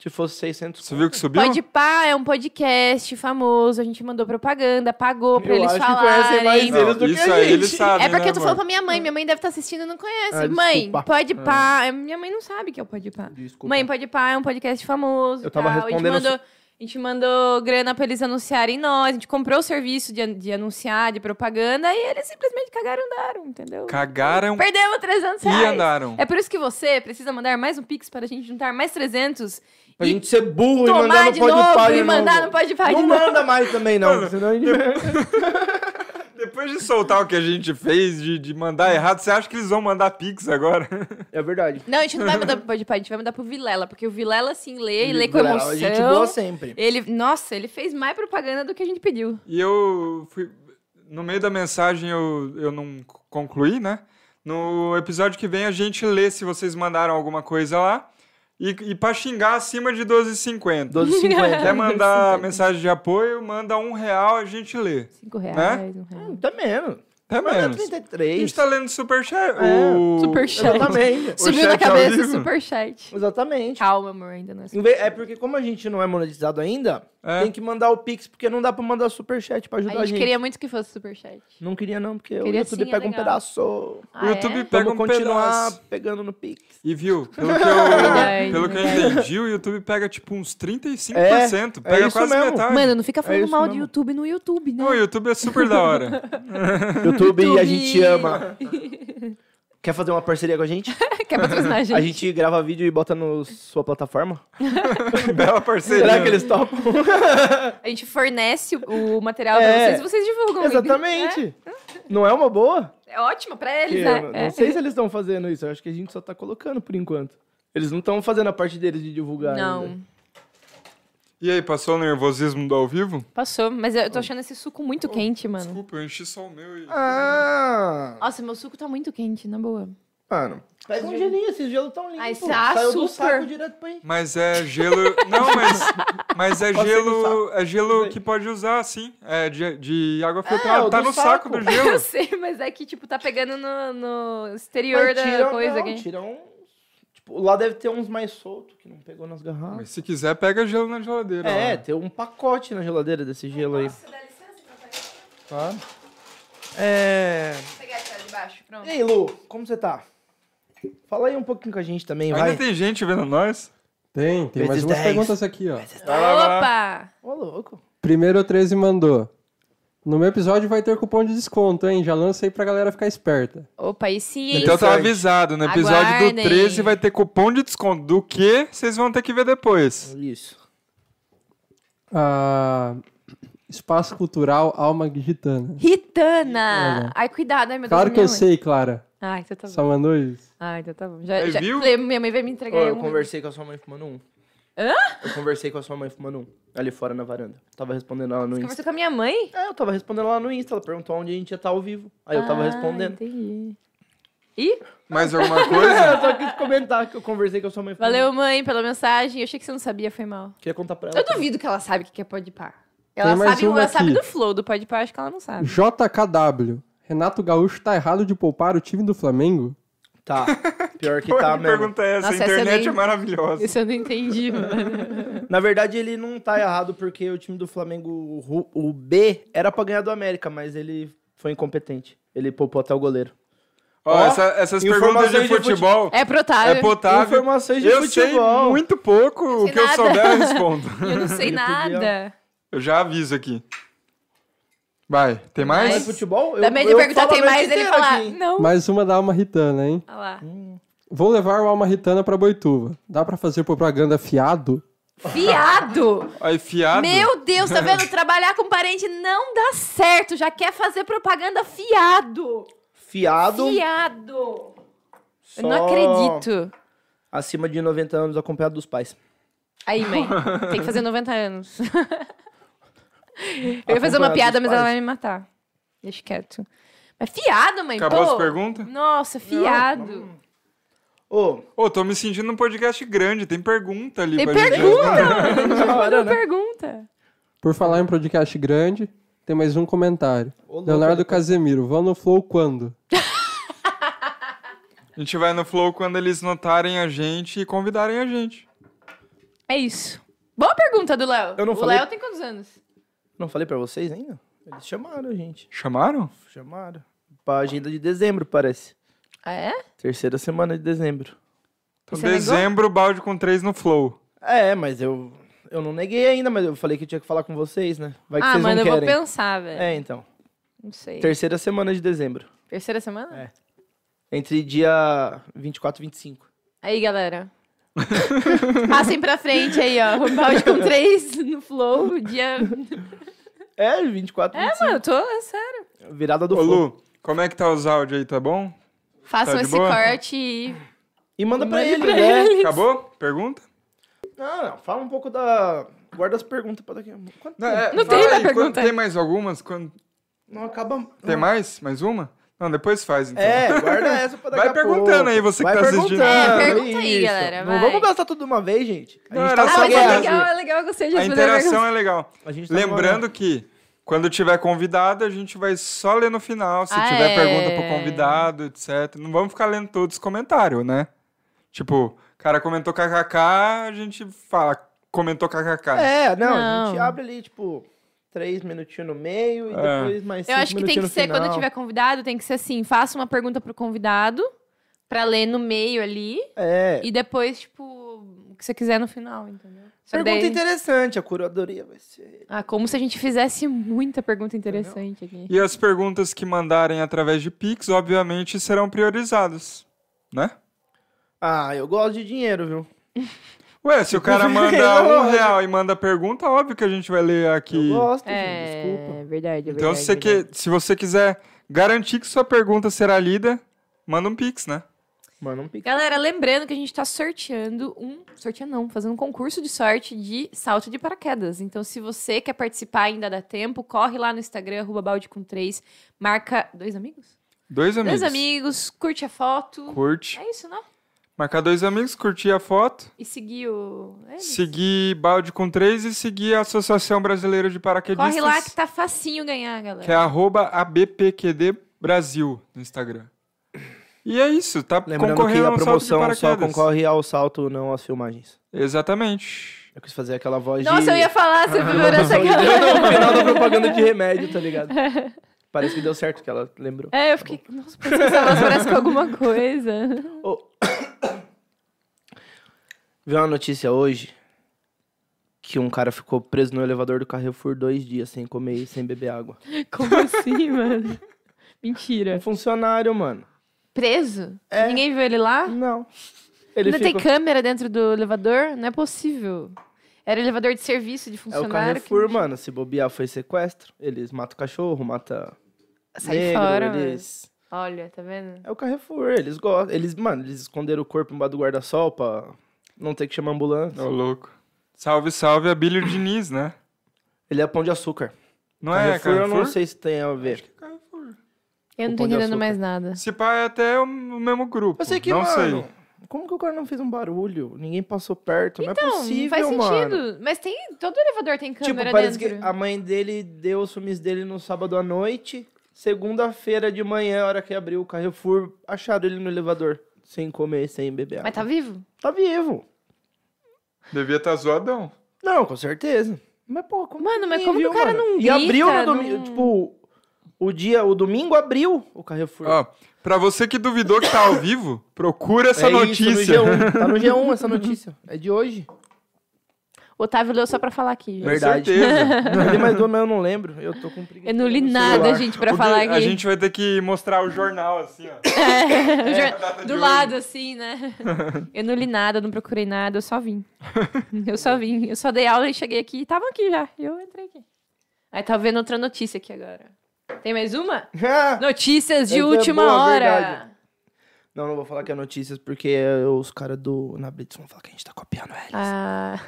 [SPEAKER 3] Se fosse 600
[SPEAKER 2] Você viu que subiu?
[SPEAKER 1] Pode Pá é um podcast famoso. A gente mandou propaganda, pagou pra
[SPEAKER 3] Eu
[SPEAKER 1] eles
[SPEAKER 3] acho que
[SPEAKER 1] falarem.
[SPEAKER 3] conhecem mais
[SPEAKER 2] Não,
[SPEAKER 3] eles do que
[SPEAKER 2] isso
[SPEAKER 3] a
[SPEAKER 2] aí
[SPEAKER 3] gente.
[SPEAKER 2] eles sabem,
[SPEAKER 1] É porque
[SPEAKER 2] né,
[SPEAKER 1] eu tô falando pra
[SPEAKER 2] amor?
[SPEAKER 1] minha mãe. Minha mãe deve estar assistindo e não conhece.
[SPEAKER 3] Ah,
[SPEAKER 1] mãe,
[SPEAKER 3] desculpa.
[SPEAKER 1] pode pá. É, Minha mãe não sabe que é o pode pá.
[SPEAKER 3] Desculpa.
[SPEAKER 1] Mãe, pode pá é um podcast famoso.
[SPEAKER 3] Eu
[SPEAKER 1] e
[SPEAKER 3] tava
[SPEAKER 1] tal.
[SPEAKER 3] respondendo
[SPEAKER 1] A gente, mandou, a gente mandou grana pra eles anunciarem nós. A gente comprou o serviço de, an- de anunciar, de propaganda. E eles simplesmente cagaram e andaram, entendeu?
[SPEAKER 2] Cagaram
[SPEAKER 1] Perdemos 300
[SPEAKER 2] e
[SPEAKER 1] reais.
[SPEAKER 2] andaram.
[SPEAKER 1] É por isso que você precisa mandar mais um Pix para a gente juntar mais 300
[SPEAKER 3] Pra gente ser burro e mandar
[SPEAKER 1] tomar
[SPEAKER 3] no
[SPEAKER 1] de
[SPEAKER 3] pode
[SPEAKER 1] novo
[SPEAKER 3] pá
[SPEAKER 1] e mandar no
[SPEAKER 3] novo.
[SPEAKER 1] pode Pá de
[SPEAKER 3] Não
[SPEAKER 1] novo.
[SPEAKER 3] manda mais também, não.
[SPEAKER 2] Mano,
[SPEAKER 3] senão a gente...
[SPEAKER 2] Depois de soltar o que a gente fez, de, de mandar errado, você acha que eles vão mandar pix agora?
[SPEAKER 3] É verdade.
[SPEAKER 1] Não, a gente não vai mandar pro Pode Pá, a gente vai mandar pro Vilela, porque o Vilela sim lê e lê com
[SPEAKER 3] Vilela,
[SPEAKER 1] emoção.
[SPEAKER 3] A gente boa sempre.
[SPEAKER 1] Ele, nossa, ele fez mais propaganda do que a gente pediu.
[SPEAKER 2] E eu fui. No meio da mensagem eu, eu não c- concluí, né? No episódio que vem a gente lê se vocês mandaram alguma coisa lá. E, e pra xingar acima de 12,50.
[SPEAKER 3] 12,50.
[SPEAKER 2] Quer mandar mensagem de apoio? Manda um real, a gente lê.
[SPEAKER 1] Cinco reais, um real.
[SPEAKER 3] Hum, Tá menos.
[SPEAKER 2] Até
[SPEAKER 3] Mas é
[SPEAKER 2] menos. A gente
[SPEAKER 3] 33.
[SPEAKER 2] tá lendo Superchat.
[SPEAKER 3] É,
[SPEAKER 2] o...
[SPEAKER 1] Superchat.
[SPEAKER 3] Exatamente.
[SPEAKER 1] Subiu
[SPEAKER 2] chat
[SPEAKER 1] na
[SPEAKER 2] ao
[SPEAKER 1] cabeça,
[SPEAKER 2] vivo?
[SPEAKER 1] superchat.
[SPEAKER 3] Exatamente.
[SPEAKER 1] Calma, amor, ainda não é
[SPEAKER 3] Em vez- É porque como a gente não é monetizado ainda,
[SPEAKER 2] É.
[SPEAKER 3] tem que mandar o Pix, porque não dá pra mandar superchat pra ajudar
[SPEAKER 1] A
[SPEAKER 3] a
[SPEAKER 1] gente queria muito que fosse superchat.
[SPEAKER 3] Não queria não, porque
[SPEAKER 1] Queria
[SPEAKER 3] o YouTube
[SPEAKER 1] sim, é
[SPEAKER 3] pega um
[SPEAKER 1] legal.
[SPEAKER 3] pedaço.
[SPEAKER 1] Ah,
[SPEAKER 2] o YouTube
[SPEAKER 1] é?
[SPEAKER 2] pega
[SPEAKER 3] Vamos
[SPEAKER 2] um
[SPEAKER 3] continuar
[SPEAKER 2] pedaço.
[SPEAKER 3] pegando no Pix.
[SPEAKER 2] E viu? Pelo que
[SPEAKER 1] Verdade,
[SPEAKER 2] eu, pelo que eu
[SPEAKER 1] verdade.
[SPEAKER 2] entendi, o YouTube pega tipo uns 35%.
[SPEAKER 3] É, é
[SPEAKER 2] pega
[SPEAKER 3] isso
[SPEAKER 2] quase
[SPEAKER 3] mesmo.
[SPEAKER 2] metade.
[SPEAKER 1] Mano, não fica
[SPEAKER 3] É
[SPEAKER 1] falando
[SPEAKER 3] isso
[SPEAKER 1] mal de
[SPEAKER 3] mesmo.
[SPEAKER 1] YouTube no YouTube, né?
[SPEAKER 2] Não, o YouTube é super da hora.
[SPEAKER 3] YouTube,
[SPEAKER 1] YouTube.
[SPEAKER 3] a gente ama. Quer fazer uma parceria com a gente?
[SPEAKER 1] Quer patrocinar a gente?
[SPEAKER 3] A gente grava vídeo e bota na sua plataforma?
[SPEAKER 2] Bela parceria.
[SPEAKER 3] Será que eles topam?
[SPEAKER 1] A gente fornece o o material pra
[SPEAKER 3] É.
[SPEAKER 1] vocês e vocês divulgam.
[SPEAKER 3] Exatamente. Não é uma boa?
[SPEAKER 1] É, é ótimo pra né? eles,
[SPEAKER 3] Que
[SPEAKER 1] né?
[SPEAKER 3] eu não,
[SPEAKER 1] É.
[SPEAKER 3] não sei se eles estão fazendo isso. Eu acho que a gente só tá colocando por enquanto. Eles não estão fazendo a parte deles de divulgar
[SPEAKER 1] Não.
[SPEAKER 3] ainda.
[SPEAKER 2] E aí, passou o nervosismo do ao vivo?
[SPEAKER 1] Passou, mas eu tô achando esse suco muito quente, mano.
[SPEAKER 2] Desculpa, eu enchi só o meu e.
[SPEAKER 3] Ah!
[SPEAKER 1] Nossa, meu suco tá muito quente, na boa.
[SPEAKER 3] Mano, pega um gelinho, esses gelos tão
[SPEAKER 1] Ai, tá
[SPEAKER 3] limpos.
[SPEAKER 1] sa-
[SPEAKER 3] Saiu do
[SPEAKER 1] açúcar.
[SPEAKER 3] saco direto pra aí.
[SPEAKER 2] Mas é gelo. Não, mas. Mas é
[SPEAKER 3] Pode ser no
[SPEAKER 2] gelo. É gelo
[SPEAKER 3] Vem.
[SPEAKER 2] que pode usar, sim. É de, de água filtrada.
[SPEAKER 3] o
[SPEAKER 2] tá
[SPEAKER 3] do
[SPEAKER 2] no saco.
[SPEAKER 3] saco.
[SPEAKER 2] do
[SPEAKER 1] Eu
[SPEAKER 2] gelo.
[SPEAKER 1] sei, mas é que, tipo, tá pegando no, no exterior
[SPEAKER 3] Mas
[SPEAKER 1] da
[SPEAKER 3] tira-
[SPEAKER 1] coisa
[SPEAKER 3] não,
[SPEAKER 1] aqui.
[SPEAKER 3] tira uns- Tipo, lá deve ter uns mais soltos que não pegou nas garrafas.
[SPEAKER 2] Mas se quiser, pega gelo na geladeira.
[SPEAKER 3] É,
[SPEAKER 2] ó.
[SPEAKER 3] tem um pacote na geladeira desse gelo aí.
[SPEAKER 1] então,
[SPEAKER 3] Tá? É.
[SPEAKER 1] pegar aqui lá de baixo, pronto.
[SPEAKER 3] E aí, Lu, como você tá? Fala aí um pouquinho com a gente também,
[SPEAKER 2] Ainda
[SPEAKER 3] vai.
[SPEAKER 2] tem gente vendo nós.
[SPEAKER 4] Tem, tem mais
[SPEAKER 3] Vezes
[SPEAKER 4] umas
[SPEAKER 3] 10.
[SPEAKER 4] perguntas aqui, ó.
[SPEAKER 3] Tá
[SPEAKER 2] Vai lá, vai lá.
[SPEAKER 1] Opa!
[SPEAKER 3] Ô, louco.
[SPEAKER 4] Primeiro 13 mandou. No meu episódio vai ter cupom de desconto, hein? Já lança aí pra galera ficar esperta.
[SPEAKER 1] Opa, aí sim, hein?
[SPEAKER 2] Então tá avisado, no episódio
[SPEAKER 1] Aguardem.
[SPEAKER 2] do 13 vai ter cupom de desconto. Do que vocês vão ter que ver depois.
[SPEAKER 3] Isso.
[SPEAKER 4] Ah, Espaço Cultural Alma Gitana.
[SPEAKER 1] Ritana! Ai, cuidado, ai, meu Deus.
[SPEAKER 4] Claro que
[SPEAKER 1] minha
[SPEAKER 4] eu
[SPEAKER 1] mãe.
[SPEAKER 4] sei, Clara.
[SPEAKER 1] Ah, então tá bom.
[SPEAKER 4] Só mandou isso.
[SPEAKER 1] Ah, então tá bom. Já,
[SPEAKER 2] Aí,
[SPEAKER 1] já-
[SPEAKER 2] viu?
[SPEAKER 1] Lê, minha mãe vai me entregar
[SPEAKER 3] Ô, eu
[SPEAKER 1] um.
[SPEAKER 3] conversei com a sua mãe fumando um.
[SPEAKER 1] Hã?
[SPEAKER 3] Eu conversei com a sua mãe fumando um. Ali fora na varanda. Tava respondendo ela no
[SPEAKER 1] Você
[SPEAKER 3] Insta.
[SPEAKER 1] conversou com a minha mãe?
[SPEAKER 3] É, eu tava respondendo ela no Insta. Ela perguntou onde a gente ia estar ao vivo. Aí eu tava
[SPEAKER 1] Ah,
[SPEAKER 3] respondendo.
[SPEAKER 1] Entendi. Ih,
[SPEAKER 2] Mais alguma coisa?
[SPEAKER 3] eu só quis comentar que eu conversei com a sua mãe fumando
[SPEAKER 1] valeu, mãe, pela mensagem. Eu achei que você não sabia, foi mal.
[SPEAKER 3] um. Queria contar pra ela.
[SPEAKER 1] Eu duvido que ela sabe o que que é podpar. Ela,
[SPEAKER 4] mais
[SPEAKER 1] sabe,
[SPEAKER 4] uma
[SPEAKER 1] ela sabe
[SPEAKER 4] aqui.
[SPEAKER 1] do flow do podpar, acho que ela não sabe.
[SPEAKER 4] JKW. Renato Gaúcho tá errado de poupar o time do Flamengo?
[SPEAKER 3] Tá. Pior que
[SPEAKER 2] Pô,
[SPEAKER 3] tá
[SPEAKER 2] que
[SPEAKER 3] mesmo.
[SPEAKER 2] pergunta é essa?
[SPEAKER 1] Nossa,
[SPEAKER 2] a
[SPEAKER 1] essa
[SPEAKER 2] internet
[SPEAKER 1] nem-
[SPEAKER 2] é maravilhosa.
[SPEAKER 1] Isso eu não entendi, mano.
[SPEAKER 3] Na verdade, ele não tá errado porque o time do Flamengo, o Ru- o B, era pra ganhar do América, mas ele foi incompetente. Ele poupou até o goleiro.
[SPEAKER 2] Ó,
[SPEAKER 3] Ó,
[SPEAKER 2] essa- essas perguntas
[SPEAKER 3] informações
[SPEAKER 2] de
[SPEAKER 3] de fute-
[SPEAKER 2] futebol
[SPEAKER 1] É pro
[SPEAKER 2] é
[SPEAKER 1] Otávio.
[SPEAKER 2] potável.
[SPEAKER 3] Informações de
[SPEAKER 2] eu
[SPEAKER 3] futebol.
[SPEAKER 2] sei muito pouco. O
[SPEAKER 1] sei
[SPEAKER 2] que eu
[SPEAKER 1] nada.
[SPEAKER 2] souber, eu respondo.
[SPEAKER 1] Eu não sei
[SPEAKER 3] Ele podia-
[SPEAKER 1] nada.
[SPEAKER 2] Eu já aviso aqui. Vai, tem mais?
[SPEAKER 3] Mas futebol? Eu,
[SPEAKER 1] Também de
[SPEAKER 3] eu
[SPEAKER 1] perguntar
[SPEAKER 3] falo a
[SPEAKER 1] tem
[SPEAKER 3] noite
[SPEAKER 1] mais, ele
[SPEAKER 3] inteira
[SPEAKER 1] falar,
[SPEAKER 3] aqui.
[SPEAKER 1] não.
[SPEAKER 4] Mais uma da Alma Ritana, hein?
[SPEAKER 1] Olha lá.
[SPEAKER 4] Vou levar o Alma Ritana pra Boituva. Dá pra fazer propaganda fiado?
[SPEAKER 1] Fiado!
[SPEAKER 2] Aí, fiado.
[SPEAKER 1] Meu Deus, tá vendo? Trabalhar com parente não dá certo. Já quer fazer propaganda fiado.
[SPEAKER 3] Fiado.
[SPEAKER 1] Fiado.
[SPEAKER 3] só
[SPEAKER 1] Eu não acredito.
[SPEAKER 3] Acima de 90 anos, acompanhado dos pais.
[SPEAKER 1] Aí, mãe, tem que fazer 90 anos. Eu ia fazer uma
[SPEAKER 3] Acompanhado
[SPEAKER 1] piada,
[SPEAKER 3] Ah, dos
[SPEAKER 1] mas ela
[SPEAKER 3] pais.
[SPEAKER 1] vai me matar. Deixa quieto. Mas fiado, mãe,
[SPEAKER 2] Acabou
[SPEAKER 1] pô.
[SPEAKER 2] as perguntas?
[SPEAKER 1] Nossa, fiado.
[SPEAKER 3] Ô,
[SPEAKER 2] Ô, tô me sentindo num podcast grande. Tem pergunta ali
[SPEAKER 1] Tem
[SPEAKER 2] pra gente.
[SPEAKER 1] pergunta, mano. Já
[SPEAKER 3] Da hora,
[SPEAKER 1] mandou
[SPEAKER 3] né?
[SPEAKER 1] pergunta.
[SPEAKER 4] Por falar em podcast grande, tem mais um comentário.
[SPEAKER 3] Ô, louco,
[SPEAKER 4] Leonardo
[SPEAKER 3] depois-
[SPEAKER 4] Casemiro, vão no Flow quando?
[SPEAKER 2] A gente vai no Flow quando eles notarem a gente e convidarem a gente.
[SPEAKER 1] É isso. Boa pergunta do Léo.
[SPEAKER 3] Eu não
[SPEAKER 1] o
[SPEAKER 3] falei-
[SPEAKER 1] Léo tem quantos anos?
[SPEAKER 3] não falei pra vocês ainda? Eles chamaram a gente.
[SPEAKER 2] Chamaram?
[SPEAKER 3] Chamaram. Pra agenda de dezembro, parece.
[SPEAKER 1] Ah, é?
[SPEAKER 3] Terceira semana de dezembro.
[SPEAKER 2] Então,
[SPEAKER 1] Você negou?
[SPEAKER 2] dezembro, balde com três no Flow.
[SPEAKER 3] É, mas eu, eu não neguei ainda, mas eu falei que eu tinha que falar com vocês, né? Vai que
[SPEAKER 1] ah,
[SPEAKER 3] vocês
[SPEAKER 1] mano,
[SPEAKER 3] não
[SPEAKER 1] eu
[SPEAKER 3] querem.
[SPEAKER 1] vou pensar, velho.
[SPEAKER 3] É, então.
[SPEAKER 1] Não sei.
[SPEAKER 3] Terceira semana de dezembro.
[SPEAKER 1] Terceira semana?
[SPEAKER 3] É. Entre dia 24 e 25.
[SPEAKER 1] Aí, galera. Passem pra frente aí, ó. O balde com três no flow. Dia...
[SPEAKER 3] É, 24 e
[SPEAKER 1] É,
[SPEAKER 3] 25.
[SPEAKER 1] mano, eu tô. é
[SPEAKER 3] Tá
[SPEAKER 1] sério.
[SPEAKER 3] Virada do
[SPEAKER 2] Ô,
[SPEAKER 3] fogo.
[SPEAKER 2] Lu, como é que tá os áudios aí? Tá bom?
[SPEAKER 1] Façam
[SPEAKER 2] de
[SPEAKER 1] esse
[SPEAKER 2] boa?
[SPEAKER 1] corte e.
[SPEAKER 3] E manda pra
[SPEAKER 1] mandem
[SPEAKER 3] ele,
[SPEAKER 1] pra
[SPEAKER 3] né?
[SPEAKER 1] eles.
[SPEAKER 2] Acabou? Pergunta?
[SPEAKER 3] Não, não, fala um pouco da... Guarda as perguntas pra daqui a Quanto
[SPEAKER 2] Não,
[SPEAKER 3] tempo?
[SPEAKER 2] é,
[SPEAKER 1] Não tem
[SPEAKER 2] fala
[SPEAKER 1] mais
[SPEAKER 2] aí, quando-
[SPEAKER 1] pergunta. Ah.
[SPEAKER 2] Tem mais algumas? Quando-
[SPEAKER 3] Não acaba...
[SPEAKER 2] Tem
[SPEAKER 3] não.
[SPEAKER 2] mais? Mais uma? Não, depois faz, então.
[SPEAKER 3] É, guarda essa pra daqui
[SPEAKER 2] Vai
[SPEAKER 3] a
[SPEAKER 2] perguntando
[SPEAKER 3] pouco.
[SPEAKER 2] aí, você que
[SPEAKER 3] Vai
[SPEAKER 2] tá assistindo.
[SPEAKER 3] perguntando,
[SPEAKER 1] É, pergunta aí,
[SPEAKER 3] isso.
[SPEAKER 1] galera,
[SPEAKER 3] Não
[SPEAKER 1] vai.
[SPEAKER 3] vamos gastar tudo de uma vez, gente. A
[SPEAKER 2] Não,
[SPEAKER 3] gente
[SPEAKER 2] era
[SPEAKER 1] Ah,
[SPEAKER 3] tá
[SPEAKER 2] só
[SPEAKER 3] só
[SPEAKER 1] mas é
[SPEAKER 2] guardar.
[SPEAKER 1] legal, é legal que você já
[SPEAKER 2] A interação é legal.
[SPEAKER 3] A gente tá
[SPEAKER 2] Lembrando que quando tiver convidado, a gente vai só ler no final. Se
[SPEAKER 1] Ah,
[SPEAKER 2] tiver
[SPEAKER 1] é.
[SPEAKER 2] pergunta pro convidado, etc. Não vamos ficar lendo todos os comentários, né? Tipo, o cara comentou kkk, a gente fala, comentou kkk.
[SPEAKER 3] É, não, a
[SPEAKER 1] Não.
[SPEAKER 3] gente abre ali, tipo, três minutinhos no meio e
[SPEAKER 2] É.
[SPEAKER 3] depois mais
[SPEAKER 1] Eu
[SPEAKER 3] cinco
[SPEAKER 1] acho que tem
[SPEAKER 3] minutinhos
[SPEAKER 1] que
[SPEAKER 3] no
[SPEAKER 1] ser, quando
[SPEAKER 3] final.
[SPEAKER 1] tiver convidado, tem que ser assim: faça uma pergunta pro convidado, pra ler no meio ali,
[SPEAKER 3] É.
[SPEAKER 1] e depois, tipo, o que você quiser no final, entendeu? Só que
[SPEAKER 3] Pergunta
[SPEAKER 1] daí-
[SPEAKER 3] interessante, a curadoria vai ser.
[SPEAKER 1] Ah, como se a gente fizesse muita pergunta interessante aqui.
[SPEAKER 2] E as perguntas que mandarem através de Pix, obviamente, serão priorizadas, né?
[SPEAKER 3] Ah, eu gosto de dinheiro, viu?
[SPEAKER 2] Ué, se o cara manda
[SPEAKER 3] Não,
[SPEAKER 2] um
[SPEAKER 3] eu-
[SPEAKER 2] real e manda pergunta, óbvio que a gente vai ler aqui.
[SPEAKER 3] Eu gosto,
[SPEAKER 1] É,
[SPEAKER 3] gente, desculpa.
[SPEAKER 1] verdade, é verdade.
[SPEAKER 2] Então, se você,
[SPEAKER 1] verdade.
[SPEAKER 2] que, se você quiser garantir que sua pergunta será lida, manda um pix, né?
[SPEAKER 3] Manda um pix.
[SPEAKER 1] Galera, lembrando que a gente tá sorteando um. Sorteando não, fazendo um concurso de sorte de salto de paraquedas. Então, se você quer participar ainda dá tempo, corre lá no Instagram, arroba balde com três, marca dois amigos?
[SPEAKER 2] Dois amigos.
[SPEAKER 1] Dois amigos, curte a foto.
[SPEAKER 2] Curte.
[SPEAKER 1] É isso, não?
[SPEAKER 2] Marcar dois amigos, curtir a foto,
[SPEAKER 1] E seguir o. é isso.
[SPEAKER 2] seguir Balde com três e seguir a Associação Brasileira de Paraquedistas.
[SPEAKER 1] Corre lá que tá facinho ganhar, galera.
[SPEAKER 2] que é arroba ABPQD Brasil no Instagram. E é isso, tá
[SPEAKER 3] Lembrando que
[SPEAKER 2] concorrendo ao
[SPEAKER 3] a
[SPEAKER 2] salto de
[SPEAKER 3] promoção só
[SPEAKER 2] paraquedas.
[SPEAKER 3] concorre ao salto, não às filmagens.
[SPEAKER 2] Exatamente.
[SPEAKER 3] Eu quis fazer aquela voz de...
[SPEAKER 1] Nossa, eu ia falar, você viu essa galera?
[SPEAKER 3] Não, no final da propaganda de remédio, tá ligado? Parece que deu certo que ela lembrou.
[SPEAKER 1] É, eu fiquei. Nossa, parece que essa voz parece com alguma coisa.
[SPEAKER 3] Vi uma notícia hoje que um cara ficou preso no elevador do Carrefour dois dias sem comer e sem beber água.
[SPEAKER 1] Como assim, mano?
[SPEAKER 3] Um
[SPEAKER 1] Mentira.
[SPEAKER 3] funcionário, mano.
[SPEAKER 1] Preso?
[SPEAKER 3] É.
[SPEAKER 1] Ninguém viu ele lá?
[SPEAKER 3] Não. Ele
[SPEAKER 1] Ainda tem
[SPEAKER 3] ficou...
[SPEAKER 1] câmera dentro do elevador? Não é possível. Era elevador de serviço, de
[SPEAKER 3] É o
[SPEAKER 1] funcionário.
[SPEAKER 3] Carrefour,
[SPEAKER 1] que-
[SPEAKER 3] mano. Se bobear foi sequestro. Eles matam cachorro, mata
[SPEAKER 1] Sai
[SPEAKER 3] negro,
[SPEAKER 1] fora,
[SPEAKER 3] eles...
[SPEAKER 1] mano. Olha, tá vendo?
[SPEAKER 3] É o Carrefour, eles gostam. Eles, mano, eles esconderam o corpo embaixo do guarda-sol pra não ter que chamar a ambulância.
[SPEAKER 2] Ô, louco. Salve, salve a Bílio Diniz, né?
[SPEAKER 3] Ele é pão de açúcar.
[SPEAKER 2] Não é,
[SPEAKER 3] Carrefour,
[SPEAKER 2] Carrefour?
[SPEAKER 3] Tá eu não sei se tem a ver.
[SPEAKER 2] Carrefour.
[SPEAKER 1] Eu não tô
[SPEAKER 3] Pão de
[SPEAKER 1] entendendo
[SPEAKER 3] açúcar.
[SPEAKER 1] mais nada.
[SPEAKER 2] Se pá, é até o o mesmo grupo.
[SPEAKER 3] Eu sei que,
[SPEAKER 2] não
[SPEAKER 3] mano,
[SPEAKER 2] sei.
[SPEAKER 3] como que o cara não fez um barulho? Ninguém passou perto, não é
[SPEAKER 1] Então, não faz
[SPEAKER 3] possível, mano.
[SPEAKER 1] sentido. Mas tem. Todo elevador tem
[SPEAKER 3] Tipo,
[SPEAKER 1] câmera
[SPEAKER 3] parece
[SPEAKER 1] dentro.
[SPEAKER 3] que a mãe dele deu os filmes dele no sábado à noite. Segunda-feira de manhã, a hora que abriu o Carrefour, acharam ele no elevador. Sem comer, sem beber.
[SPEAKER 1] Mas tá
[SPEAKER 3] água.
[SPEAKER 1] vivo?
[SPEAKER 3] tá vivo.
[SPEAKER 2] Devia estar zoadão.
[SPEAKER 3] Não, com certeza. Mas, pô, como
[SPEAKER 1] Mano, mas
[SPEAKER 3] ninguém
[SPEAKER 1] como que
[SPEAKER 3] viu,
[SPEAKER 1] o cara
[SPEAKER 3] mano?
[SPEAKER 1] não
[SPEAKER 3] E abriu
[SPEAKER 1] grita,
[SPEAKER 3] no domingo.
[SPEAKER 1] não-
[SPEAKER 3] Tipo, o dia, o domingo abriu o Carrefour.
[SPEAKER 2] Ó, pra você que duvidou que tá ao vivo, procura essa
[SPEAKER 3] É isso,
[SPEAKER 2] notícia.
[SPEAKER 3] no G1. Tá no G1 essa notícia. É de hoje.
[SPEAKER 1] O Otávio leu só pra falar aqui.
[SPEAKER 2] Com
[SPEAKER 1] Gente.
[SPEAKER 3] Verdade.
[SPEAKER 2] certeza.
[SPEAKER 3] Eu li mais duas, mas eu não lembro. Eu tô com preguiça.
[SPEAKER 1] Eu não li
[SPEAKER 3] no
[SPEAKER 1] nada,
[SPEAKER 3] celular.
[SPEAKER 1] gente,
[SPEAKER 2] O
[SPEAKER 1] pra
[SPEAKER 2] Gui-
[SPEAKER 1] falar aqui.
[SPEAKER 2] A gente vai ter que mostrar o jornal, assim, ó.
[SPEAKER 1] O
[SPEAKER 2] É,
[SPEAKER 1] jor-
[SPEAKER 2] a data de
[SPEAKER 1] do
[SPEAKER 2] hoje.
[SPEAKER 1] lado, assim, né? Eu não li nada, eu não procurei nada, eu só vim. Eu só vim. Eu só dei aula e cheguei aqui. Estavam aqui já. e Eu entrei aqui. Aí tá vendo outra notícia aqui agora. Tem mais uma?
[SPEAKER 3] Ah!
[SPEAKER 1] Notícias de
[SPEAKER 3] Essa é
[SPEAKER 1] última
[SPEAKER 3] boa,
[SPEAKER 1] hora.
[SPEAKER 3] verdade. Não, não vou falar que é notícias, porque eh, os caras do Na Blitz vão falar que a gente tá copiando eles.
[SPEAKER 1] Ah.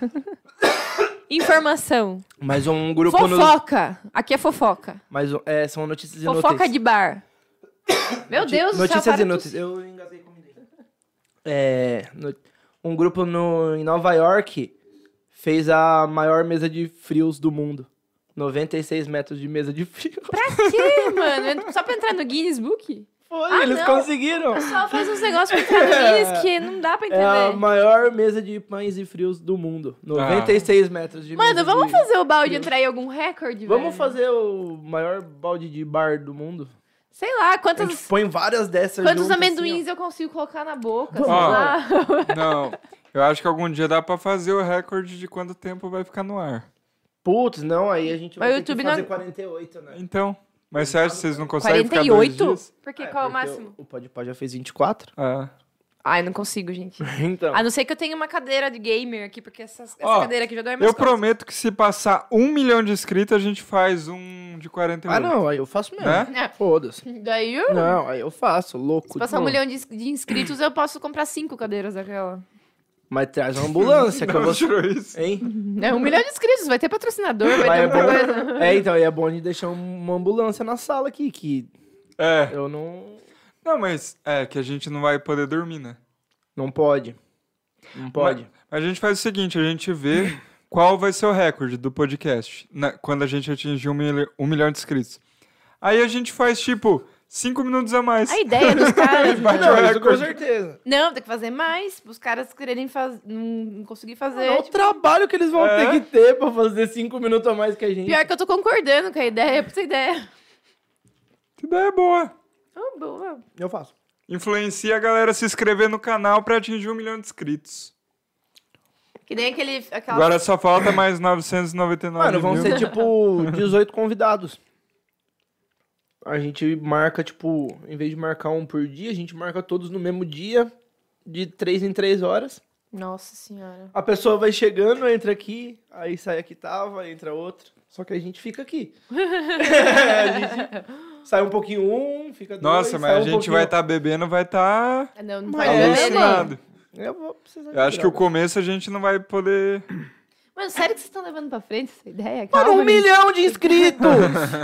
[SPEAKER 1] Informação.
[SPEAKER 3] Mas um grupo no.
[SPEAKER 1] fofoca. Aqui é fofoca.
[SPEAKER 3] Mas um- é, são notícias inúteis.
[SPEAKER 1] Fofoca de bar. Meu
[SPEAKER 3] Noti-
[SPEAKER 1] Deus do céu.
[SPEAKER 3] Notícias
[SPEAKER 1] para
[SPEAKER 3] inúteis. Eu engasguei com ninguém. É. no- Um grupo no... em Nova York fez a maior mesa de frios do mundo. 96 metros de mesa de frio.
[SPEAKER 1] tudo. Pra quê, mano? É Só pra entrar no Guinness Book?
[SPEAKER 3] Foi,
[SPEAKER 1] Ah,
[SPEAKER 3] eles
[SPEAKER 1] não.
[SPEAKER 3] conseguiram.
[SPEAKER 1] O pessoal faz uns negócios pra entrar no Guinness que não dá pra entender.
[SPEAKER 3] É a maior mesa de pães e frios do mundo. 96 metros de mesa
[SPEAKER 1] Mano, vamos
[SPEAKER 3] de...
[SPEAKER 1] fazer o balde entrar em algum recorde, velho?
[SPEAKER 3] Vamos fazer o maior balde de bar do mundo?
[SPEAKER 1] Sei lá,
[SPEAKER 3] A gente
[SPEAKER 1] quantos,
[SPEAKER 3] põe várias dessas
[SPEAKER 1] quantos
[SPEAKER 3] juntas,
[SPEAKER 1] amendoins
[SPEAKER 3] assim,
[SPEAKER 1] eu consigo colocar na boca,
[SPEAKER 3] Vamos,
[SPEAKER 1] sei lá.
[SPEAKER 2] Não, eu acho que algum dia dá pra fazer o recorde de quanto tempo vai ficar no ar.
[SPEAKER 3] ó. Putz, não, aí a gente vai
[SPEAKER 1] Mas o
[SPEAKER 3] ter que
[SPEAKER 1] YouTube
[SPEAKER 3] fazer
[SPEAKER 1] não-
[SPEAKER 3] 48, né?
[SPEAKER 2] Então, mas você acha que vocês não conseguem ficar dois
[SPEAKER 1] 48?
[SPEAKER 2] dias?
[SPEAKER 1] Porque
[SPEAKER 3] É,
[SPEAKER 1] qual é o
[SPEAKER 3] porque
[SPEAKER 1] máximo?
[SPEAKER 3] O Podpah já fez 24.
[SPEAKER 2] Ah.
[SPEAKER 1] Ai, não consigo, gente.
[SPEAKER 3] Então,
[SPEAKER 1] A não ser que eu tenha uma cadeira de gamer aqui, porque essa, essa
[SPEAKER 2] Ó,
[SPEAKER 1] cadeira aqui já
[SPEAKER 3] É
[SPEAKER 1] dói mais
[SPEAKER 2] Eu prometo que se passar um milhão de inscritos, a gente faz um de 48.
[SPEAKER 3] ah, não, aí eu faço mesmo.
[SPEAKER 2] Né?
[SPEAKER 3] Foda-se.
[SPEAKER 1] Daí, eu-
[SPEAKER 3] Não, aí eu faço, louco.
[SPEAKER 1] se passar um
[SPEAKER 3] não.
[SPEAKER 1] milhão de, ins- de inscritos, eu posso comprar cinco cadeiras daquela.
[SPEAKER 3] Mas traz uma ambulância que eu vou...
[SPEAKER 2] Não tirou isso.
[SPEAKER 3] Hein?
[SPEAKER 1] É, um milhão de inscritos, vai ter patrocinador, vai
[SPEAKER 3] Mas
[SPEAKER 1] ter
[SPEAKER 3] é
[SPEAKER 1] alguma coisa.
[SPEAKER 3] bom... É, então, e é bom a gente deixar uma ambulância na sala aqui, que
[SPEAKER 2] É.
[SPEAKER 3] eu não...
[SPEAKER 2] Não, mas é que a gente não vai poder dormir, né?
[SPEAKER 3] Não pode. Não pode.
[SPEAKER 2] A gente faz o seguinte, a gente vê qual vai ser o recorde do podcast na- quando a gente atingir um, mil- um milhão de inscritos. Aí a gente faz, tipo, cinco minutos a mais.
[SPEAKER 1] A ideia dos caras.
[SPEAKER 2] Vai
[SPEAKER 1] né?
[SPEAKER 2] ter um
[SPEAKER 3] Não, isso com
[SPEAKER 2] recorde.
[SPEAKER 3] certeza.
[SPEAKER 1] Não, tem que fazer mais. Os caras quererem fazer. Não, não conseguir fazer. tipo
[SPEAKER 3] É o trabalho que eles vão
[SPEAKER 2] É.
[SPEAKER 3] ter que ter pra fazer cinco minutos a mais que a gente.
[SPEAKER 1] Pior que eu tô concordando com a ideia, pra essa ideia.
[SPEAKER 2] Que ideia Então é boa.
[SPEAKER 1] Oh, boa.
[SPEAKER 3] Eu faço.
[SPEAKER 2] Influencia a galera a se inscrever no canal pra atingir um milhão de inscritos.
[SPEAKER 1] Que nem aquele.
[SPEAKER 3] Tá.
[SPEAKER 1] Aquela...
[SPEAKER 2] Agora só falta mais 999
[SPEAKER 3] Mano, vão
[SPEAKER 2] mil.
[SPEAKER 3] ser tipo 18 convidados. A gente marca, tipo, em vez de marcar um por dia, a gente marca todos no mesmo dia, de três em três horas.
[SPEAKER 1] Nossa senhora.
[SPEAKER 3] A pessoa vai chegando, entra aqui, aí sai a que tava, entra outra. Só que a gente fica aqui. a gente Sai um pouquinho um, fica dois.
[SPEAKER 2] Nossa, mas
[SPEAKER 3] sai
[SPEAKER 2] a
[SPEAKER 3] um
[SPEAKER 2] gente
[SPEAKER 3] pouquinho-
[SPEAKER 2] vai estar bebendo, vai estar
[SPEAKER 1] Ah, Não, não
[SPEAKER 3] Mas
[SPEAKER 1] vai
[SPEAKER 3] é,
[SPEAKER 1] beber,
[SPEAKER 3] mano.
[SPEAKER 1] nem.
[SPEAKER 2] alucinado.
[SPEAKER 3] Eu vou precisar
[SPEAKER 2] Eu acho que o
[SPEAKER 3] tirar.
[SPEAKER 2] começo a gente não vai poder.
[SPEAKER 1] Mano, sério que vocês estão levando pra frente essa ideia?
[SPEAKER 3] Mano, um
[SPEAKER 1] Calma, gente.
[SPEAKER 3] milhão de inscritos!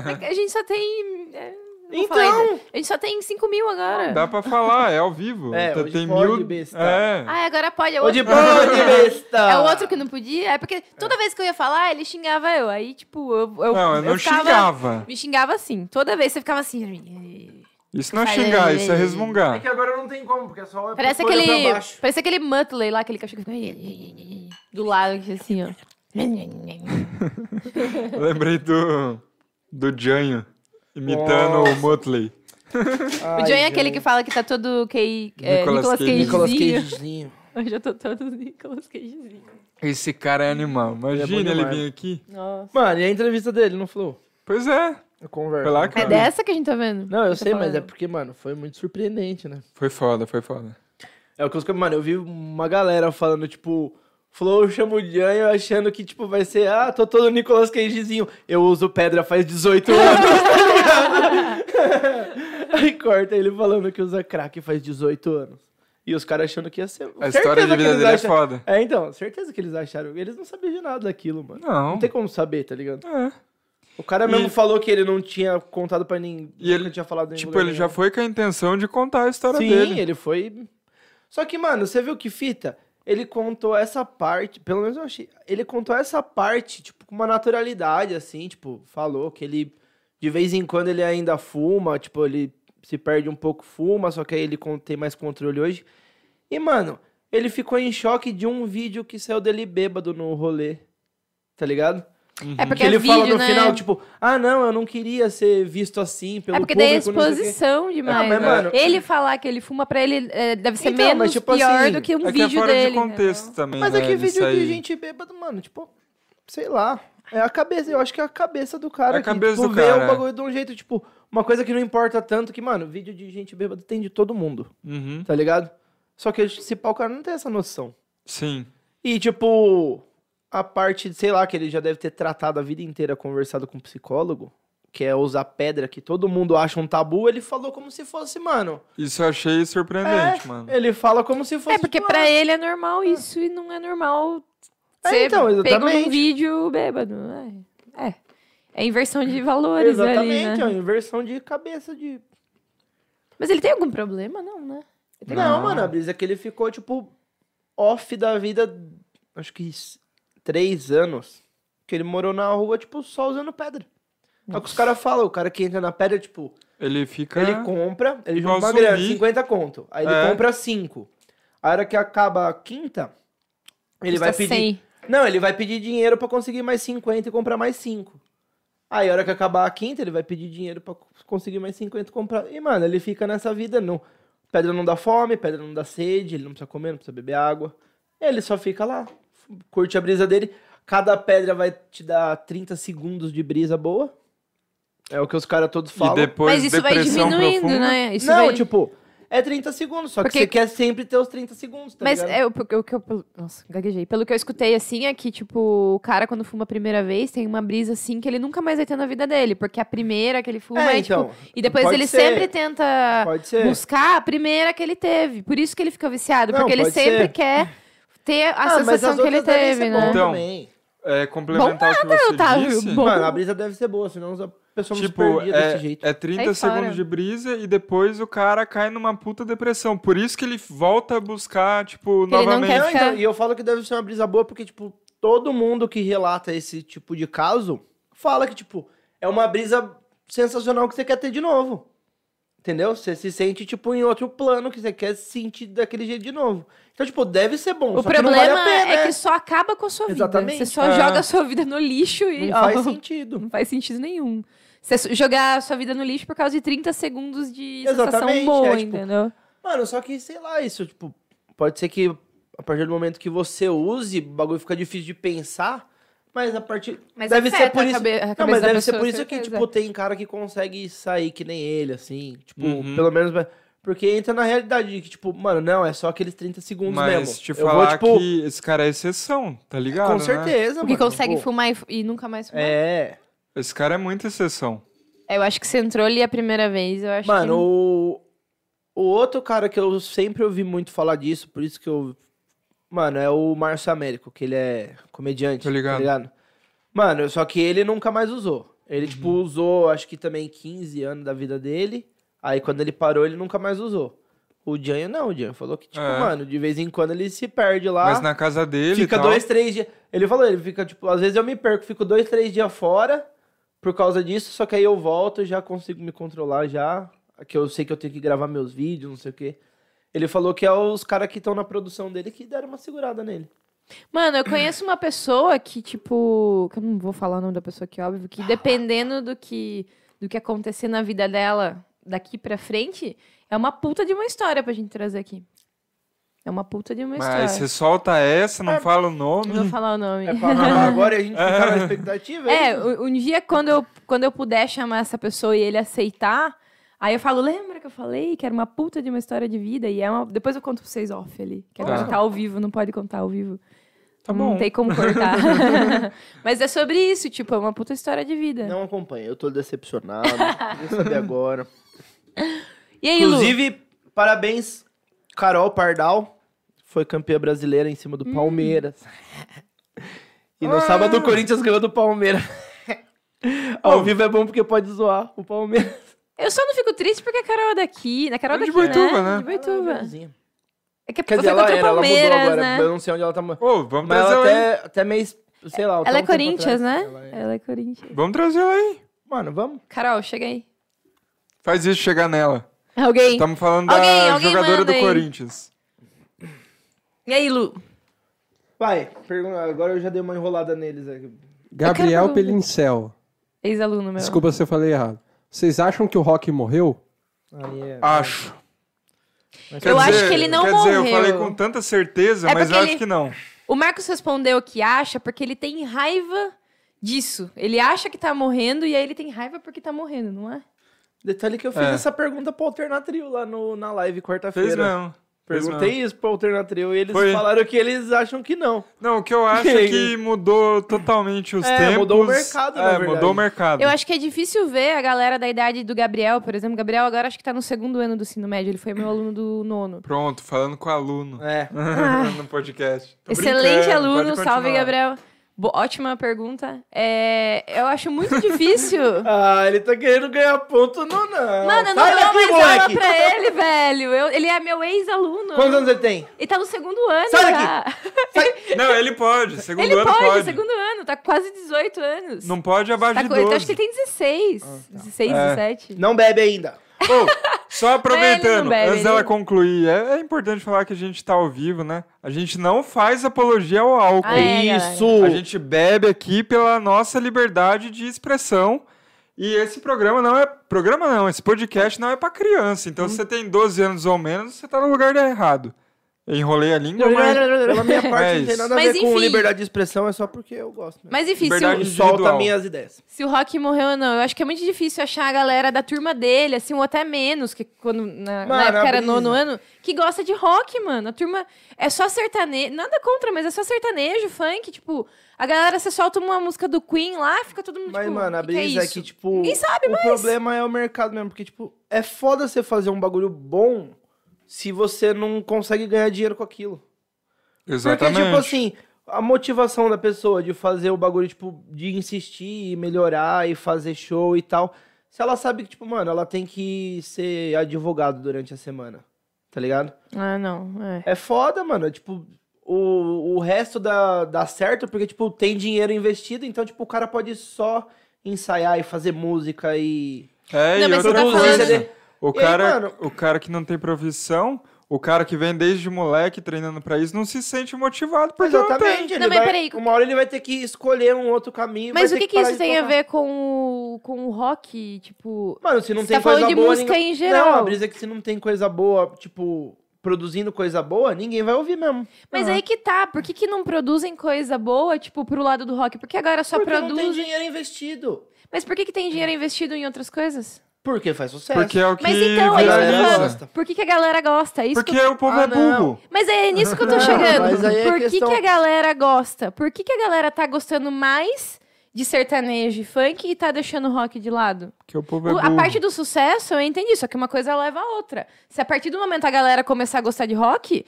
[SPEAKER 1] É que A gente só tem. é, não vou falar
[SPEAKER 3] então,
[SPEAKER 1] ainda. A gente só tem 5 mil agora.
[SPEAKER 2] Dá pra falar, é ao vivo.
[SPEAKER 3] É,
[SPEAKER 2] Tá-
[SPEAKER 3] hoje
[SPEAKER 2] tem
[SPEAKER 3] pode,
[SPEAKER 2] mil.
[SPEAKER 3] besta.
[SPEAKER 2] É.
[SPEAKER 1] Ah, agora pode. É
[SPEAKER 3] Ô de
[SPEAKER 1] outro,
[SPEAKER 3] boa, de besta!
[SPEAKER 1] é o outro que não podia. É porque toda vez que eu ia falar, ele xingava eu. Aí, tipo, eu. eu
[SPEAKER 2] Não, eu não
[SPEAKER 1] ficava-
[SPEAKER 2] xingava.
[SPEAKER 1] Me xingava assim. Toda vez você ficava assim.
[SPEAKER 2] Isso não é
[SPEAKER 1] Falei.
[SPEAKER 2] xingar, isso é
[SPEAKER 5] É
[SPEAKER 2] resmungar.
[SPEAKER 5] que agora não tem como, porque é só uma
[SPEAKER 1] Parece
[SPEAKER 5] folha
[SPEAKER 1] aquele.
[SPEAKER 5] pra baixo.
[SPEAKER 1] Parece aquele Muttley lá, aquele cachorro que fica. Do lado, que assim, ó.
[SPEAKER 2] Eu Lembrei do. do Janho imitando o Motley.
[SPEAKER 1] O John é aquele que fala que tá todo Kei, é,
[SPEAKER 2] Nicolas
[SPEAKER 1] Nicolas
[SPEAKER 2] Cage.
[SPEAKER 3] Nicolas
[SPEAKER 1] Cagezinho.
[SPEAKER 3] Cagezinho.
[SPEAKER 1] Hoje eu tô todo Nicolas Cagezinho.
[SPEAKER 2] Esse cara é animal. Imagina ele,
[SPEAKER 3] demais.
[SPEAKER 2] vir aqui.
[SPEAKER 1] Nossa.
[SPEAKER 3] Mano, e a entrevista dele no Flow?
[SPEAKER 2] Pois é,
[SPEAKER 3] Eu converso.
[SPEAKER 2] foi lá que.
[SPEAKER 1] É dessa que a gente tá vendo?
[SPEAKER 3] Não, eu
[SPEAKER 1] Você
[SPEAKER 3] sei,
[SPEAKER 1] falando.
[SPEAKER 3] mas é porque, mano, foi muito surpreendente, né?
[SPEAKER 2] Foi foda, foi foda.
[SPEAKER 3] É o que eu... Mano, eu vi uma galera falando, tipo... Flow chama o Janho achando que, tipo, vai ser... Ah, tô todo Nicolas Cagezinho. Eu uso pedra faz 18 anos, tá ligado? Aí corta ele falando que usa crack faz 18 anos. E os caras achando que ia ser...
[SPEAKER 2] A história
[SPEAKER 3] Certeza
[SPEAKER 2] de
[SPEAKER 3] que
[SPEAKER 2] vida
[SPEAKER 3] eles
[SPEAKER 2] dele é
[SPEAKER 3] acham-
[SPEAKER 2] foda.
[SPEAKER 3] É, então, certeza que eles acharam. Eles não sabiam de nada daquilo, mano.
[SPEAKER 2] Não.
[SPEAKER 3] Não tem como saber, tá ligado?
[SPEAKER 2] É.
[SPEAKER 3] O cara mesmo
[SPEAKER 2] E-
[SPEAKER 3] falou que ele não tinha contado pra ninguém.
[SPEAKER 2] E ele-
[SPEAKER 3] nunca tinha falado em
[SPEAKER 2] Tipo,
[SPEAKER 3] lugar
[SPEAKER 2] ele já
[SPEAKER 3] nenhum.
[SPEAKER 2] foi com a intenção de contar a história
[SPEAKER 3] Sim, É
[SPEAKER 2] dele.
[SPEAKER 3] ele foi. Só que, mano, você viu que fita? Ele contou essa parte, pelo menos eu achei. Ele contou essa parte, tipo, com uma naturalidade, assim, tipo, falou que ele. De vez em quando ele ainda fuma, tipo, ele se perde um pouco, fuma, só que aí ele con- tem mais controle hoje. E, mano, ele ficou em choque de um vídeo que saiu dele bêbado no rolê. Tá ligado?
[SPEAKER 2] Uhum.
[SPEAKER 1] É
[SPEAKER 3] Porque
[SPEAKER 1] porque
[SPEAKER 3] ele
[SPEAKER 1] é vídeo,
[SPEAKER 3] fala no
[SPEAKER 1] né?
[SPEAKER 3] final, tipo, ah, não, eu não queria ser visto assim pelo
[SPEAKER 1] é porque daí é
[SPEAKER 3] público, não sei o quê." Ah,
[SPEAKER 1] exposição demais.
[SPEAKER 3] mas,
[SPEAKER 1] né?
[SPEAKER 3] mano-
[SPEAKER 1] Ele falar que ele fuma pra ele é, deve ser
[SPEAKER 3] Então,
[SPEAKER 1] menos
[SPEAKER 3] mas, tipo,
[SPEAKER 1] pior
[SPEAKER 3] assim,
[SPEAKER 1] do que um
[SPEAKER 2] É que é
[SPEAKER 1] vídeo
[SPEAKER 2] fora
[SPEAKER 1] dele.
[SPEAKER 2] de contexto também,
[SPEAKER 3] Mas
[SPEAKER 2] né?
[SPEAKER 3] é que
[SPEAKER 2] ele
[SPEAKER 3] vídeo de
[SPEAKER 2] sair-
[SPEAKER 3] gente bêbada, mano, tipo, sei lá. É a cabeça, eu acho que é a cabeça do cara.
[SPEAKER 2] É a cabeça
[SPEAKER 3] que, tipo,
[SPEAKER 2] do
[SPEAKER 3] vê
[SPEAKER 2] cara,
[SPEAKER 3] o
[SPEAKER 2] é.
[SPEAKER 3] bagulho de um jeito, tipo, uma coisa que não importa tanto que, mano, vídeo de gente bêbada tem de todo mundo,
[SPEAKER 2] Uhum.
[SPEAKER 3] tá ligado? Só que esse pau, o cara não tem essa noção.
[SPEAKER 2] Sim.
[SPEAKER 3] E, tipo, a parte, sei lá, que ele já deve ter tratado a vida inteira, conversado com um psicólogo, que é usar pedra, que todo mundo acha um tabu, ele falou como se fosse, mano.
[SPEAKER 2] Isso eu achei surpreendente, mano.
[SPEAKER 3] Ele fala como se fosse.
[SPEAKER 1] É porque
[SPEAKER 3] tipo,
[SPEAKER 1] pra ele é normal isso e não é normal
[SPEAKER 3] É,
[SPEAKER 1] ser
[SPEAKER 3] então,
[SPEAKER 1] pego num
[SPEAKER 3] exatamente.
[SPEAKER 1] vídeo bêbado. É. É, é inversão de valores
[SPEAKER 3] ah, Exatamente,
[SPEAKER 1] ali, né?
[SPEAKER 3] ó, inversão de cabeça de
[SPEAKER 1] Mas ele tem algum problema? Não, né? Ele tem-
[SPEAKER 3] Não,
[SPEAKER 2] Não.
[SPEAKER 3] mano, a brisa é que ele ficou, tipo, off da vida, acho que s- três anos. Que ele morou na rua, tipo, só usando pedra. Só que os caras falam, o cara que entra na pedra, tipo,
[SPEAKER 2] Ele fica.
[SPEAKER 3] ele compra, ele
[SPEAKER 2] Igual
[SPEAKER 3] junta uma
[SPEAKER 2] zumbi.
[SPEAKER 3] grana, 50 conto. Aí ele
[SPEAKER 2] É.
[SPEAKER 3] compra 5. A hora que acaba a quinta, ele
[SPEAKER 1] Custa
[SPEAKER 3] vai pedir.
[SPEAKER 1] 100.
[SPEAKER 3] Não, ele vai pedir dinheiro pra conseguir mais 50 e comprar mais 5. Aí, a hora que acabar a quinta, ele vai pedir dinheiro pra co- conseguir mais 50 e comprar. E, mano, ele fica nessa vida. Não. Pedra não dá fome, pedra não dá sede, ele não precisa comer, não precisa beber água. Ele só fica lá, f- curte a brisa dele. Cada pedra vai te dar 30 segundos de brisa boa. É o que os caras todos
[SPEAKER 2] E
[SPEAKER 3] falam.
[SPEAKER 2] depois
[SPEAKER 1] Mas isso vai
[SPEAKER 2] depressão
[SPEAKER 1] diminuindo,
[SPEAKER 2] profunda.
[SPEAKER 1] né? Isso
[SPEAKER 3] não,
[SPEAKER 1] vai-
[SPEAKER 3] tipo, é 30 segundos, só
[SPEAKER 1] Porque-
[SPEAKER 3] que você quer sempre ter os 30 segundos, tá
[SPEAKER 1] Mas
[SPEAKER 3] ligado?
[SPEAKER 1] é, o, que- o que eu. pelo- Nossa, gaguejei. Pelo que eu escutei, assim, é que, tipo, o cara, quando fuma a primeira vez, tem uma brisa, assim, que ele nunca mais vai ter na vida dele. Porque a primeira que ele fuma é,
[SPEAKER 3] É,
[SPEAKER 1] tipo.
[SPEAKER 3] então,
[SPEAKER 1] e depois
[SPEAKER 3] pode
[SPEAKER 1] ele
[SPEAKER 3] ser.
[SPEAKER 1] sempre tenta
[SPEAKER 3] Pode ser.
[SPEAKER 1] buscar a primeira que ele teve. Por isso que ele fica viciado.
[SPEAKER 3] Não,
[SPEAKER 1] porque ele
[SPEAKER 3] pode
[SPEAKER 1] sempre
[SPEAKER 3] ser.
[SPEAKER 1] quer ter a
[SPEAKER 3] Ah, mas as
[SPEAKER 1] sensação que ele
[SPEAKER 3] outras devem
[SPEAKER 1] teve,
[SPEAKER 3] ser
[SPEAKER 1] né?
[SPEAKER 3] boas
[SPEAKER 2] Então,
[SPEAKER 3] também.
[SPEAKER 2] É complementar o que
[SPEAKER 1] nada,
[SPEAKER 2] você
[SPEAKER 1] Otávio,
[SPEAKER 2] disse.
[SPEAKER 1] bom.
[SPEAKER 3] Mano, a brisa deve ser boa, senão a pessoa não se
[SPEAKER 2] Tipo,
[SPEAKER 3] perdia
[SPEAKER 2] é,
[SPEAKER 3] desse jeito.
[SPEAKER 2] é 30
[SPEAKER 1] Sai fora.
[SPEAKER 2] segundos de brisa e depois o cara cai numa puta depressão. Por isso que ele volta a buscar, tipo,
[SPEAKER 1] não
[SPEAKER 2] novamente.
[SPEAKER 1] quer
[SPEAKER 3] Não,
[SPEAKER 1] ficar-
[SPEAKER 3] então, e eu falo que deve ser uma brisa boa porque, tipo, todo mundo que relata esse tipo de caso fala que, tipo, é uma brisa sensacional que você quer ter de novo. Entendeu? Você se sente, tipo, em outro plano que você quer se sentir daquele jeito de novo. Então, tipo, deve ser bom.
[SPEAKER 1] O
[SPEAKER 3] só que não vale
[SPEAKER 1] problema
[SPEAKER 3] a pena, né?
[SPEAKER 1] é que só acaba com a sua vida. né?
[SPEAKER 3] Exatamente. Ah.
[SPEAKER 1] Você só
[SPEAKER 2] É.
[SPEAKER 1] joga a sua vida no lixo e.
[SPEAKER 3] Não faz
[SPEAKER 1] ó,
[SPEAKER 3] sentido.
[SPEAKER 1] Não faz sentido nenhum. Você é su- jogar a sua vida no lixo por causa de 30 segundos de sensação
[SPEAKER 3] Exatamente,
[SPEAKER 1] boa,
[SPEAKER 3] é, tipo,
[SPEAKER 1] entendeu?
[SPEAKER 3] Mano, só que, sei lá, isso, tipo, pode ser que a partir do momento que você use, o bagulho fica difícil de pensar, mas a partir.
[SPEAKER 1] Mas
[SPEAKER 3] deve
[SPEAKER 1] afeta
[SPEAKER 3] ser por
[SPEAKER 1] a
[SPEAKER 3] isso.
[SPEAKER 1] cabe- a
[SPEAKER 3] Não,
[SPEAKER 1] cabeça
[SPEAKER 3] mas
[SPEAKER 1] da
[SPEAKER 3] deve ser
[SPEAKER 1] pessoa,
[SPEAKER 3] por isso que,
[SPEAKER 1] certeza.
[SPEAKER 3] tipo, tem cara que consegue sair que nem ele, assim. Tipo,
[SPEAKER 2] Uhum.
[SPEAKER 3] pelo menos. vai- Porque entra na realidade de que, tipo, mano, não, é só aqueles 30 segundos
[SPEAKER 2] Mas
[SPEAKER 3] mesmo.
[SPEAKER 2] te
[SPEAKER 3] Eu
[SPEAKER 2] falar
[SPEAKER 3] vou, tipo,
[SPEAKER 2] que esse cara é exceção, tá ligado?
[SPEAKER 3] com
[SPEAKER 2] né?
[SPEAKER 3] certeza,
[SPEAKER 1] Porque
[SPEAKER 3] mano,
[SPEAKER 1] consegue né?
[SPEAKER 3] tipo,
[SPEAKER 1] fumar e, fu- e nunca mais fumar.
[SPEAKER 3] É.
[SPEAKER 2] Esse cara é muita exceção.
[SPEAKER 1] É, Eu acho que você entrou ali a primeira vez. Eu acho
[SPEAKER 3] Mano,
[SPEAKER 1] que...
[SPEAKER 3] o... o outro cara que eu sempre ouvi muito falar disso, por isso que eu. Mano, é o Márcio Américo, que ele é comediante.
[SPEAKER 2] Tô ligado.
[SPEAKER 3] Tá ligado? Mano, só que ele nunca mais usou. Ele, tipo,
[SPEAKER 2] Uhum.
[SPEAKER 3] usou acho que também 15 anos da vida dele. Aí quando ele parou, ele nunca mais usou. O Janho não, o Janho falou que, tipo,
[SPEAKER 2] É.
[SPEAKER 3] mano, de vez em quando ele se perde lá.
[SPEAKER 2] Mas na casa dele. e
[SPEAKER 3] Fica
[SPEAKER 2] tal,
[SPEAKER 3] dois, três dias. Ele falou, ele fica, tipo, às vezes eu me perco, fico dois, três dias fora por causa disso, só que aí eu volto, já consigo me controlar já. Que eu sei que eu tenho que gravar meus vídeos, não sei o quê. Ele falou que é os caras que estão na produção dele que deram uma segurada nele.
[SPEAKER 1] Mano, eu conheço uma pessoa que, tipo. Que eu não vou falar o nome da pessoa aqui, óbvio, que dependendo do que, do que acontecer na vida dela daqui pra frente, é uma puta de uma história pra gente trazer aqui. É uma puta de uma
[SPEAKER 2] Mas você
[SPEAKER 1] história.
[SPEAKER 2] solta essa, não fala o
[SPEAKER 1] Não
[SPEAKER 2] nome.
[SPEAKER 1] vou falar o nome.
[SPEAKER 3] É pra acabar agora e a gente ficar na expectativa?
[SPEAKER 1] É,
[SPEAKER 3] isso?
[SPEAKER 1] um um dia quando eu, quando eu puder chamar essa pessoa e ele aceitar, aí eu falo, lembra que eu falei que era uma puta de uma história de vida? E é uma... depois eu conto pra vocês off ali, que agora
[SPEAKER 2] Tá.
[SPEAKER 1] tá ao vivo, não pode contar ao vivo.
[SPEAKER 2] Tá
[SPEAKER 1] Não
[SPEAKER 2] bom.
[SPEAKER 1] tem como cortar. Mas é sobre isso, tipo, é uma puta história de vida.
[SPEAKER 3] Não acompanha, eu tô decepcionado. Queria saber agora.
[SPEAKER 1] E aí, Lu?
[SPEAKER 3] Inclusive, parabéns, Carol Pardal. Foi campeã brasileira em cima do
[SPEAKER 1] Hum.
[SPEAKER 3] Palmeiras. E
[SPEAKER 1] Ah.
[SPEAKER 3] no sábado o Corinthians ganhou do Palmeiras. Ao vivo é bom porque pode zoar o Palmeiras.
[SPEAKER 1] Eu só não fico triste porque a Carol é daqui, né? A Carol é
[SPEAKER 2] É de
[SPEAKER 1] daqui,
[SPEAKER 2] Boituva,
[SPEAKER 1] né?
[SPEAKER 2] né?
[SPEAKER 1] De Boituva.
[SPEAKER 3] Quer
[SPEAKER 1] É que
[SPEAKER 3] dizer,
[SPEAKER 1] foi
[SPEAKER 3] ela
[SPEAKER 1] contra
[SPEAKER 3] era,
[SPEAKER 1] o
[SPEAKER 3] ela mudou
[SPEAKER 1] Palmeiras,
[SPEAKER 3] agora.
[SPEAKER 1] né?
[SPEAKER 3] Eu não sei onde ela tá. Mas
[SPEAKER 2] Ô, vamos trazer
[SPEAKER 3] ela
[SPEAKER 2] ela aí.
[SPEAKER 3] até, até meio. Sei lá. até
[SPEAKER 1] Ela é
[SPEAKER 3] um tempo
[SPEAKER 1] Corinthians,
[SPEAKER 3] atrás,
[SPEAKER 1] né?
[SPEAKER 3] ela é-
[SPEAKER 1] Ela é Corinthians.
[SPEAKER 2] Vamos trazer ela aí.
[SPEAKER 3] Mano, vamos.
[SPEAKER 1] Carol, chega aí.
[SPEAKER 2] Faz isso chegar nela.
[SPEAKER 3] Tá
[SPEAKER 1] Alguém.
[SPEAKER 2] Estamos falando da
[SPEAKER 1] Alguém, alguém
[SPEAKER 2] jogadora
[SPEAKER 1] manda
[SPEAKER 2] do
[SPEAKER 1] aí.
[SPEAKER 2] Corinthians.
[SPEAKER 1] E aí, Lu?
[SPEAKER 3] Vai, pergunta. Agora eu já dei uma enrolada neles aqui.
[SPEAKER 1] Eu
[SPEAKER 4] Gabriel
[SPEAKER 1] quero-
[SPEAKER 4] Pelincel.
[SPEAKER 1] Ex-aluno meu.
[SPEAKER 4] Desculpa se eu falei errado. Vocês acham que o Rock morreu?
[SPEAKER 3] Aí é.
[SPEAKER 2] Acho.
[SPEAKER 3] Mas
[SPEAKER 1] Eu acho que ele não
[SPEAKER 2] quer Quer
[SPEAKER 1] morreu.
[SPEAKER 2] dizer, eu falei com tanta certeza,
[SPEAKER 1] É
[SPEAKER 2] mas eu
[SPEAKER 1] porque
[SPEAKER 2] acho
[SPEAKER 1] ele-
[SPEAKER 2] que não.
[SPEAKER 1] O Marcos respondeu que acha porque ele tem raiva disso. Ele acha que tá morrendo e aí ele tem raiva porque tá morrendo, não é?
[SPEAKER 3] Detalhe que eu fiz
[SPEAKER 2] É.
[SPEAKER 3] essa pergunta pro Alternatrio lá no, na live
[SPEAKER 2] Fez
[SPEAKER 3] quarta-feira.
[SPEAKER 2] mesmo. Fez mesmo.
[SPEAKER 3] Perguntei isso pro Alternatrio e eles
[SPEAKER 2] Foi.
[SPEAKER 3] falaram que eles acham que não.
[SPEAKER 2] Não, o que eu acho é que mudou totalmente os
[SPEAKER 3] É,
[SPEAKER 2] tempos.
[SPEAKER 3] mudou o mercado,
[SPEAKER 2] É,
[SPEAKER 3] na verdade.
[SPEAKER 2] mudou o mercado.
[SPEAKER 1] Eu acho que é difícil ver a galera da idade do Gabriel, por exemplo. Gabriel agora acho que tá no segundo ano do ensino médio. Ele foi meu aluno do nono.
[SPEAKER 2] Pronto, falando com o aluno
[SPEAKER 3] É.
[SPEAKER 2] no podcast. Tô
[SPEAKER 1] Ah. Excelente
[SPEAKER 2] brincando,
[SPEAKER 1] aluno,
[SPEAKER 2] pode
[SPEAKER 1] salve
[SPEAKER 2] continuar.
[SPEAKER 1] Gabriel. Bo- ótima pergunta. É, eu acho muito difícil.
[SPEAKER 3] Ah, ele tá querendo ganhar ponto no não.
[SPEAKER 1] Mano, eu não
[SPEAKER 3] Sai
[SPEAKER 1] dá
[SPEAKER 3] daqui,
[SPEAKER 1] mais aula
[SPEAKER 3] moleque.
[SPEAKER 1] pra ele, velho. Eu- ele é meu ex-aluno.
[SPEAKER 3] Quantos anos ele tem?
[SPEAKER 1] Ele tá no segundo ano
[SPEAKER 3] Sai
[SPEAKER 1] já.
[SPEAKER 2] Não, ele pode. Segundo
[SPEAKER 1] Ele
[SPEAKER 2] ano
[SPEAKER 1] pode,
[SPEAKER 2] pode.
[SPEAKER 1] segundo ano, tá com quase 18 anos.
[SPEAKER 2] Não pode abaixo
[SPEAKER 1] tá
[SPEAKER 2] de
[SPEAKER 1] com,
[SPEAKER 2] 12.
[SPEAKER 1] eu acho que ele tem 16.
[SPEAKER 3] Ah, tá.
[SPEAKER 1] 16,
[SPEAKER 2] É.
[SPEAKER 1] 17.
[SPEAKER 3] Não bebe ainda.
[SPEAKER 2] Ô, só
[SPEAKER 1] é Ele
[SPEAKER 2] aproveitando,
[SPEAKER 1] não bebe,
[SPEAKER 2] antes dela
[SPEAKER 1] ele-
[SPEAKER 2] concluir, é, é importante falar que a gente tá ao vivo, né? A gente não faz apologia ao álcool.
[SPEAKER 1] Ah, é, galera.
[SPEAKER 3] isso.
[SPEAKER 2] A gente bebe aqui pela nossa liberdade de expressão. E esse programa não é. Programa não, esse podcast não é pra criança. Então, se você tem 12 anos ou menos, você tá no lugar de errado. Eu enrolei a língua, mas.
[SPEAKER 3] Pela minha parte, não tem
[SPEAKER 2] Mas-
[SPEAKER 3] nada a
[SPEAKER 1] Mas
[SPEAKER 3] ver com
[SPEAKER 1] enfim.
[SPEAKER 3] liberdade de expressão, é só porque eu gosto. Mesmo.
[SPEAKER 1] Mas Tipo, enfim, se
[SPEAKER 2] Verdade.
[SPEAKER 1] o,
[SPEAKER 3] Ele
[SPEAKER 2] individual.
[SPEAKER 3] solta minhas ideias.
[SPEAKER 1] se o Rock morreu ou não, eu acho que é muito difícil achar a galera da turma dele, assim, ou até menos, que quando na, na
[SPEAKER 3] Mano,
[SPEAKER 1] época
[SPEAKER 3] a
[SPEAKER 1] era
[SPEAKER 3] brisa.
[SPEAKER 1] nono ano, que gosta de rock, mano. A turma é só sertanejo, nada contra, mas é só sertanejo, funk, tipo, a galera você solta uma música do Queen lá, fica todo mundo
[SPEAKER 3] Mas,
[SPEAKER 1] tipo,
[SPEAKER 3] mano, a
[SPEAKER 1] "Que que é
[SPEAKER 3] brisa é,
[SPEAKER 1] isso?"
[SPEAKER 3] que, tipo.
[SPEAKER 1] Ninguém sabe
[SPEAKER 3] o problema é o mercado mesmo, porque, tipo, é foda você fazer um bagulho bom se você não consegue ganhar dinheiro com aquilo.
[SPEAKER 2] Exatamente.
[SPEAKER 3] Porque, tipo assim, a motivação da pessoa de fazer o bagulho, tipo, de insistir e melhorar e fazer show e tal. Se ela sabe que, tipo, mano, ela tem que ser advogado durante a semana. Tá ligado?
[SPEAKER 1] Ah, não, é.
[SPEAKER 3] É foda, mano. é, Tipo, o, o resto dá, dá certo porque, tipo, tem dinheiro investido. Então, tipo, o cara pode só ensaiar e fazer música e...
[SPEAKER 2] É,
[SPEAKER 1] Não,
[SPEAKER 2] e
[SPEAKER 1] mas você
[SPEAKER 2] outra
[SPEAKER 1] tá
[SPEAKER 2] coisa,
[SPEAKER 1] falando-
[SPEAKER 2] O
[SPEAKER 3] E aí,
[SPEAKER 2] cara,
[SPEAKER 3] mano?
[SPEAKER 2] o cara que não tem profissão, o cara que vem desde moleque treinando pra isso, não se sente motivado porque não tem.
[SPEAKER 3] Exatamente. ele
[SPEAKER 1] Não, mas
[SPEAKER 3] vai-
[SPEAKER 1] peraí.
[SPEAKER 3] Uma hora ele vai ter que escolher um outro caminho. vai
[SPEAKER 1] Mas o
[SPEAKER 3] ter
[SPEAKER 1] que, que
[SPEAKER 3] parar
[SPEAKER 1] isso
[SPEAKER 3] de
[SPEAKER 1] tem a
[SPEAKER 3] tocar.
[SPEAKER 1] ver com o, com o rock, tipo...
[SPEAKER 3] Mano, se não
[SPEAKER 1] Você
[SPEAKER 3] tem
[SPEAKER 1] tá
[SPEAKER 3] coisa
[SPEAKER 1] falando de
[SPEAKER 3] boa.
[SPEAKER 1] música
[SPEAKER 3] ninguém-
[SPEAKER 1] em geral.
[SPEAKER 3] Não, a brisa é que se não tem coisa boa, tipo, produzindo coisa boa, ninguém vai ouvir mesmo.
[SPEAKER 1] Mas aí que tá, por que, que não produzem coisa boa, tipo, pro lado do rock? Porque agora só
[SPEAKER 3] Porque não tem
[SPEAKER 1] produzem.
[SPEAKER 3] dinheiro investido.
[SPEAKER 1] Mas por que, que tem dinheiro investido em outras coisas?
[SPEAKER 3] Porque faz sucesso.
[SPEAKER 2] Porque é o que
[SPEAKER 1] Mas então, é isso que eu tô
[SPEAKER 2] viraliza.
[SPEAKER 3] Gosta.
[SPEAKER 1] falando. Por que, que a galera gosta? É isso que
[SPEAKER 2] Porque
[SPEAKER 1] eu...
[SPEAKER 2] o povo
[SPEAKER 3] Ah,
[SPEAKER 2] é burro.
[SPEAKER 1] Mas é nisso que eu tô
[SPEAKER 3] Não,
[SPEAKER 1] chegando.
[SPEAKER 3] mas aí é
[SPEAKER 1] por que,
[SPEAKER 3] questão-
[SPEAKER 1] que a galera gosta? Por que, que a galera tá gostando mais de sertanejo e funk e tá deixando o rock de lado?
[SPEAKER 2] Porque o povo é
[SPEAKER 1] O- a
[SPEAKER 2] burro.
[SPEAKER 1] parte do sucesso, eu entendi, só que uma coisa leva a outra. Se a partir do momento a galera começar a gostar de rock,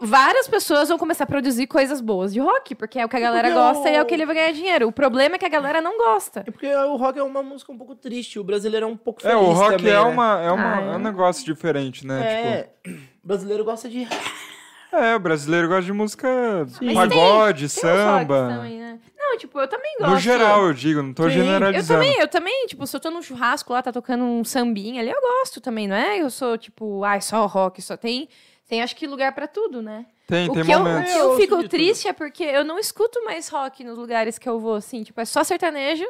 [SPEAKER 1] várias pessoas vão começar a produzir coisas boas de rock, porque é o que a galera
[SPEAKER 3] Porque
[SPEAKER 1] gosta e é o
[SPEAKER 3] o-
[SPEAKER 1] que ele vai ganhar dinheiro. O problema é que a galera não gosta.
[SPEAKER 3] É porque o rock é uma música um pouco triste, o brasileiro é um pouco
[SPEAKER 2] É,
[SPEAKER 3] feliz
[SPEAKER 2] o rock
[SPEAKER 3] também,
[SPEAKER 2] é,
[SPEAKER 3] né?
[SPEAKER 2] uma, é, uma,
[SPEAKER 1] Ah,
[SPEAKER 2] é
[SPEAKER 1] é.
[SPEAKER 2] um negócio diferente, né?
[SPEAKER 3] É, o brasileiro gosta de...
[SPEAKER 2] Tipo, é, o brasileiro gosta de música
[SPEAKER 3] Mas
[SPEAKER 2] pagode,
[SPEAKER 1] Tem os rocks
[SPEAKER 2] samba.
[SPEAKER 1] também, né? Não, tipo, eu também gosto.
[SPEAKER 2] No geral, eu digo, não tô
[SPEAKER 3] Sim.
[SPEAKER 1] Eu
[SPEAKER 2] generalizando.
[SPEAKER 1] também, eu também, tipo, se eu tô num churrasco lá, tá tocando um sambinha ali, eu gosto também, não é? Eu sou, tipo, ai, só rock, só tem. Tem acho que lugar pra tudo, né?
[SPEAKER 2] Tem,
[SPEAKER 1] o
[SPEAKER 2] tem
[SPEAKER 1] que eu,
[SPEAKER 2] momentos.
[SPEAKER 1] que
[SPEAKER 3] Eu
[SPEAKER 1] eu
[SPEAKER 3] ouço de
[SPEAKER 1] fico
[SPEAKER 3] tudo.
[SPEAKER 1] triste é porque eu não escuto mais rock nos lugares que eu vou, assim, tipo, é só sertanejo.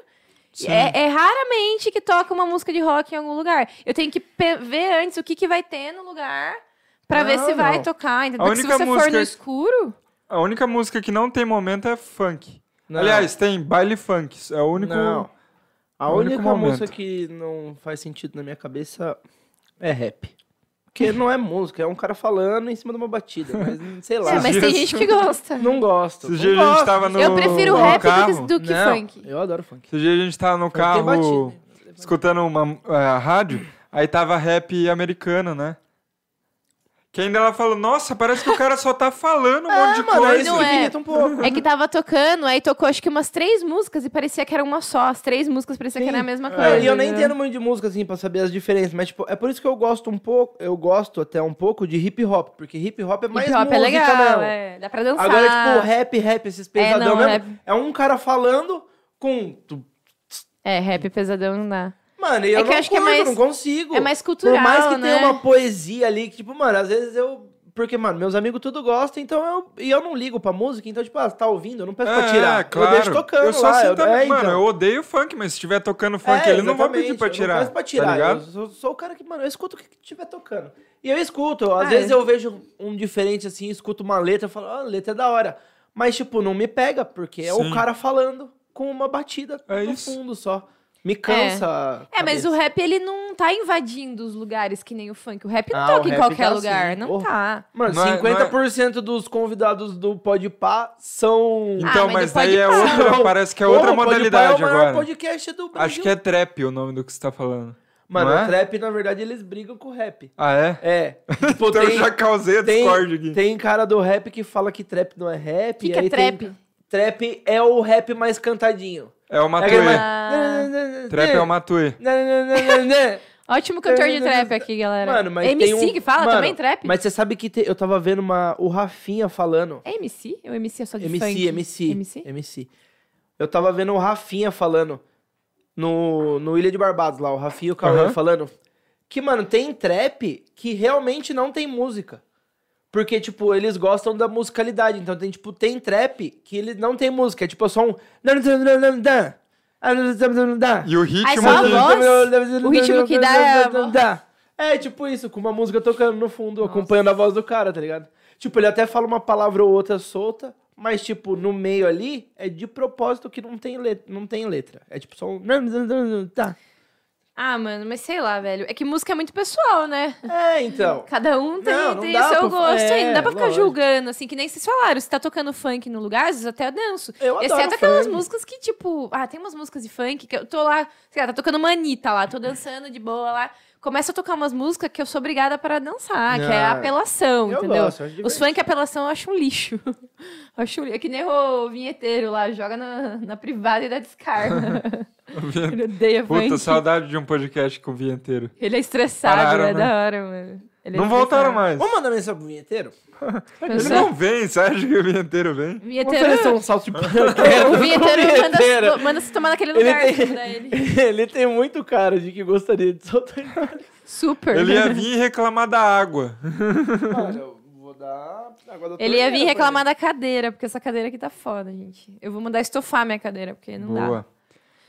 [SPEAKER 1] E
[SPEAKER 2] Sim.
[SPEAKER 1] É, é raramente que toca uma música de rock em algum lugar. Eu tenho que pe- ver antes o que, que vai ter no lugar pra ver
[SPEAKER 3] Não,
[SPEAKER 1] se vai
[SPEAKER 3] não.
[SPEAKER 1] tocar. Entendeu?
[SPEAKER 2] A
[SPEAKER 1] Porque se
[SPEAKER 2] única
[SPEAKER 1] você for
[SPEAKER 2] música-
[SPEAKER 1] no escuro,
[SPEAKER 2] A única música que não tem momento é funk.
[SPEAKER 3] Não.
[SPEAKER 2] Aliás, tem baile funk. É o único.
[SPEAKER 3] Não. A
[SPEAKER 2] o único
[SPEAKER 3] única
[SPEAKER 2] momento.
[SPEAKER 3] música que não faz sentido na minha cabeça é rap. Porque não é música, é um cara falando em cima de uma batida, mas sei lá.
[SPEAKER 1] é, mas tem
[SPEAKER 2] dias-
[SPEAKER 1] gente que gosta.
[SPEAKER 3] Não gosto.
[SPEAKER 2] Esses
[SPEAKER 3] não
[SPEAKER 2] dias a gente
[SPEAKER 3] gosto.
[SPEAKER 2] tava no.
[SPEAKER 1] eu prefiro
[SPEAKER 2] no
[SPEAKER 1] rap do que-
[SPEAKER 2] carro.
[SPEAKER 1] do que
[SPEAKER 3] Não,
[SPEAKER 1] funk.
[SPEAKER 3] Eu adoro funk.
[SPEAKER 2] Esses dias a gente tava no
[SPEAKER 3] Funk tem
[SPEAKER 2] carro
[SPEAKER 3] batida. né?
[SPEAKER 2] escutando uma é, rádio, aí tava rap americano, né? Que ainda ela falou, nossa, parece que o cara só tá falando um monte de
[SPEAKER 3] Mano, é
[SPEAKER 2] coisa.
[SPEAKER 3] isso
[SPEAKER 1] não
[SPEAKER 3] que
[SPEAKER 1] é.
[SPEAKER 3] me irrita um pouco.
[SPEAKER 1] É que tava tocando, aí tocou acho que umas três músicas e parecia que era uma só. As três músicas parecia que era a mesma coisa.
[SPEAKER 3] É, e eu nem
[SPEAKER 1] né?
[SPEAKER 3] entendo muito de música, assim, pra saber as diferenças, mas, tipo, é por isso que eu gosto um pouco, eu gosto até um pouco de hip hop, porque hip hop é mais
[SPEAKER 1] Hip hop
[SPEAKER 3] música
[SPEAKER 1] é legal,
[SPEAKER 3] mesmo.
[SPEAKER 1] é. dá pra dançar.
[SPEAKER 3] Agora, tipo, rap, rap, esses pesadão
[SPEAKER 1] não,
[SPEAKER 3] mesmo,
[SPEAKER 1] rap-
[SPEAKER 3] é um cara falando com... tu-
[SPEAKER 1] É, rap pesadão não dá.
[SPEAKER 3] Mano, e eu
[SPEAKER 1] É que
[SPEAKER 3] não
[SPEAKER 1] eu acho que é
[SPEAKER 3] curto,
[SPEAKER 1] mais-
[SPEAKER 3] não consigo.
[SPEAKER 1] É mais cultural,
[SPEAKER 3] Por mais que
[SPEAKER 1] né?
[SPEAKER 3] tenha uma poesia ali, que, tipo, mano, às vezes eu... Porque, mano, meus amigos tudo gostam, então eu... E eu não ligo pra música, então, tipo, ah, tá ouvindo? Eu não peço pra tirar. Eu deixo tocando
[SPEAKER 2] É, Ah, Eu só
[SPEAKER 3] lá.
[SPEAKER 2] assim
[SPEAKER 3] eu...
[SPEAKER 2] também.
[SPEAKER 3] é,
[SPEAKER 2] mano,
[SPEAKER 3] então.
[SPEAKER 2] eu odeio funk, mas se tiver tocando funk,
[SPEAKER 3] É,
[SPEAKER 2] ele não vai
[SPEAKER 3] exatamente,
[SPEAKER 2] pedir pra
[SPEAKER 3] eu
[SPEAKER 2] tirar.
[SPEAKER 3] Não peço pra
[SPEAKER 2] Tá
[SPEAKER 3] tirar.
[SPEAKER 2] ligado?
[SPEAKER 3] eu sou, sou o cara que, mano, eu escuto o que estiver tocando. E eu escuto. Às
[SPEAKER 1] Ah,
[SPEAKER 3] vezes
[SPEAKER 1] é.
[SPEAKER 3] eu vejo um diferente assim, escuto uma letra, falo, ah, a letra é da hora. Mas, tipo, não me pega, porque é
[SPEAKER 2] Sim.
[SPEAKER 3] o cara falando com uma batida
[SPEAKER 2] É
[SPEAKER 3] no
[SPEAKER 2] isso.
[SPEAKER 3] fundo só. Me cansa. a
[SPEAKER 1] É, mas o
[SPEAKER 3] cabeça.
[SPEAKER 1] rap, ele não tá invadindo os lugares que nem o funk. O rap não
[SPEAKER 3] Ah, o
[SPEAKER 1] toca em
[SPEAKER 3] rap
[SPEAKER 1] qualquer
[SPEAKER 3] tá
[SPEAKER 1] lugar,
[SPEAKER 3] assim,
[SPEAKER 1] não
[SPEAKER 3] porra.
[SPEAKER 1] tá.
[SPEAKER 3] Mano,
[SPEAKER 2] Não é- não é-
[SPEAKER 3] 50% dos convidados do Podpah são.
[SPEAKER 1] Ah,
[SPEAKER 2] Então,
[SPEAKER 1] mas
[SPEAKER 2] mas,
[SPEAKER 1] não
[SPEAKER 2] daí
[SPEAKER 1] pode
[SPEAKER 2] é
[SPEAKER 1] parar.
[SPEAKER 2] outra, parece que é
[SPEAKER 3] Porra,
[SPEAKER 2] outra
[SPEAKER 3] o Podpah
[SPEAKER 2] modalidade
[SPEAKER 3] é o maior
[SPEAKER 2] agora.
[SPEAKER 3] podcast do Brasil.
[SPEAKER 2] Acho que é trap o nome do que você tá falando.
[SPEAKER 3] Mano,
[SPEAKER 2] não é?
[SPEAKER 3] o trap, na verdade, eles brigam com o rap.
[SPEAKER 2] Ah, é?
[SPEAKER 3] É. Tipo,
[SPEAKER 2] Então
[SPEAKER 3] tem-
[SPEAKER 2] eu já causei a discórdia
[SPEAKER 3] Tem,
[SPEAKER 2] aqui.
[SPEAKER 3] tem cara do rap que fala que trap não é rap.
[SPEAKER 1] O que,
[SPEAKER 3] e
[SPEAKER 1] que é
[SPEAKER 3] aí tem-
[SPEAKER 1] trap?
[SPEAKER 3] Trap é o rap mais cantadinho.
[SPEAKER 2] É o
[SPEAKER 3] É aquele
[SPEAKER 2] Matuê.
[SPEAKER 3] mais-
[SPEAKER 1] Ah.
[SPEAKER 2] Trap é o Matuê.
[SPEAKER 1] Ótimo cantor de trap aqui, galera.
[SPEAKER 3] Mano, mas
[SPEAKER 1] MC
[SPEAKER 3] tem um...
[SPEAKER 1] que fala
[SPEAKER 3] Mano,
[SPEAKER 1] também trap?
[SPEAKER 3] Mas você sabe que te- eu tava vendo uma... o Rafinha falando.
[SPEAKER 1] É MC? Ou MC é só de
[SPEAKER 3] MC,
[SPEAKER 1] funk?
[SPEAKER 3] MC,
[SPEAKER 1] MC?
[SPEAKER 3] MC. Eu tava vendo o Rafinha falando no, no Ilha de Barbados lá, o Rafinha e o Cauê
[SPEAKER 2] Aham.
[SPEAKER 3] falando que, mano, tem trap que realmente não tem música. Porque, tipo, eles gostam da musicalidade. Então, tem, tipo, tem trap que ele não tem música. É tipo só um.
[SPEAKER 2] E o ritmo
[SPEAKER 1] só a Tá, voz?
[SPEAKER 2] aqui.
[SPEAKER 1] O ritmo que dá é a
[SPEAKER 3] É tipo isso, com uma música tocando no fundo, acompanhando a voz do cara, tá ligado? Tipo, ele até fala uma palavra ou outra solta, mas tipo, no meio ali é de propósito que não tem letra, não tem letra. É tipo só um tá.
[SPEAKER 1] Ah, mano, mas sei lá, velho. É que música é muito pessoal, né?
[SPEAKER 3] É, então.
[SPEAKER 1] Cada um tem,
[SPEAKER 3] Não, não
[SPEAKER 1] tem
[SPEAKER 3] dá
[SPEAKER 1] seu
[SPEAKER 3] pra fa-
[SPEAKER 1] gosto aí. Não dá
[SPEAKER 3] é,
[SPEAKER 1] pra ficar
[SPEAKER 3] lógico.
[SPEAKER 1] julgando, assim, que nem vocês falaram. Se tá tocando funk no lugar, às vezes eu até danço.
[SPEAKER 3] Eu
[SPEAKER 1] Exceto
[SPEAKER 3] adoro
[SPEAKER 1] aquelas
[SPEAKER 3] funk.
[SPEAKER 1] é músicas que, tipo, ah, tem umas músicas de funk que eu tô lá, sei lá, tá tocando uma Anitta lá, tô dançando de boa lá. Começa a tocar umas músicas que eu sou obrigada para dançar, que é
[SPEAKER 3] Ah,
[SPEAKER 1] apelação,
[SPEAKER 3] eu
[SPEAKER 1] entendeu?
[SPEAKER 3] gosto, acho
[SPEAKER 1] Os
[SPEAKER 3] divertido.
[SPEAKER 1] funk apelação eu acho um lixo. acho um lixo. É que nem o vinheteiro lá, joga na, na privada e dá descarga. Ele odeia funk.
[SPEAKER 2] Puta, saudade de um podcast com o vinheteiro.
[SPEAKER 1] Ele é estressado,
[SPEAKER 2] Pararam,
[SPEAKER 1] é
[SPEAKER 2] né?
[SPEAKER 1] da hora, mano. Ele é
[SPEAKER 2] não voltaram
[SPEAKER 1] estressado.
[SPEAKER 2] mais.
[SPEAKER 3] Vamos mandar mensagem pro vinheteiro?
[SPEAKER 2] Ele
[SPEAKER 1] Pessoal,
[SPEAKER 2] não vem, você acha que o vinheteiro vem?
[SPEAKER 3] Vamos
[SPEAKER 1] vinheteiro-
[SPEAKER 3] oferecer um salto de
[SPEAKER 2] um
[SPEAKER 3] panqueca
[SPEAKER 1] O
[SPEAKER 3] pro
[SPEAKER 1] vinheteiro manda,
[SPEAKER 3] vinheteiro.
[SPEAKER 1] manda se tomar naquele
[SPEAKER 3] Ele
[SPEAKER 1] lugar.
[SPEAKER 3] tem-
[SPEAKER 1] se dá ele.
[SPEAKER 3] Ele tem muito cara de que gostaria de soltar em
[SPEAKER 1] Super. né?
[SPEAKER 2] Ele é ia vir reclamar da água.
[SPEAKER 3] Olha, eu vou dar. Agora eu tô
[SPEAKER 1] Ele ia vir
[SPEAKER 3] olhando pra
[SPEAKER 1] reclamar da cadeira, porque essa cadeira aqui tá foda, gente. Eu vou mandar estofar minha cadeira, porque não dá.
[SPEAKER 2] Boa.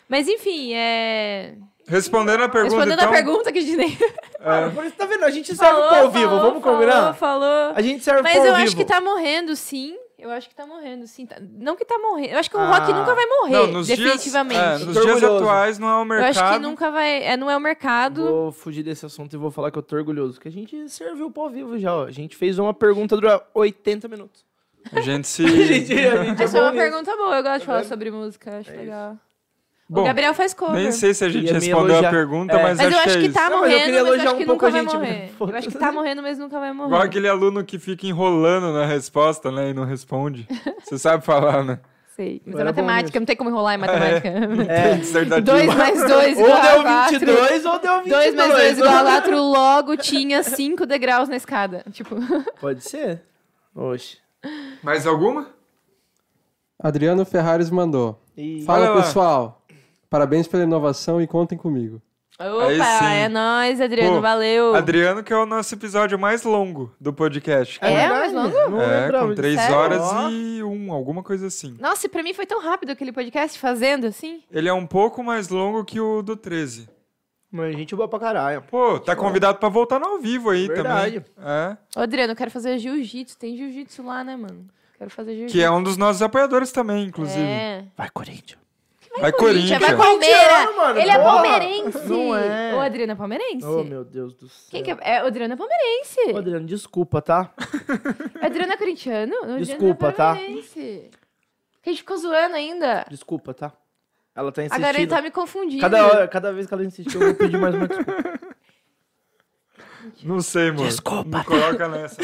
[SPEAKER 1] Mas enfim, é.
[SPEAKER 2] Respondendo a pergunta,
[SPEAKER 1] Respondendo
[SPEAKER 2] então, é,
[SPEAKER 1] a pergunta que a gente nem
[SPEAKER 3] ele. Mano, por isso tá vendo? A gente serve
[SPEAKER 1] falou,
[SPEAKER 3] pro ao vivo,
[SPEAKER 1] falou,
[SPEAKER 3] vamos
[SPEAKER 1] falou,
[SPEAKER 3] combinar?
[SPEAKER 1] Falou,
[SPEAKER 3] A gente serve
[SPEAKER 1] Mas
[SPEAKER 3] pro ao
[SPEAKER 1] eu
[SPEAKER 3] vivo.
[SPEAKER 1] acho que tá morrendo, sim. Eu acho que tá morrendo, sim. Tá- Não que tá morrendo. Eu acho que o
[SPEAKER 3] Ah.
[SPEAKER 1] rock nunca vai morrer,
[SPEAKER 2] não, nos
[SPEAKER 1] definitivamente.
[SPEAKER 2] dias, é,
[SPEAKER 3] Eu
[SPEAKER 2] nos
[SPEAKER 3] tô
[SPEAKER 2] dias
[SPEAKER 3] orgulhoso.
[SPEAKER 2] atuais não é o
[SPEAKER 1] eu
[SPEAKER 2] mercado.
[SPEAKER 1] acho que nunca vai. É, não é o mercado.
[SPEAKER 3] Vou fugir desse assunto e vou falar que eu tô orgulhoso. Que a gente serviu pro ao vivo já, ó. A gente fez uma pergunta dura 80 minutos.
[SPEAKER 2] A gente se
[SPEAKER 3] A gente, a gente é
[SPEAKER 1] Essa é
[SPEAKER 3] bom
[SPEAKER 1] uma
[SPEAKER 3] nisso. É
[SPEAKER 1] pergunta boa, eu gosto de falar sobre música, acho legal. o
[SPEAKER 2] Bom,
[SPEAKER 1] Gabriel faz cover.
[SPEAKER 2] Nem sei se a gente
[SPEAKER 3] Ia me
[SPEAKER 2] respondeu a
[SPEAKER 3] elogiar.
[SPEAKER 2] pergunta,
[SPEAKER 3] É.
[SPEAKER 2] mas,
[SPEAKER 1] Mas eu acho
[SPEAKER 2] é
[SPEAKER 1] que
[SPEAKER 2] isso.
[SPEAKER 1] tá
[SPEAKER 3] Não, mas eu
[SPEAKER 1] morrendo,
[SPEAKER 3] queria
[SPEAKER 1] mas eu
[SPEAKER 3] elogiar
[SPEAKER 1] acho que
[SPEAKER 3] um pouco
[SPEAKER 1] nunca
[SPEAKER 3] a
[SPEAKER 1] vai
[SPEAKER 3] gente
[SPEAKER 1] morrer.
[SPEAKER 3] mesmo.
[SPEAKER 1] Eu acho que tá morrendo, mas nunca vai
[SPEAKER 2] Igual
[SPEAKER 1] morrer.
[SPEAKER 2] aquele aluno que fica enrolando na resposta, né? E não responde. Você sabe falar, né?
[SPEAKER 1] Sei, mas
[SPEAKER 3] Eu
[SPEAKER 1] é
[SPEAKER 3] era bom
[SPEAKER 1] matemática,
[SPEAKER 3] nisso.
[SPEAKER 1] não tem como enrolar em matemática.
[SPEAKER 3] É.
[SPEAKER 2] Dissertativo.
[SPEAKER 1] Dois mais dois
[SPEAKER 3] Ou
[SPEAKER 1] igual a
[SPEAKER 3] deu
[SPEAKER 1] quatro.
[SPEAKER 3] 22 ou deu 22.
[SPEAKER 1] 2 mais 2 igual a 4, logo tinha 5 degraus na escada. Tipo,
[SPEAKER 3] Pode ser. Oxe.
[SPEAKER 2] Mais alguma?
[SPEAKER 4] Adriano Ferrares mandou.
[SPEAKER 3] Ih.
[SPEAKER 2] Olha
[SPEAKER 4] Fala,
[SPEAKER 2] lá.
[SPEAKER 4] pessoal. Parabéns pela inovação e contem comigo.
[SPEAKER 2] Aí
[SPEAKER 1] opa,
[SPEAKER 2] sim.
[SPEAKER 1] é nóis, Adriano,
[SPEAKER 2] Pô,
[SPEAKER 1] valeu.
[SPEAKER 2] Adriano, que é o nosso episódio mais longo do podcast.
[SPEAKER 1] É,
[SPEAKER 3] verdade?
[SPEAKER 1] mais longo?
[SPEAKER 3] Ah, Não
[SPEAKER 2] É,
[SPEAKER 3] lembrava
[SPEAKER 2] com
[SPEAKER 3] disso.
[SPEAKER 2] três
[SPEAKER 1] Sério?
[SPEAKER 2] horas
[SPEAKER 3] Ó.
[SPEAKER 2] e um, alguma coisa assim.
[SPEAKER 1] Nossa, e pra mim foi tão rápido aquele podcast fazendo assim.
[SPEAKER 2] Ele é um pouco mais longo que o do 13.
[SPEAKER 3] Mas gente boa pra caralho.
[SPEAKER 2] Pô, tá convidado pra voltar no ao vivo aí
[SPEAKER 3] Verdade.
[SPEAKER 2] também. É.
[SPEAKER 1] Ô, Adriano, eu quero fazer jiu-jitsu. Tem jiu-jitsu lá, né, mano? Quero fazer jiu-jitsu.
[SPEAKER 2] Que é um dos nossos apoiadores também, inclusive.
[SPEAKER 1] É.
[SPEAKER 3] Vai, Corinthians.
[SPEAKER 2] Vai
[SPEAKER 1] Corinthians,
[SPEAKER 2] Corinthians.
[SPEAKER 1] vai Palmeiras.
[SPEAKER 3] Corintiano, mano,
[SPEAKER 1] Ele é
[SPEAKER 3] porra.
[SPEAKER 1] palmeirense.
[SPEAKER 3] Não é.
[SPEAKER 1] O Adriano é palmeirense?
[SPEAKER 3] Oh, meu Deus do céu.
[SPEAKER 1] Quem que é? é? O Adriano é palmeirense.
[SPEAKER 3] Ô, Adriano, desculpa, tá?
[SPEAKER 1] O Adriano é corintiano? O Adriano
[SPEAKER 3] Desculpa,
[SPEAKER 1] é
[SPEAKER 3] tá?
[SPEAKER 1] palmeirense. Que a gente ficou zoando ainda.
[SPEAKER 3] Desculpa, tá? Ela tá insistindo.
[SPEAKER 1] Agora ele tá me confundindo.
[SPEAKER 3] cada, hora, cada vez que ela insistiu, eu vou pedir mais uma desculpa.
[SPEAKER 2] Não sei, mano.
[SPEAKER 3] Desculpa.
[SPEAKER 2] Não coloca nessa.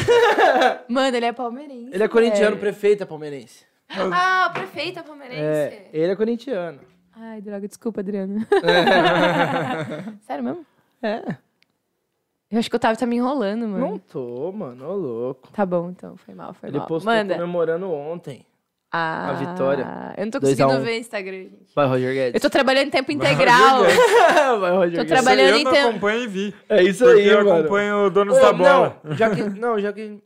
[SPEAKER 1] Mano, ele é palmeirense.
[SPEAKER 3] Ele é corintiano,
[SPEAKER 1] velho.
[SPEAKER 3] prefeito é palmeirense.
[SPEAKER 1] Ah, o prefeito é palmeirense.
[SPEAKER 3] É, ele é corintiano.
[SPEAKER 1] Ai, droga, desculpa, Adriano. Sério mesmo?
[SPEAKER 3] É.
[SPEAKER 1] Eu acho que o Otávio tá me enrolando, mano.
[SPEAKER 3] Não tô, mano, ô louco.
[SPEAKER 1] Tá bom, então, foi mal, foi
[SPEAKER 3] Ele
[SPEAKER 1] mal.
[SPEAKER 3] postou
[SPEAKER 1] Manda.
[SPEAKER 3] comemorando ontem.
[SPEAKER 1] Ah,
[SPEAKER 3] vitória.
[SPEAKER 1] Eu não tô
[SPEAKER 3] 2 a
[SPEAKER 1] conseguindo
[SPEAKER 3] um.
[SPEAKER 1] ver o Instagram, gente.
[SPEAKER 3] Vai, Roger
[SPEAKER 1] Eu
[SPEAKER 3] Guedes.
[SPEAKER 1] tô trabalhando em tempo integral.
[SPEAKER 3] é Vai, Roger
[SPEAKER 1] Tô
[SPEAKER 3] Guedes.
[SPEAKER 1] traba- Trabalhando
[SPEAKER 2] eu não
[SPEAKER 1] então.
[SPEAKER 2] acompanho e vi.
[SPEAKER 3] É isso
[SPEAKER 2] Porque
[SPEAKER 3] aí,
[SPEAKER 2] eu
[SPEAKER 3] mano.
[SPEAKER 2] acompanho o Donos
[SPEAKER 3] Ô,
[SPEAKER 2] da Bola.
[SPEAKER 3] Não, já que, não, já que...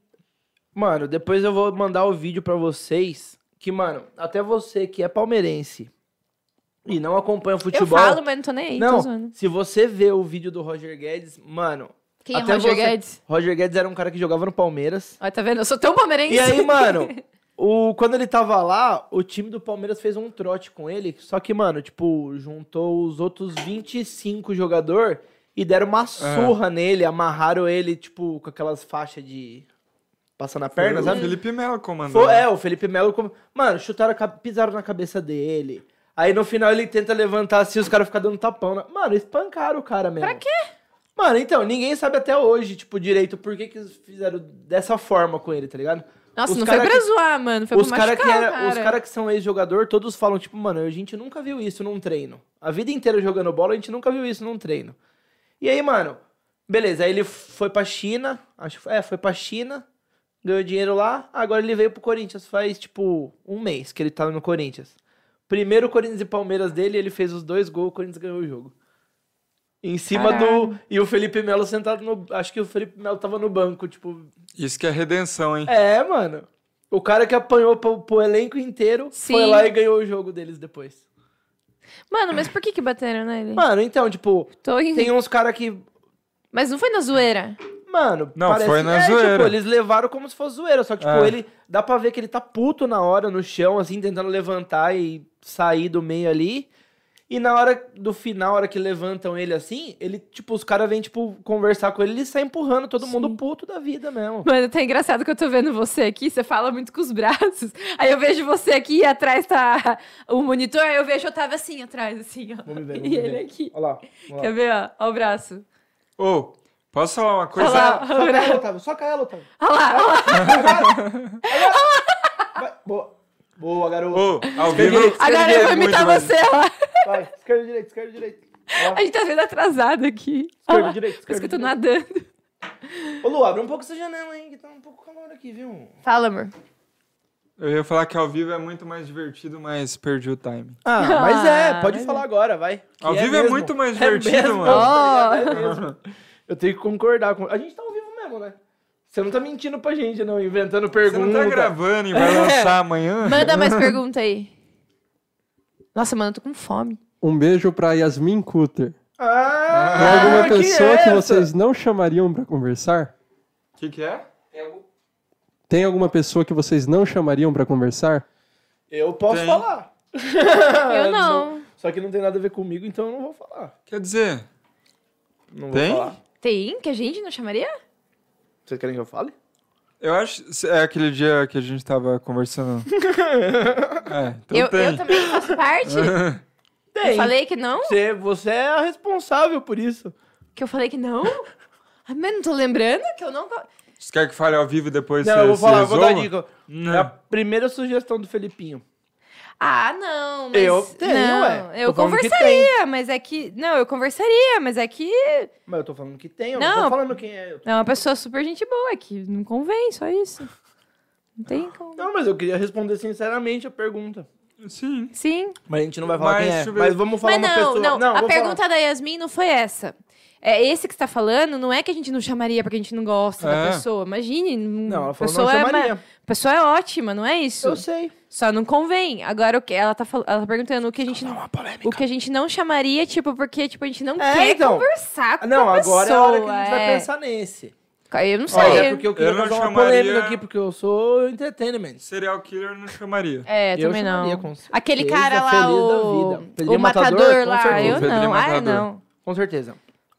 [SPEAKER 3] Mano, depois eu vou mandar o vídeo pra vocês. Que, mano, até você que é palmeirense e não acompanha o
[SPEAKER 1] eu
[SPEAKER 3] futebol...
[SPEAKER 1] falo, mas não tô nem aí, tô
[SPEAKER 3] não,
[SPEAKER 1] zoando.
[SPEAKER 3] se você vê o vídeo do Roger Guedes, mano...
[SPEAKER 1] Quem é
[SPEAKER 3] até
[SPEAKER 1] Roger
[SPEAKER 3] você-
[SPEAKER 1] Guedes?
[SPEAKER 3] Roger Guedes era um cara que jogava no Palmeiras.
[SPEAKER 1] Ó, tá vendo? Eu sou tão palmeirense.
[SPEAKER 3] E aí, mano, o, quando ele tava lá, o time do Palmeiras fez um trote com ele. Só que, mano, tipo, juntou os outros 25 jogadores e deram uma surra nele, amarraram ele, tipo, com aquelas faixas de. Passando a perna,
[SPEAKER 2] o
[SPEAKER 3] sabe?
[SPEAKER 2] Felipe Melo comandou.
[SPEAKER 3] Foi, é, o Felipe Melo. come- Mano, chutaram, a ca- pisaram na cabeça dele. Aí no final ele tenta levantar assim, os caras ficam dando tapão. Na... Mano, espancaram o cara mesmo.
[SPEAKER 1] Pra quê?
[SPEAKER 3] Mano, então, ninguém sabe até hoje, tipo, direito por que, que fizeram dessa forma com ele, tá ligado?
[SPEAKER 1] Nossa,
[SPEAKER 3] Os
[SPEAKER 1] não
[SPEAKER 3] cara
[SPEAKER 1] foi pra
[SPEAKER 3] que-
[SPEAKER 1] zoar, mano. Foi
[SPEAKER 3] os
[SPEAKER 1] pra
[SPEAKER 3] cara
[SPEAKER 1] machucar
[SPEAKER 3] que era,
[SPEAKER 1] o cara.
[SPEAKER 3] os cara que são ex-jogador, todos falam tipo, mano, a gente nunca viu isso num treino. A vida inteira jogando bola, a gente nunca viu isso num treino. E aí, mano, beleza, aí ele foi pra China, acho que foi- é, foi pra China, ganhou dinheiro lá, agora ele veio pro Corinthians faz tipo um mês que ele tá no Corinthians. Primeiro Corinthians e Palmeiras dele, ele fez os dois gols, o Corinthians ganhou o jogo. Em cima do.
[SPEAKER 1] Caralho.
[SPEAKER 3] E o Felipe Melo sentado no. Acho que o Felipe Melo tava no banco, tipo,
[SPEAKER 2] Isso que é redenção, hein?
[SPEAKER 3] é, mano. O cara que apanhou pro, pro elenco inteiro foi
[SPEAKER 1] Sim.
[SPEAKER 3] lá e ganhou o jogo deles depois.
[SPEAKER 1] Mano, mas por que que bateram nele?
[SPEAKER 3] Mano, então, tipo,
[SPEAKER 1] Tô em-
[SPEAKER 3] tem uns caras que.
[SPEAKER 1] Mas não foi na zoeira.
[SPEAKER 3] Mano,
[SPEAKER 2] Não,
[SPEAKER 3] parece
[SPEAKER 2] foi na
[SPEAKER 3] é,
[SPEAKER 2] zoeira.
[SPEAKER 3] Tipo, eles levaram como se fosse zoeira. Só que, tipo,
[SPEAKER 2] É.
[SPEAKER 3] ele. Dá pra ver que ele tá puto na hora, no chão, assim, tentando levantar e sair do meio ali. E na hora do final, na hora que levantam ele assim, ele, tipo, os caras vêm, tipo, conversar com ele, ele sai empurrando todo mundo puto da vida mesmo.
[SPEAKER 1] Mano, tá engraçado que eu tô vendo você aqui, você fala muito com os braços. Aí eu vejo você aqui e atrás tá o monitor, aí eu vejo o Otávio assim atrás, assim, ó.
[SPEAKER 3] Vamos ver, vamos
[SPEAKER 1] E
[SPEAKER 3] ver.
[SPEAKER 1] ele aqui.
[SPEAKER 3] Olha lá. Olha lá.
[SPEAKER 1] Quer ver, ó? Ó o braço.
[SPEAKER 2] Ô, posso falar uma coisa?
[SPEAKER 1] Olha lá.
[SPEAKER 3] Soca ela, Otávio. Soca ela, Otávio.
[SPEAKER 1] Olha lá, olha lá.
[SPEAKER 3] Vai, boa. Boa, garoto.
[SPEAKER 2] Ô, ao vivo.
[SPEAKER 3] direito,
[SPEAKER 1] Agora eu vou imitar você, ó.
[SPEAKER 3] Vai, esquerda, direita, esquerda, direita. Ó,
[SPEAKER 1] A gente tá vendo atrasado aqui. Olha
[SPEAKER 3] esquerda,
[SPEAKER 1] lá.
[SPEAKER 3] direita,
[SPEAKER 1] Por isso
[SPEAKER 3] esquerda.
[SPEAKER 1] que eu tô
[SPEAKER 3] direita.
[SPEAKER 1] nadando.
[SPEAKER 3] Ô, Lu, abre um pouco essa janela, hein, que tá um pouco calor aqui, viu?
[SPEAKER 1] Fala, amor.
[SPEAKER 2] Eu ia falar que ao vivo é muito mais divertido, mas perdi o time.
[SPEAKER 3] Ah,
[SPEAKER 1] mas é, pode
[SPEAKER 3] falar agora, vai.
[SPEAKER 2] ao vivo é muito mais divertido, mano.
[SPEAKER 1] Ó.
[SPEAKER 3] É mesmo. Eu tenho que concordar com... A gente tá ao vivo mesmo, né? Você não tá mentindo pra gente, não, inventando
[SPEAKER 2] Você
[SPEAKER 3] pergunta.
[SPEAKER 2] não tá gravando e vai lançar amanhã?
[SPEAKER 1] Manda mais pergunta aí. Nossa, mano, eu tô com fome.
[SPEAKER 4] Um beijo pra Yasmin Kutter. É
[SPEAKER 3] Ah,
[SPEAKER 4] alguma
[SPEAKER 3] que
[SPEAKER 4] pessoa que,
[SPEAKER 3] essa?
[SPEAKER 4] vocês não chamariam pra conversar?
[SPEAKER 2] O que, que é?
[SPEAKER 4] Tem alguma pessoa que vocês não chamariam pra conversar?
[SPEAKER 3] Eu posso
[SPEAKER 2] Tem.
[SPEAKER 3] falar.
[SPEAKER 1] Eu não.
[SPEAKER 3] Só que não tem nada a ver comigo, então eu não vou falar.
[SPEAKER 2] Quer dizer,
[SPEAKER 3] Não
[SPEAKER 2] Tem?
[SPEAKER 3] vou falar.
[SPEAKER 1] Tem? Que a gente não chamaria?
[SPEAKER 3] Vocês querem que eu fale?
[SPEAKER 2] eu acho. se- É aquele dia que a gente tava conversando. É, então
[SPEAKER 1] eu,
[SPEAKER 2] tem.
[SPEAKER 1] eu também faço parte? Eu
[SPEAKER 3] Tem.
[SPEAKER 1] falei que não?
[SPEAKER 3] Você, você é a responsável por isso.
[SPEAKER 1] Que eu falei que não? Ah, mas não tô lembrando que eu não...
[SPEAKER 2] Você quer que fale ao vivo e depois
[SPEAKER 3] Não,
[SPEAKER 2] você
[SPEAKER 3] eu vou
[SPEAKER 2] se
[SPEAKER 3] falar, eu vou dar
[SPEAKER 2] exuma?
[SPEAKER 3] dica.
[SPEAKER 2] Não.
[SPEAKER 3] É a primeira sugestão do Felipinho.
[SPEAKER 1] Ah, não, mas...
[SPEAKER 3] Eu tenho,
[SPEAKER 1] não,
[SPEAKER 3] ué.
[SPEAKER 1] Eu
[SPEAKER 3] Tô falando que
[SPEAKER 1] conversaria, mas é que... Não, eu conversaria, mas é que...
[SPEAKER 3] Mas eu tô falando que tem, eu
[SPEAKER 1] Não.
[SPEAKER 3] não, tô falando quem é. eu tô-
[SPEAKER 1] É uma pessoa super gente boa, é que não convém, só isso. Não tem como...
[SPEAKER 3] Não, mas eu queria responder sinceramente a pergunta.
[SPEAKER 2] Sim.
[SPEAKER 1] Sim.
[SPEAKER 3] Mas a gente não vai falar
[SPEAKER 2] Mas,
[SPEAKER 3] quem é.
[SPEAKER 2] deixa eu ver.
[SPEAKER 3] Mas vamos falar
[SPEAKER 1] mas
[SPEAKER 3] uma
[SPEAKER 1] não,
[SPEAKER 3] pessoa.
[SPEAKER 1] não,
[SPEAKER 3] vou
[SPEAKER 1] A
[SPEAKER 3] falar.
[SPEAKER 1] pergunta da Yasmin não foi essa. É esse que você tá falando, não é que a gente não chamaria porque a gente não gosta da
[SPEAKER 2] É.
[SPEAKER 1] pessoa. Imagine.
[SPEAKER 3] Não, ela
[SPEAKER 1] a
[SPEAKER 3] falou
[SPEAKER 1] pessoa
[SPEAKER 3] não
[SPEAKER 1] é ma-
[SPEAKER 3] chamaria.
[SPEAKER 1] a pessoa é ótima, não é isso?
[SPEAKER 3] Eu sei.
[SPEAKER 1] Só não convém. Agora o que ela tá fal- ela tá perguntando o que a gente não, o que a gente não chamaria, tipo, porque tipo a gente não
[SPEAKER 3] É,
[SPEAKER 1] quer
[SPEAKER 3] então.
[SPEAKER 1] conversar com
[SPEAKER 3] Não,
[SPEAKER 1] a pessoa.
[SPEAKER 3] agora é a hora que a gente vai
[SPEAKER 1] é.
[SPEAKER 3] pensar nesse.
[SPEAKER 1] Eu não
[SPEAKER 2] Olha,
[SPEAKER 1] sei.
[SPEAKER 3] é porque eu queria
[SPEAKER 2] Eu não
[SPEAKER 3] causar uma
[SPEAKER 2] chamaria-
[SPEAKER 3] polêmica aqui, porque eu sou entretenimento.
[SPEAKER 2] Serial killer não chamaria.
[SPEAKER 1] É,
[SPEAKER 3] Eu
[SPEAKER 1] também
[SPEAKER 3] chamaria,
[SPEAKER 1] não.
[SPEAKER 3] com certeza,
[SPEAKER 1] Aquele cara
[SPEAKER 3] feliz
[SPEAKER 1] lá,
[SPEAKER 3] da
[SPEAKER 1] o,
[SPEAKER 3] vida. Pedrinho
[SPEAKER 1] o matador,
[SPEAKER 3] Matador, com
[SPEAKER 1] lá,
[SPEAKER 3] certeza.
[SPEAKER 1] eu
[SPEAKER 2] Pedrinho
[SPEAKER 1] não, ai
[SPEAKER 2] Matador.
[SPEAKER 1] não.
[SPEAKER 3] Com certeza.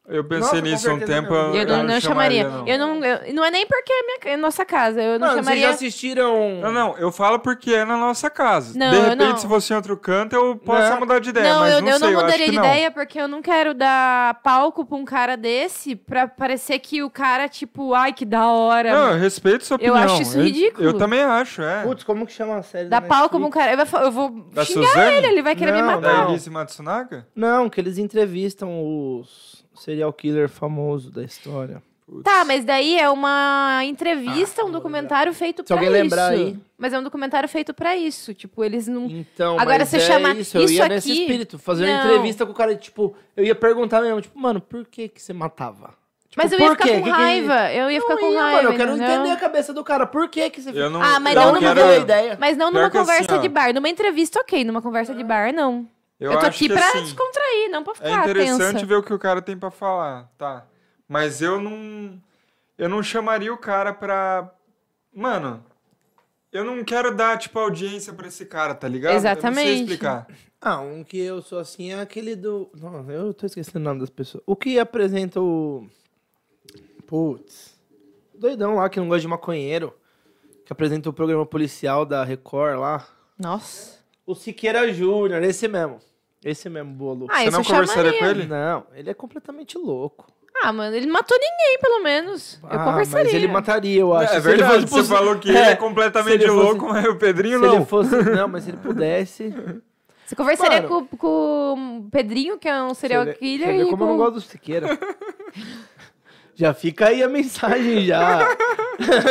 [SPEAKER 2] Eu
[SPEAKER 3] Nossa,
[SPEAKER 2] pensei
[SPEAKER 3] com
[SPEAKER 2] nisso há um
[SPEAKER 5] certeza
[SPEAKER 2] tempo.
[SPEAKER 5] não.
[SPEAKER 1] Eu não, não chamaria.
[SPEAKER 2] não.
[SPEAKER 1] Eu não, eu- não é nem porque é minha, é nossa casa. Eu não
[SPEAKER 3] Mano, vocês
[SPEAKER 1] chamaria.
[SPEAKER 3] já assistiram...
[SPEAKER 2] Não, não, eu falo porque é na nossa casa.
[SPEAKER 1] Não,
[SPEAKER 2] de
[SPEAKER 1] eu
[SPEAKER 2] repente,
[SPEAKER 1] não.
[SPEAKER 2] se fosse em outro canto, eu posso
[SPEAKER 3] Não.
[SPEAKER 2] mudar de ideia,
[SPEAKER 1] não,
[SPEAKER 2] mas
[SPEAKER 1] eu,
[SPEAKER 2] não
[SPEAKER 1] eu
[SPEAKER 2] sei,
[SPEAKER 1] não
[SPEAKER 2] eu acho
[SPEAKER 1] mudaria
[SPEAKER 2] que
[SPEAKER 1] de
[SPEAKER 2] não.
[SPEAKER 1] ideia porque eu não quero dar palco pra um cara desse pra parecer que o cara, tipo, ai, que da hora.
[SPEAKER 2] Não, eu respeito sua
[SPEAKER 1] Eu
[SPEAKER 2] opinião.
[SPEAKER 1] acho isso ridículo.
[SPEAKER 2] Eu, também acho, é.
[SPEAKER 3] Putz, como que chama a série
[SPEAKER 1] Dá
[SPEAKER 3] da
[SPEAKER 1] palco pra um
[SPEAKER 3] Netflix?
[SPEAKER 1] cara. Eu, vou fa- eu vou
[SPEAKER 2] Da
[SPEAKER 1] xingar
[SPEAKER 2] Suzane?
[SPEAKER 1] ele, ele vai querer me
[SPEAKER 3] Não,
[SPEAKER 1] matar.
[SPEAKER 2] Da
[SPEAKER 3] não.
[SPEAKER 2] Elise Matsunaga?
[SPEAKER 3] Não, que eles entrevistam os serial killer famoso da história.
[SPEAKER 1] Tá, mas daí é uma entrevista, um documentário feito
[SPEAKER 3] Ah, Se
[SPEAKER 1] pra
[SPEAKER 3] alguém lembrar
[SPEAKER 1] isso.
[SPEAKER 3] aí.
[SPEAKER 1] Mas é um documentário feito pra isso. Tipo, eles não.
[SPEAKER 3] Então,
[SPEAKER 1] Agora,
[SPEAKER 3] mas
[SPEAKER 1] você
[SPEAKER 3] é
[SPEAKER 1] chama
[SPEAKER 3] isso, eu
[SPEAKER 1] isso
[SPEAKER 3] ia nesse
[SPEAKER 1] aqui-
[SPEAKER 3] espírito, fazer uma
[SPEAKER 1] Não.
[SPEAKER 3] entrevista com o cara, tipo, eu ia perguntar mesmo, tipo, mano, por que que você matava? Tipo,
[SPEAKER 1] mas eu ia
[SPEAKER 3] por
[SPEAKER 1] ficar
[SPEAKER 3] quê?
[SPEAKER 1] com
[SPEAKER 3] Que que-
[SPEAKER 1] raiva. Eu ia ficar
[SPEAKER 3] Não
[SPEAKER 1] com
[SPEAKER 3] ia,
[SPEAKER 1] raiva.
[SPEAKER 3] Mano, eu quero
[SPEAKER 1] entendeu?
[SPEAKER 3] entender a cabeça do cara, por que que você...
[SPEAKER 2] Eu não,
[SPEAKER 1] Ah, mas
[SPEAKER 2] eu
[SPEAKER 1] não, não
[SPEAKER 3] Dá
[SPEAKER 2] não
[SPEAKER 3] uma
[SPEAKER 2] quero...
[SPEAKER 3] boa ideia.
[SPEAKER 1] Mas não
[SPEAKER 2] Pior
[SPEAKER 1] numa
[SPEAKER 2] que assim,
[SPEAKER 1] conversa
[SPEAKER 2] ó.
[SPEAKER 1] de bar. Numa entrevista, ok. Numa conversa de bar, não. Eu, tô
[SPEAKER 2] acho
[SPEAKER 1] aqui
[SPEAKER 2] que,
[SPEAKER 1] pra
[SPEAKER 2] assim,
[SPEAKER 1] descontrair, não pra
[SPEAKER 2] É
[SPEAKER 1] ficar
[SPEAKER 2] interessante
[SPEAKER 1] tensa.
[SPEAKER 2] ver o que o cara tem pra falar, tá? Mas eu não. Eu não chamaria o cara pra. Mano, eu não quero dar, tipo, audiência pra esse cara, tá ligado? Eu não sei
[SPEAKER 1] Exatamente.
[SPEAKER 2] explicar.
[SPEAKER 3] Ah, um que eu sou assim é aquele do... Não, eu tô esquecendo o nome das pessoas. O que apresenta o... Putz. Doidão lá, que não gosta de maconheiro. Que apresenta o programa policial da Record lá.
[SPEAKER 1] Nossa.
[SPEAKER 3] O Siqueira Júnior, esse mesmo. Esse mesmo, bolo.
[SPEAKER 1] Ah,
[SPEAKER 2] Você
[SPEAKER 1] isso
[SPEAKER 2] não
[SPEAKER 1] eu chamaria.
[SPEAKER 2] conversaria com ele?
[SPEAKER 3] Não, ele é completamente louco.
[SPEAKER 1] Ah, mano, ele não matou ninguém, pelo menos. eu
[SPEAKER 3] Ah,
[SPEAKER 1] conversaria.
[SPEAKER 3] Mas ele mataria, eu acho.
[SPEAKER 2] É
[SPEAKER 3] Se ele
[SPEAKER 2] verdade,
[SPEAKER 3] fosse
[SPEAKER 2] você
[SPEAKER 3] possi-
[SPEAKER 2] falou que ele é completamente
[SPEAKER 3] se ele
[SPEAKER 2] louco, mas o Pedrinho
[SPEAKER 3] Se ele
[SPEAKER 2] não.
[SPEAKER 3] fosse. Não, mas se ele pudesse.
[SPEAKER 1] Você conversaria
[SPEAKER 3] Mano.
[SPEAKER 1] com, com o Pedrinho, que é um serial
[SPEAKER 3] Você vê-
[SPEAKER 1] killer,
[SPEAKER 3] você vê
[SPEAKER 1] e
[SPEAKER 3] como eu não
[SPEAKER 1] com...
[SPEAKER 3] gosto do Siqueira. já fica aí a mensagem, já.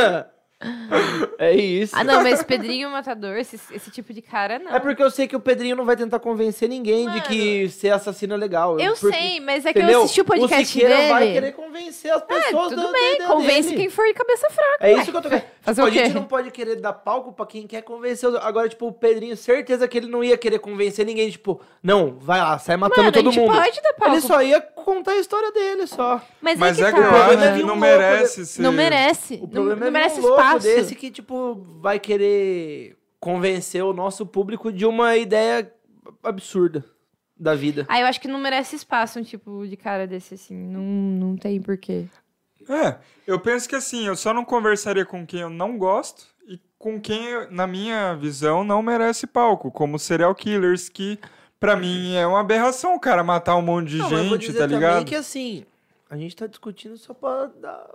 [SPEAKER 3] é isso.
[SPEAKER 1] Ah, não, mas Pedrinho Matador, esse, esse tipo de cara, não.
[SPEAKER 3] É porque eu sei que o Pedrinho não vai tentar convencer ninguém de que ser assassino é legal.
[SPEAKER 1] Eu
[SPEAKER 3] porque-
[SPEAKER 1] sei, mas é que
[SPEAKER 3] Entendeu?
[SPEAKER 1] eu assisti o podcast
[SPEAKER 3] o Siqueira
[SPEAKER 1] dele. Ah,
[SPEAKER 3] vai querer convencer as pessoas
[SPEAKER 1] Tudo
[SPEAKER 3] da-
[SPEAKER 1] bem,
[SPEAKER 3] da-
[SPEAKER 1] convence
[SPEAKER 3] dele.
[SPEAKER 1] quem for de cabeça fraca.
[SPEAKER 3] É
[SPEAKER 1] ué.
[SPEAKER 3] isso que eu tô querendo.
[SPEAKER 1] Fazer
[SPEAKER 3] Tipo,
[SPEAKER 1] o
[SPEAKER 3] a
[SPEAKER 1] quê?
[SPEAKER 3] gente não pode querer dar palco pra quem quer convencer. os- Agora, tipo, o Pedrinho, certeza que ele não ia querer convencer ninguém. Tipo, não, vai lá, sai matando
[SPEAKER 1] Mano,
[SPEAKER 3] todo
[SPEAKER 1] a gente
[SPEAKER 3] mundo.
[SPEAKER 1] pode dar palco.
[SPEAKER 3] Ele só ia contar a história dele, só.
[SPEAKER 1] Mas,
[SPEAKER 2] Mas
[SPEAKER 1] é
[SPEAKER 2] é
[SPEAKER 1] que
[SPEAKER 2] que
[SPEAKER 1] tá.
[SPEAKER 2] eu acho
[SPEAKER 3] problema
[SPEAKER 2] que
[SPEAKER 3] é
[SPEAKER 2] não
[SPEAKER 3] um
[SPEAKER 2] merece ser.
[SPEAKER 1] Não merece.
[SPEAKER 3] O
[SPEAKER 1] não,
[SPEAKER 3] problema
[SPEAKER 1] não
[SPEAKER 3] é
[SPEAKER 1] merece
[SPEAKER 3] um louco
[SPEAKER 1] espaço.
[SPEAKER 3] desse que, tipo, vai querer convencer o nosso público de uma ideia absurda da vida.
[SPEAKER 1] Ah, eu acho que não merece espaço um tipo de cara desse, assim. Não, não tem porquê.
[SPEAKER 2] É, eu penso que assim, eu só não conversaria com quem eu não gosto e com quem, eu- na minha visão, não merece palco, como serial killers, que pra mim é uma aberração o cara matar um monte de
[SPEAKER 3] Não, mas eu vou
[SPEAKER 2] gente,
[SPEAKER 3] dizer
[SPEAKER 2] tá
[SPEAKER 3] também
[SPEAKER 2] ligado?
[SPEAKER 3] que, assim, a gente tá discutindo só pra dar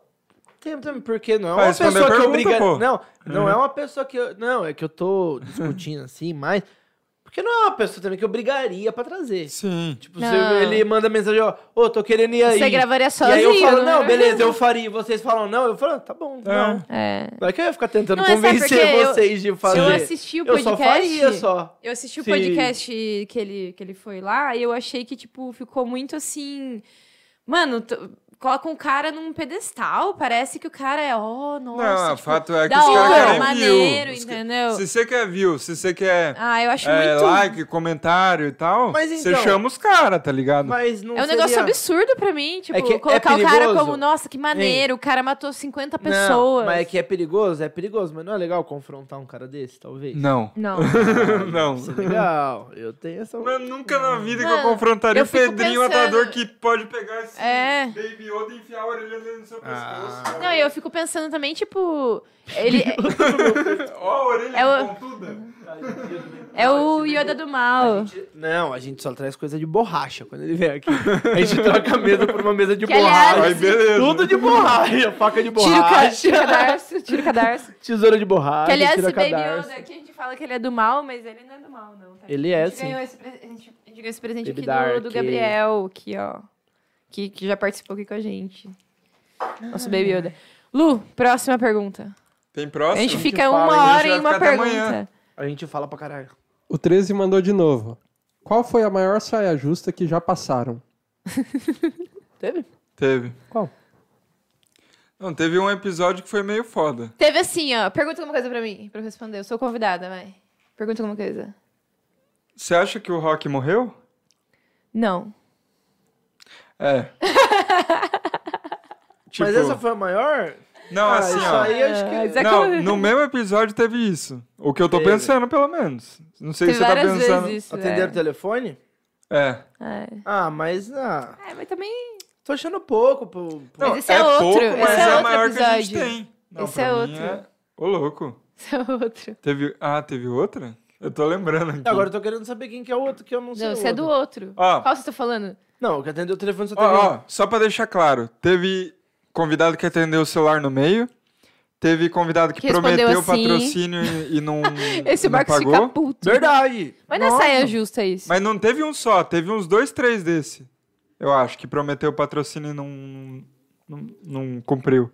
[SPEAKER 3] tempo também, porque não é
[SPEAKER 2] Pra
[SPEAKER 3] uma
[SPEAKER 2] responder
[SPEAKER 3] pessoa que eu
[SPEAKER 2] pergunta,
[SPEAKER 3] brigaria...
[SPEAKER 2] pô. Uhum.
[SPEAKER 3] Não, não é uma pessoa que eu... Não, é que eu tô discutindo assim, mas... Porque não é uma pessoa também que eu brigaria pra trazer.
[SPEAKER 2] Sim.
[SPEAKER 3] Tipo, se
[SPEAKER 1] Não.
[SPEAKER 3] ele manda mensagem, ó, ô, tô querendo ir aí.
[SPEAKER 1] Você gravaria
[SPEAKER 3] É e
[SPEAKER 1] sozinho.
[SPEAKER 3] aí eu falo,
[SPEAKER 1] né?
[SPEAKER 3] não, beleza, eu faria. E vocês falam, não, eu falo, tá bom,
[SPEAKER 2] É.
[SPEAKER 3] não.
[SPEAKER 1] É.
[SPEAKER 3] Vai que eu ia ficar tentando
[SPEAKER 1] Não, é sério,
[SPEAKER 3] convencer
[SPEAKER 1] porque eu-
[SPEAKER 3] vocês de fazer.
[SPEAKER 1] Eu assisti o
[SPEAKER 3] Eu
[SPEAKER 1] podcast.
[SPEAKER 3] só faria, só.
[SPEAKER 1] Eu assisti o
[SPEAKER 3] Sim.
[SPEAKER 1] podcast que ele, que ele foi lá e eu achei que, tipo, ficou muito assim. Mano, t- coloca um cara num pedestal. Parece que o cara é, oh, nossa.
[SPEAKER 2] não, o
[SPEAKER 1] tipo,
[SPEAKER 2] fato é que
[SPEAKER 1] da
[SPEAKER 2] os
[SPEAKER 1] hora,
[SPEAKER 2] caras querem view.
[SPEAKER 1] maneiro,
[SPEAKER 2] Os-
[SPEAKER 1] entendeu?
[SPEAKER 2] Se você quer view, se você quer
[SPEAKER 1] Ah, eu acho
[SPEAKER 2] é,
[SPEAKER 1] muito.
[SPEAKER 2] like, comentário e tal,
[SPEAKER 3] Mas
[SPEAKER 2] você
[SPEAKER 3] então-
[SPEAKER 2] chama os caras, tá ligado?
[SPEAKER 3] Mas não
[SPEAKER 1] É um negócio
[SPEAKER 3] seria-
[SPEAKER 1] absurdo pra mim, tipo,
[SPEAKER 3] É que é
[SPEAKER 1] colocar o cara
[SPEAKER 3] perigoso.
[SPEAKER 1] como, nossa, que maneiro, o cara matou 50
[SPEAKER 3] Não,
[SPEAKER 1] pessoas.
[SPEAKER 3] mas é que é perigoso? É perigoso, mas não é legal confrontar um cara desse, talvez?
[SPEAKER 2] Não.
[SPEAKER 1] Não.
[SPEAKER 2] não.
[SPEAKER 3] Isso é legal. Eu tenho essa.
[SPEAKER 2] Mano, nunca na vida que eu
[SPEAKER 1] Mano,
[SPEAKER 2] confrontaria
[SPEAKER 1] eu
[SPEAKER 2] o
[SPEAKER 1] fico
[SPEAKER 2] Pedrinho, o
[SPEAKER 1] pensando-
[SPEAKER 2] atador que pode pegar esse
[SPEAKER 1] É.
[SPEAKER 2] baby criou de enfiar a orelha dentro do seu
[SPEAKER 5] Ah.
[SPEAKER 2] pescoço.
[SPEAKER 1] Não, e eu fico pensando também, tipo. Ele
[SPEAKER 2] Ó a orelha
[SPEAKER 1] É o-
[SPEAKER 2] pontuda.
[SPEAKER 1] é o Yoda do mal.
[SPEAKER 3] Não, a gente só traz coisa de borracha quando ele vem aqui. A gente troca a mesa por uma mesa de
[SPEAKER 1] Que,
[SPEAKER 3] borracha.
[SPEAKER 1] aliás,
[SPEAKER 2] Aí, beleza.
[SPEAKER 3] Tudo de borracha. Faca de
[SPEAKER 1] Tira o ca-
[SPEAKER 3] borracha.
[SPEAKER 1] tira o cadarço, tira o cadarço.
[SPEAKER 3] Tesoura de borracha.
[SPEAKER 1] Que aliás,
[SPEAKER 3] Ah, tira
[SPEAKER 1] esse Baby
[SPEAKER 3] cadarço.
[SPEAKER 1] Yoda aqui a gente fala que ele é do mal, mas ele não é do mal, não. tá?
[SPEAKER 3] Ele é,
[SPEAKER 1] a gente
[SPEAKER 3] sim.
[SPEAKER 1] Ganhou esse pre- a, gente, a gente ganhou esse presente
[SPEAKER 3] Baby
[SPEAKER 1] aqui
[SPEAKER 3] Dark.
[SPEAKER 1] do, do Gabriel, aqui, ó. Que, que já participou aqui com a gente. Nosso Baby Yoda. Lu, próxima pergunta.
[SPEAKER 2] Tem
[SPEAKER 1] A
[SPEAKER 2] próximo?
[SPEAKER 1] gente
[SPEAKER 3] gente
[SPEAKER 1] fica uma
[SPEAKER 3] fala, a
[SPEAKER 2] gente
[SPEAKER 1] hora
[SPEAKER 2] vai
[SPEAKER 1] em uma
[SPEAKER 2] ficar até amanhã.
[SPEAKER 1] pergunta.
[SPEAKER 3] A gente fala pra caralho.
[SPEAKER 4] O 13 mandou de novo. Qual foi a maior saia justa que já passaram?
[SPEAKER 3] Teve?
[SPEAKER 2] Teve.
[SPEAKER 3] Qual?
[SPEAKER 2] Não, teve um episódio que foi meio foda.
[SPEAKER 1] Teve assim, ó. Pergunta alguma coisa pra mim, pra eu responder. Eu sou convidada, vai. Pergunta alguma coisa.
[SPEAKER 2] Você acha que o Rock morreu?
[SPEAKER 1] Não.
[SPEAKER 2] É. tipo,
[SPEAKER 3] Mas essa foi a
[SPEAKER 1] É.
[SPEAKER 3] maior?
[SPEAKER 2] Não,
[SPEAKER 3] Ah,
[SPEAKER 2] assim,
[SPEAKER 3] isso
[SPEAKER 2] ó.
[SPEAKER 3] aí acho
[SPEAKER 1] Ah,
[SPEAKER 3] que...
[SPEAKER 1] Zé-
[SPEAKER 2] Não, no mesmo episódio teve isso. O que eu tô
[SPEAKER 3] Teve.
[SPEAKER 2] pensando, pelo menos. Não sei
[SPEAKER 1] Teve
[SPEAKER 2] se você tá
[SPEAKER 1] várias
[SPEAKER 2] pensando.
[SPEAKER 1] vezes isso.
[SPEAKER 3] Atenderam o telefone?
[SPEAKER 2] É.
[SPEAKER 1] É.
[SPEAKER 3] Ah, mas... Ah,
[SPEAKER 1] É, mas também.
[SPEAKER 3] tô achando pouco pro... pro-
[SPEAKER 1] Não, esse é outro,
[SPEAKER 2] pouco,
[SPEAKER 1] esse
[SPEAKER 2] mas
[SPEAKER 1] é
[SPEAKER 2] é, a
[SPEAKER 1] outro
[SPEAKER 2] maior que a gente
[SPEAKER 1] episódio.
[SPEAKER 2] tem. Não,
[SPEAKER 1] Esse
[SPEAKER 2] pra
[SPEAKER 1] é
[SPEAKER 2] mim
[SPEAKER 1] outro.
[SPEAKER 2] é- Ô, louco.
[SPEAKER 1] Esse é outro.
[SPEAKER 2] Teve... Ah, teve outra? Eu tô lembrando aqui.
[SPEAKER 3] Agora eu tô querendo saber quem que é o outro, que eu não sei
[SPEAKER 1] Não,
[SPEAKER 3] o
[SPEAKER 1] você é do
[SPEAKER 3] outro.
[SPEAKER 1] outro.
[SPEAKER 2] Ó.
[SPEAKER 1] Qual você tá falando?
[SPEAKER 3] Não, o que atendeu o telefone só
[SPEAKER 2] Ó,
[SPEAKER 3] teve um.
[SPEAKER 2] ó, só pra deixar claro. Teve convidado que atendeu o celular no meio. Teve convidado que,
[SPEAKER 1] Que respondeu
[SPEAKER 2] prometeu o
[SPEAKER 1] assim.
[SPEAKER 2] patrocínio e, e não,
[SPEAKER 1] Esse
[SPEAKER 2] não
[SPEAKER 1] Marcos
[SPEAKER 2] pagou.
[SPEAKER 1] fica puto.
[SPEAKER 3] Verdade.
[SPEAKER 1] Mas não é saia justa isso.
[SPEAKER 2] Mas não teve um só, teve uns dois, três desse. Eu acho, que prometeu patrocínio e não, não, não cumpriu.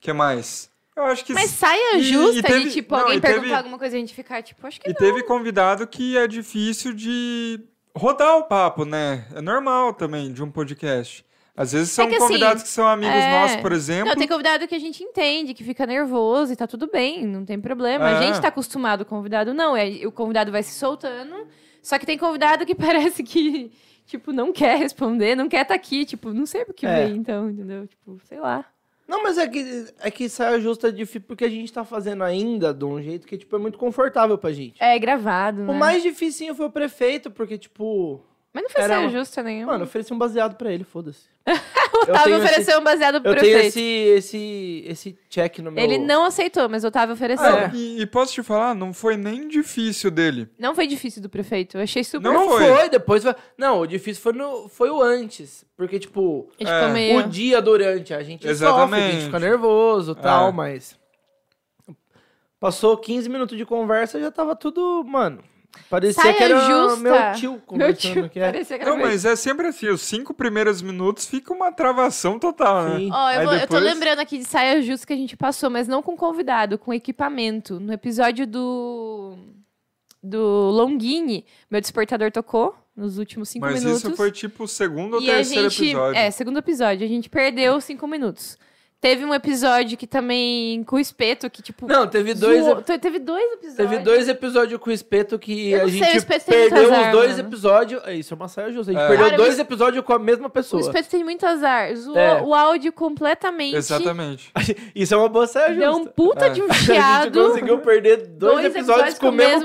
[SPEAKER 2] que mais? Eu acho que.
[SPEAKER 1] Mas saia
[SPEAKER 2] E-
[SPEAKER 1] justa
[SPEAKER 2] e teve-
[SPEAKER 1] de, tipo,
[SPEAKER 2] não,
[SPEAKER 1] alguém
[SPEAKER 2] e teve-
[SPEAKER 1] perguntar alguma coisa e a gente ficar, tipo, acho que
[SPEAKER 2] e
[SPEAKER 1] não.
[SPEAKER 2] teve convidado que é difícil de rodar o papo, né? É normal também de um podcast. Às vezes são
[SPEAKER 1] que assim,
[SPEAKER 2] convidados que são amigos
[SPEAKER 1] é.
[SPEAKER 2] nossos, por exemplo.
[SPEAKER 1] Não, tem convidado que a gente entende, que fica nervoso e tá tudo bem, não tem problema. A
[SPEAKER 2] É.
[SPEAKER 1] gente tá acostumado, o convidado não. É, o convidado vai se soltando. Só que tem convidado que parece que, tipo, não quer responder, não quer tá aqui. Tipo, não sei por que
[SPEAKER 3] É.
[SPEAKER 1] vem, então, entendeu? Tipo, sei lá.
[SPEAKER 3] Não, mas é que, é que saia justa é difícil porque a gente tá fazendo ainda de um jeito que, tipo, é muito confortável pra gente.
[SPEAKER 1] É gravado, né?
[SPEAKER 3] O mais dificinho foi o prefeito, porque, tipo...
[SPEAKER 1] Mas não foi
[SPEAKER 3] Era-
[SPEAKER 1] saia justa nenhuma.
[SPEAKER 3] Mano, ofereci um baseado pra ele, foda-se.
[SPEAKER 1] o Otávio
[SPEAKER 3] tenho esse-
[SPEAKER 1] ofereceu um baseado pro
[SPEAKER 3] Eu tenho
[SPEAKER 1] prefeito.
[SPEAKER 3] esse, esse, esse check no meu...
[SPEAKER 1] Ele não aceitou, mas o Otávio
[SPEAKER 2] Ah,
[SPEAKER 1] ofereceu.
[SPEAKER 3] É.
[SPEAKER 2] e, e posso te falar, não foi nem difícil dele.
[SPEAKER 1] Não foi difícil do prefeito. Eu achei super.
[SPEAKER 2] Não
[SPEAKER 3] Não
[SPEAKER 2] foi.
[SPEAKER 3] foi. depois foi... Não, o difícil foi, no, foi o antes. Porque, tipo,
[SPEAKER 1] A gente
[SPEAKER 2] É.
[SPEAKER 1] ficou meio-
[SPEAKER 3] o dia durante a gente sofre, a
[SPEAKER 2] Exatamente.
[SPEAKER 3] gente fica nervoso e tal,
[SPEAKER 2] É.
[SPEAKER 3] mas... Passou 15 minutos de conversa, já tava tudo, mano... Parecia
[SPEAKER 1] Saia
[SPEAKER 3] que era
[SPEAKER 1] justa.
[SPEAKER 3] meu tio
[SPEAKER 1] Meu
[SPEAKER 3] conversando.
[SPEAKER 1] tio.
[SPEAKER 3] que era-
[SPEAKER 1] Parecia que era
[SPEAKER 2] Não,
[SPEAKER 1] meu
[SPEAKER 2] mas é sempre assim, os cinco primeiros minutos fica uma travação total, né?
[SPEAKER 3] Sim.
[SPEAKER 1] Ó, eu,
[SPEAKER 2] Aí
[SPEAKER 1] vou- eu tô
[SPEAKER 2] depois-
[SPEAKER 1] lembrando aqui de saia justa que a gente passou, mas não com convidado, com equipamento. No episódio do. do Longini, meu despertador tocou nos últimos cinco
[SPEAKER 2] Mas
[SPEAKER 1] minutos.
[SPEAKER 2] isso foi tipo o segundo ou
[SPEAKER 1] e a
[SPEAKER 2] terceiro
[SPEAKER 1] gente.
[SPEAKER 2] episódio.
[SPEAKER 1] É, segundo episódio. A gente perdeu cinco minutos. Teve um episódio que também. com o espeto, que tipo.
[SPEAKER 3] Não, teve dois...
[SPEAKER 1] zoou- Te- Teve dois episódios.
[SPEAKER 3] Teve dois episódios com o espeto que
[SPEAKER 1] Eu
[SPEAKER 3] a
[SPEAKER 1] não sei, o
[SPEAKER 3] gente
[SPEAKER 1] espeto tem
[SPEAKER 3] perdeu
[SPEAKER 1] muitas
[SPEAKER 3] os dois
[SPEAKER 1] armas, né?
[SPEAKER 3] episódios. É, Isso é uma saia justa. A gente
[SPEAKER 2] É.
[SPEAKER 3] perdeu
[SPEAKER 1] Cara,
[SPEAKER 3] dois
[SPEAKER 1] mas-
[SPEAKER 3] episódios com a mesma
[SPEAKER 1] O
[SPEAKER 3] pessoa.
[SPEAKER 1] espeto tem muito azar. Zoou
[SPEAKER 3] É.
[SPEAKER 1] o áudio completamente.
[SPEAKER 2] Exatamente.
[SPEAKER 3] Isso é uma boa saia justa.
[SPEAKER 1] Deu um puta de um
[SPEAKER 3] Ah. a gente
[SPEAKER 1] chiado.
[SPEAKER 3] conseguiu perder dois, episódios com o mesmo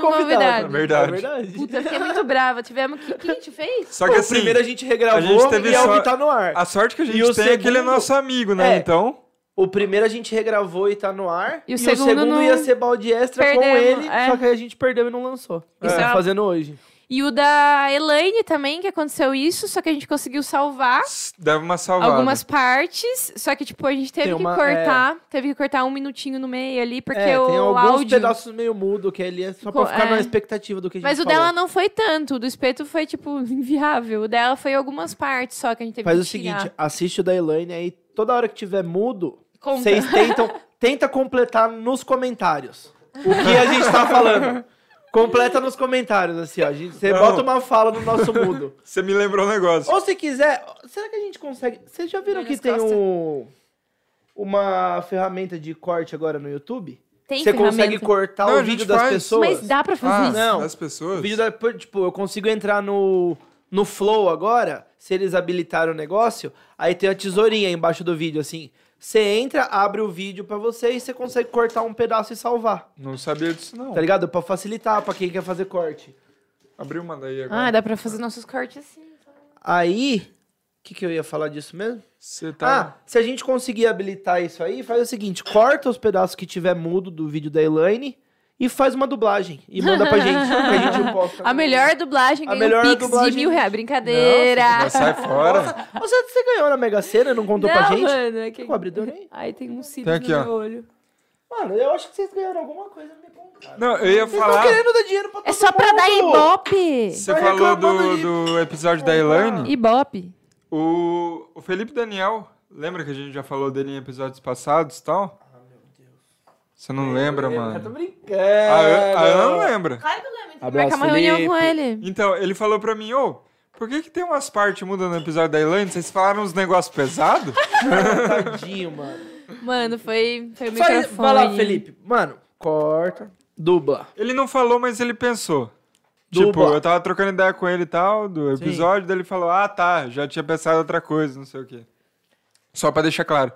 [SPEAKER 1] convidado.
[SPEAKER 3] convidado.
[SPEAKER 2] Verdade.
[SPEAKER 3] É verdade.
[SPEAKER 1] Puta, eu fiquei muito brava. Tivemos. O que, que a gente fez?
[SPEAKER 2] Só que
[SPEAKER 3] Pô,
[SPEAKER 2] assim,
[SPEAKER 3] o primeiro a gente regravou
[SPEAKER 2] a gente teve
[SPEAKER 3] e é o
[SPEAKER 2] só-
[SPEAKER 3] que tá no ar.
[SPEAKER 2] a sorte que a gente
[SPEAKER 3] E
[SPEAKER 2] tem
[SPEAKER 3] o
[SPEAKER 2] é que ele é
[SPEAKER 3] segundo-
[SPEAKER 2] nosso amigo, né?
[SPEAKER 3] É.
[SPEAKER 2] Então,
[SPEAKER 3] O primeiro a gente regravou e tá no ar.
[SPEAKER 1] E o segundo não-
[SPEAKER 3] ia ser balde extra com
[SPEAKER 1] Perdemos,
[SPEAKER 3] ele,
[SPEAKER 1] é.
[SPEAKER 3] só que a gente perdeu e não lançou.
[SPEAKER 1] Isso
[SPEAKER 3] Isso
[SPEAKER 1] é
[SPEAKER 3] tá
[SPEAKER 1] uma-
[SPEAKER 3] fazendo hoje.
[SPEAKER 1] E o da Elaine também, que aconteceu isso, só que a gente conseguiu salvar
[SPEAKER 2] deve uma salvada.
[SPEAKER 1] algumas partes. Só que, tipo, a gente teve
[SPEAKER 3] Tem uma-
[SPEAKER 1] que cortar. Teve que cortar um minutinho no meio ali, porque
[SPEAKER 3] é,
[SPEAKER 1] o
[SPEAKER 3] tem alguns
[SPEAKER 1] áudio.
[SPEAKER 3] pedaços meio mudo que ele é só
[SPEAKER 1] Ficou-
[SPEAKER 3] pra ficar
[SPEAKER 1] é.
[SPEAKER 3] na expectativa do que a gente
[SPEAKER 1] Mas o
[SPEAKER 3] falou.
[SPEAKER 1] dela não foi tanto, o do espeto foi, tipo, inviável. O dela foi algumas partes só que a gente teve
[SPEAKER 3] Faz
[SPEAKER 1] que
[SPEAKER 3] o
[SPEAKER 1] tirar.
[SPEAKER 3] seguinte, assiste o da Elaine aí, toda hora que tiver mudo,
[SPEAKER 1] Conta.
[SPEAKER 3] vocês tentam, tenta completar nos comentários o que a gente tá falando. Completa nos comentários, assim, ó. a gente- Você
[SPEAKER 2] Não.
[SPEAKER 3] bota uma fala no nosso mudo.
[SPEAKER 2] Você me lembrou um negócio.
[SPEAKER 3] Ou se quiser, será que a gente consegue... Vocês já viram
[SPEAKER 1] Douglas
[SPEAKER 3] que tem
[SPEAKER 1] Costa.
[SPEAKER 3] um, uma ferramenta de corte agora no YouTube?
[SPEAKER 1] Tem
[SPEAKER 3] Você consegue
[SPEAKER 1] ferramenta.
[SPEAKER 3] cortar
[SPEAKER 2] Não, a
[SPEAKER 3] o vídeo
[SPEAKER 2] gente
[SPEAKER 3] das
[SPEAKER 2] faz.
[SPEAKER 3] pessoas? né?
[SPEAKER 1] Mas dá pra fazer
[SPEAKER 2] Ah,
[SPEAKER 1] isso.
[SPEAKER 3] não.
[SPEAKER 2] das pessoas.
[SPEAKER 3] O vídeo da, pô, tipo, eu consigo entrar no, no Flow agora, se eles habilitaram o negócio, aí tem a tesourinha embaixo do vídeo, assim. Você entra, abre o vídeo pra você e você consegue cortar um pedaço e salvar.
[SPEAKER 2] Não sabia disso, não.
[SPEAKER 3] Tá ligado? Pra facilitar pra quem quer fazer corte.
[SPEAKER 2] Abriu uma daí agora.
[SPEAKER 1] Ah, dá pra fazer nossos cortes assim.
[SPEAKER 3] Aí, que, que eu ia falar disso mesmo?
[SPEAKER 2] Você tá.
[SPEAKER 3] Ah, se a gente conseguir habilitar isso aí, faz o seguinte: corta os pedaços que tiver mudo do vídeo da Elaine e faz uma dublagem. E manda pra gente, que a gente posta.
[SPEAKER 1] A melhor dublagem
[SPEAKER 3] A
[SPEAKER 1] ganhou um
[SPEAKER 3] melhor
[SPEAKER 1] pix de
[SPEAKER 3] dublagem-
[SPEAKER 1] mil reais. Brincadeira.
[SPEAKER 2] Já sai fora.
[SPEAKER 3] Nossa, você, você ganhou na Mega Sena e não contou pra gente?
[SPEAKER 1] mano. É que...
[SPEAKER 3] Com o abridor aí?
[SPEAKER 1] Ai, tem um cílio
[SPEAKER 2] Tem aqui,
[SPEAKER 1] no
[SPEAKER 2] ó.
[SPEAKER 1] meu olho.
[SPEAKER 3] Mano, eu acho que vocês ganharam alguma coisa me contaram.
[SPEAKER 2] Não, eu ia
[SPEAKER 3] Vocês estão
[SPEAKER 2] falar.
[SPEAKER 3] querendo dar dinheiro pra Tá todo
[SPEAKER 1] É só pra dar
[SPEAKER 3] mundo.
[SPEAKER 1] ibope.
[SPEAKER 2] Você
[SPEAKER 3] Vai
[SPEAKER 2] falou
[SPEAKER 3] reclamando
[SPEAKER 2] do,
[SPEAKER 3] de-
[SPEAKER 2] do episódio da Elaine.
[SPEAKER 1] Ibope.
[SPEAKER 2] O, o Felipe Daniel, lembra que a gente já falou dele em episódios passados e tal? Você não lembra,
[SPEAKER 3] É, Eu tô
[SPEAKER 2] mano? Ah,
[SPEAKER 3] brincando.
[SPEAKER 2] A Ana- a Ana não lembra.
[SPEAKER 1] Claro que eu lembro. Tem que
[SPEAKER 4] Abraço,
[SPEAKER 1] marcar uma reunião
[SPEAKER 4] Felipe.
[SPEAKER 1] com ele.
[SPEAKER 2] Então, ele falou pra mim, ô, por que que tem umas partes mudando no episódio da Elaine? Vocês falaram uns negócios pesados?
[SPEAKER 3] Tadinho, mano.
[SPEAKER 1] Mano, foi, foi o
[SPEAKER 3] Faz,
[SPEAKER 1] microfone.
[SPEAKER 3] vai lá, Felipe. Mano, corta. Dubla.
[SPEAKER 2] Ele não falou, mas ele pensou.
[SPEAKER 3] Dupla.
[SPEAKER 2] Tipo, eu tava trocando ideia com ele e tal, do episódio, daí ele falou, ah, tá, já tinha pensado outra coisa, não sei o quê. Só pra deixar claro.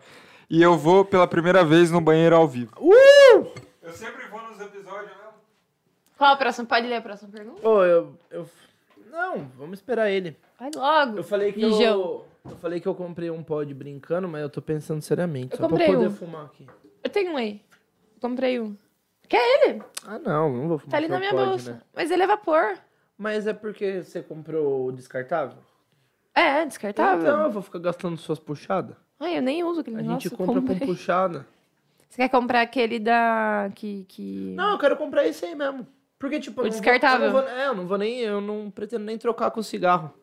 [SPEAKER 2] E eu vou pela primeira vez no banheiro ao vivo.
[SPEAKER 3] Uh!
[SPEAKER 2] Eu sempre vou nos episódios, né?
[SPEAKER 1] Qual a próxima? Pode ler a próxima pergunta?
[SPEAKER 3] Ô, eu, eu. Não, vamos esperar ele.
[SPEAKER 1] Vai logo.
[SPEAKER 3] Eu falei que
[SPEAKER 1] Mijão.
[SPEAKER 3] eu. Eu falei que eu comprei um pod brincando, mas eu tô pensando seriamente.
[SPEAKER 1] Eu
[SPEAKER 3] só
[SPEAKER 1] comprei
[SPEAKER 3] pra poder
[SPEAKER 1] um.
[SPEAKER 3] fumar aqui.
[SPEAKER 1] Eu tenho um aí. Comprei um. Quer ele?
[SPEAKER 3] Ah, não, não vou fumar.
[SPEAKER 1] Tá ali na
[SPEAKER 3] só
[SPEAKER 1] minha
[SPEAKER 3] pod,
[SPEAKER 1] bolsa.
[SPEAKER 3] né?
[SPEAKER 1] Mas ele é vapor.
[SPEAKER 3] Mas é porque você comprou o descartável?
[SPEAKER 1] É, descartável.
[SPEAKER 3] Então eu vou ficar gastando suas puxadas.
[SPEAKER 1] Ai, eu nem uso aquele
[SPEAKER 3] A
[SPEAKER 1] negócio.
[SPEAKER 3] gente compra
[SPEAKER 1] comprei.
[SPEAKER 3] com puxada.
[SPEAKER 1] Você quer comprar aquele da... que... que...
[SPEAKER 3] Não, eu quero comprar esse aí mesmo. Porque, tipo, eu
[SPEAKER 1] O
[SPEAKER 3] não vou-
[SPEAKER 1] descartável.
[SPEAKER 3] eu não vou- é, eu não vou nem. Eu não pretendo nem trocar com cigarro.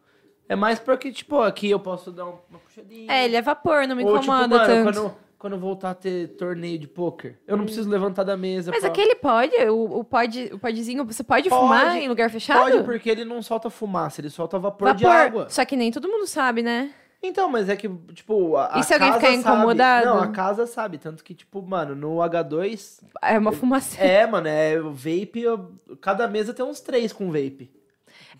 [SPEAKER 3] É mais porque, tipo, aqui eu posso dar uma puxadinha.
[SPEAKER 1] É, ele é vapor, não me
[SPEAKER 3] Ou,
[SPEAKER 1] incomoda
[SPEAKER 3] tipo, mano,
[SPEAKER 1] tanto. Hum.
[SPEAKER 3] Quando, quando eu voltar a ter torneio de pôquer, eu não preciso levantar da mesa.
[SPEAKER 1] Mas
[SPEAKER 3] pra-
[SPEAKER 1] aquele pode, o, o, pod, o podzinho, você pode,
[SPEAKER 3] Pode.
[SPEAKER 1] fumar em lugar fechado?
[SPEAKER 3] Pode, porque ele não solta fumaça, ele solta vapor,
[SPEAKER 1] vapor.
[SPEAKER 3] de água.
[SPEAKER 1] Só que nem todo mundo sabe, né?
[SPEAKER 3] Então, mas é que, tipo, a, a
[SPEAKER 1] E se alguém
[SPEAKER 3] casa
[SPEAKER 1] ficar
[SPEAKER 3] sabe.
[SPEAKER 1] incomodado?
[SPEAKER 3] Não, a casa sabe. Tanto que, tipo, mano, no H2,
[SPEAKER 1] É uma fumaça. É,
[SPEAKER 3] é, mano, é o vape, eu- cada mesa tem uns três com vape.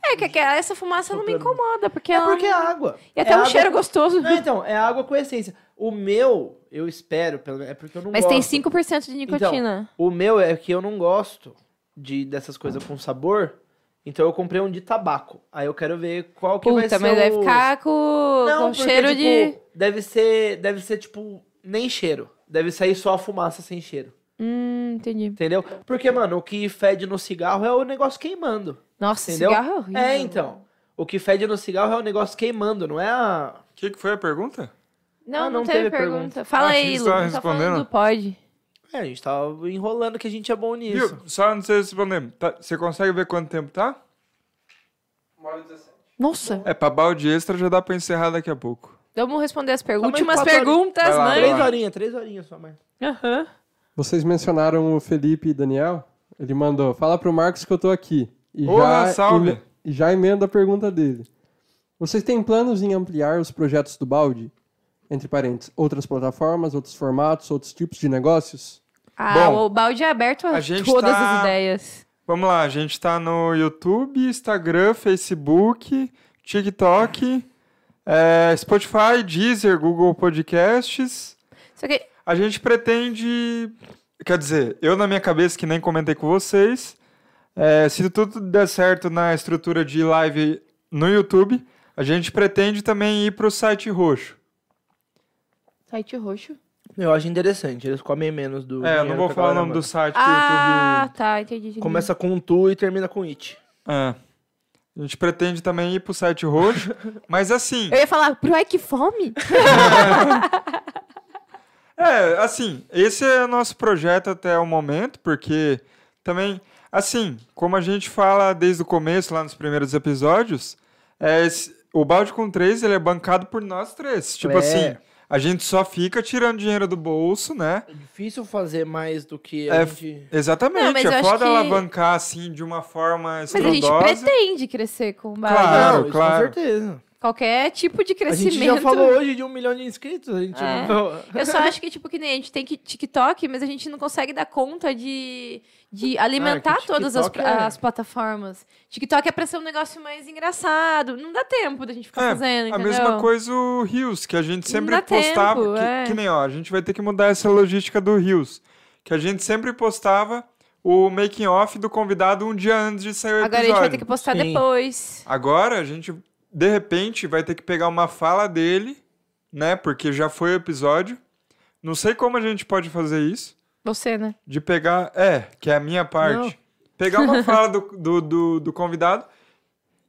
[SPEAKER 1] É, que, que essa fumaça não me
[SPEAKER 3] Soprando.
[SPEAKER 1] incomoda, porque
[SPEAKER 3] É
[SPEAKER 1] ela...
[SPEAKER 3] porque é água.
[SPEAKER 1] E até
[SPEAKER 3] é
[SPEAKER 1] um
[SPEAKER 3] água-
[SPEAKER 1] cheiro gostoso.
[SPEAKER 3] Não, então, é água com essência. O meu, eu espero, pelo menos, é porque eu não
[SPEAKER 1] Mas
[SPEAKER 3] gosto. Então,
[SPEAKER 1] tem 5% de nicotina.
[SPEAKER 3] O meu é que eu não gosto de dessas coisas com sabor, então eu comprei um de tabaco. Aí eu quero ver qual que vai
[SPEAKER 1] Puta,
[SPEAKER 3] ser
[SPEAKER 1] mas vai
[SPEAKER 3] o...
[SPEAKER 1] ficar com,
[SPEAKER 3] Não,
[SPEAKER 1] com
[SPEAKER 3] porque,
[SPEAKER 1] cheiro
[SPEAKER 3] tipo,
[SPEAKER 1] de...
[SPEAKER 3] Deve ser, deve ser, tipo, nem cheiro. Deve sair só a fumaça sem cheiro,
[SPEAKER 1] Hum, entendi.
[SPEAKER 3] entendeu? Porque, mano, o que fede no cigarro é o negócio queimando.
[SPEAKER 1] Nossa,
[SPEAKER 3] Entendeu?
[SPEAKER 1] cigarro é horrível.
[SPEAKER 3] É, então. O que fede no cigarro é o negócio queimando, não é a...
[SPEAKER 2] O que, que foi a pergunta?
[SPEAKER 1] Não,
[SPEAKER 3] Ah,
[SPEAKER 1] não, teve, pergunta. Fala
[SPEAKER 2] Ah,
[SPEAKER 1] aí,
[SPEAKER 2] vocês
[SPEAKER 1] Lu,
[SPEAKER 2] estavam
[SPEAKER 1] não tá falando
[SPEAKER 2] respondendo?
[SPEAKER 1] do pod.
[SPEAKER 3] É, a gente tava enrolando que a gente é bom nisso.
[SPEAKER 2] Viu? Só não sei se respondemos. Tá, você consegue ver quanto tempo tá?
[SPEAKER 1] Nossa,
[SPEAKER 3] Tá
[SPEAKER 2] É, pra balde extra já dá pra encerrar daqui a pouco.
[SPEAKER 1] vamos responder as perguntas.
[SPEAKER 3] Também
[SPEAKER 1] Últimas
[SPEAKER 3] quatro horas.
[SPEAKER 1] perguntas,
[SPEAKER 2] Vai lá,
[SPEAKER 1] mãe.
[SPEAKER 3] Três horinhas, três horinhas só, mais.
[SPEAKER 1] Aham.
[SPEAKER 4] Vocês mencionaram o Felipe e Daniel. Ele mandou, fala pro Marcos que eu tô aqui. E
[SPEAKER 2] Olá, salve.
[SPEAKER 4] eme- E já emenda a pergunta dele. Vocês têm planos em ampliar os projetos do Balde? Entre parênteses, outras plataformas, outros formatos, outros tipos de negócios?
[SPEAKER 1] Ah,
[SPEAKER 2] Bom,
[SPEAKER 1] o balde é aberto a,
[SPEAKER 2] a gente
[SPEAKER 1] todas
[SPEAKER 2] tá-
[SPEAKER 1] as ideias.
[SPEAKER 2] Vamos lá, a gente tá no YouTube, Instagram, Facebook, TikTok, é, Spotify, Deezer, Google Podcasts.
[SPEAKER 1] Só que
[SPEAKER 2] A gente pretende. Quer dizer, eu na minha cabeça, que nem comentei com vocês, é, se tudo der certo na estrutura de live no YouTube, a gente pretende também ir pro site roxo.
[SPEAKER 1] site roxo.
[SPEAKER 3] Eu acho interessante, eles comem menos
[SPEAKER 2] É,
[SPEAKER 3] do.
[SPEAKER 2] eu
[SPEAKER 3] dinheiro
[SPEAKER 2] não vou
[SPEAKER 3] que a
[SPEAKER 2] falar o
[SPEAKER 3] galera
[SPEAKER 2] nome do
[SPEAKER 3] manda.
[SPEAKER 2] site. que o
[SPEAKER 1] Ah, tá, entendi. entendi.
[SPEAKER 3] Começa com tu e termina com it.
[SPEAKER 2] YouTube- É. A gente pretende também ir pro site roxo, mas assim.
[SPEAKER 1] Eu ia falar, pro ai que fome?
[SPEAKER 2] É, assim, esse é o nosso projeto até o momento, porque também, assim, como a gente fala desde o começo, lá nos primeiros episódios, é, esse- o Balde com três ele é bancado por nós três. Tipo
[SPEAKER 3] É.
[SPEAKER 2] assim, a gente só fica tirando dinheiro do bolso, né?
[SPEAKER 3] É difícil fazer mais do que
[SPEAKER 2] É
[SPEAKER 3] a
[SPEAKER 2] f-
[SPEAKER 3] gente.
[SPEAKER 1] Não,
[SPEAKER 2] Exatamente,
[SPEAKER 1] mas eu
[SPEAKER 2] é
[SPEAKER 1] acho
[SPEAKER 2] foda
[SPEAKER 1] que-
[SPEAKER 2] alavancar assim de uma forma
[SPEAKER 1] Mas a gente
[SPEAKER 2] estrondosa.
[SPEAKER 1] pretende crescer com o balde.
[SPEAKER 2] Claro,
[SPEAKER 3] Não, isso
[SPEAKER 2] claro.
[SPEAKER 3] Com certeza.
[SPEAKER 1] Qualquer tipo de
[SPEAKER 3] A
[SPEAKER 1] crescimento.
[SPEAKER 3] gente já falou hoje de um milhão de inscritos. A gente
[SPEAKER 1] É.
[SPEAKER 3] não-
[SPEAKER 1] Eu só acho que, tipo, que nem a gente tem que TikTok, mas a gente não consegue dar conta de, de alimentar
[SPEAKER 3] Ah, que
[SPEAKER 1] todas as,
[SPEAKER 3] TikTok é-
[SPEAKER 1] as plataformas. TikTok é pra ser um negócio mais engraçado. Não dá tempo da gente ficar
[SPEAKER 2] É,
[SPEAKER 1] fazendo,
[SPEAKER 2] A
[SPEAKER 1] entendeu?
[SPEAKER 2] mesma coisa o Rios, que a gente sempre
[SPEAKER 1] dá
[SPEAKER 2] postava.
[SPEAKER 1] tempo,
[SPEAKER 2] que,
[SPEAKER 1] é.
[SPEAKER 2] que nem, ó, a gente vai ter que mudar essa logística do Rios. Que a gente sempre postava o making off do convidado um dia antes de sair o
[SPEAKER 1] Agora a
[SPEAKER 2] episódio.
[SPEAKER 1] gente vai ter que postar
[SPEAKER 3] Sim.
[SPEAKER 1] depois.
[SPEAKER 2] Agora a gente de repente vai ter que pegar uma fala dele, né? Porque já foi o episódio. Não sei como a gente pode fazer isso.
[SPEAKER 1] Você, né?
[SPEAKER 2] De pegar. É, que é a minha parte. Pegar uma fala do, do, do, do convidado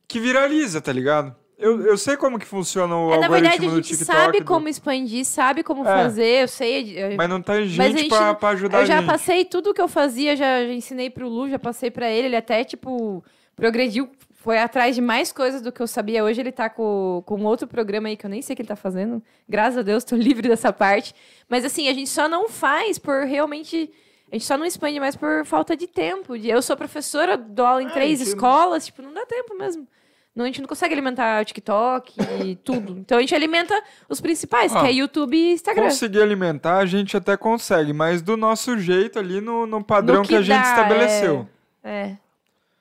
[SPEAKER 2] que viraliza, tá ligado? Eu, eu sei como que funciona o
[SPEAKER 1] É, na
[SPEAKER 2] algoritmo
[SPEAKER 1] verdade, a
[SPEAKER 2] do
[SPEAKER 1] gente
[SPEAKER 2] TikTok.
[SPEAKER 1] sabe
[SPEAKER 2] do-
[SPEAKER 1] como expandir, sabe como
[SPEAKER 2] É.
[SPEAKER 1] fazer, eu sei. eu-
[SPEAKER 2] Mas não tem
[SPEAKER 1] a
[SPEAKER 2] gente,
[SPEAKER 1] gente
[SPEAKER 2] pra,
[SPEAKER 1] não-
[SPEAKER 2] pra ajudar
[SPEAKER 1] eu já
[SPEAKER 2] a gente.
[SPEAKER 1] passei tudo que eu fazia, já, já ensinei pro Lu, já passei pra ele, ele até, tipo, progrediu, foi atrás de mais coisas do que eu sabia. Hoje ele tá com, com outro programa aí que eu nem sei o que ele tá fazendo. Graças a Deus, tô livre dessa parte. Mas assim, a gente só não faz por realmente. A gente só não expande mais por falta de tempo. De- Eu sou professora, dou aula em
[SPEAKER 3] É,
[SPEAKER 1] três
[SPEAKER 3] entendo.
[SPEAKER 1] escolas, tipo, não dá tempo mesmo. Não, a gente não consegue alimentar o TikTok e tudo. Então a gente alimenta os principais,
[SPEAKER 2] Ah,
[SPEAKER 1] que é YouTube e Instagram.
[SPEAKER 2] Conseguir alimentar, a gente até consegue, mas do nosso jeito ali, no, no padrão
[SPEAKER 1] No
[SPEAKER 2] que,
[SPEAKER 1] que
[SPEAKER 2] a gente
[SPEAKER 1] dá,
[SPEAKER 2] estabeleceu.
[SPEAKER 1] É.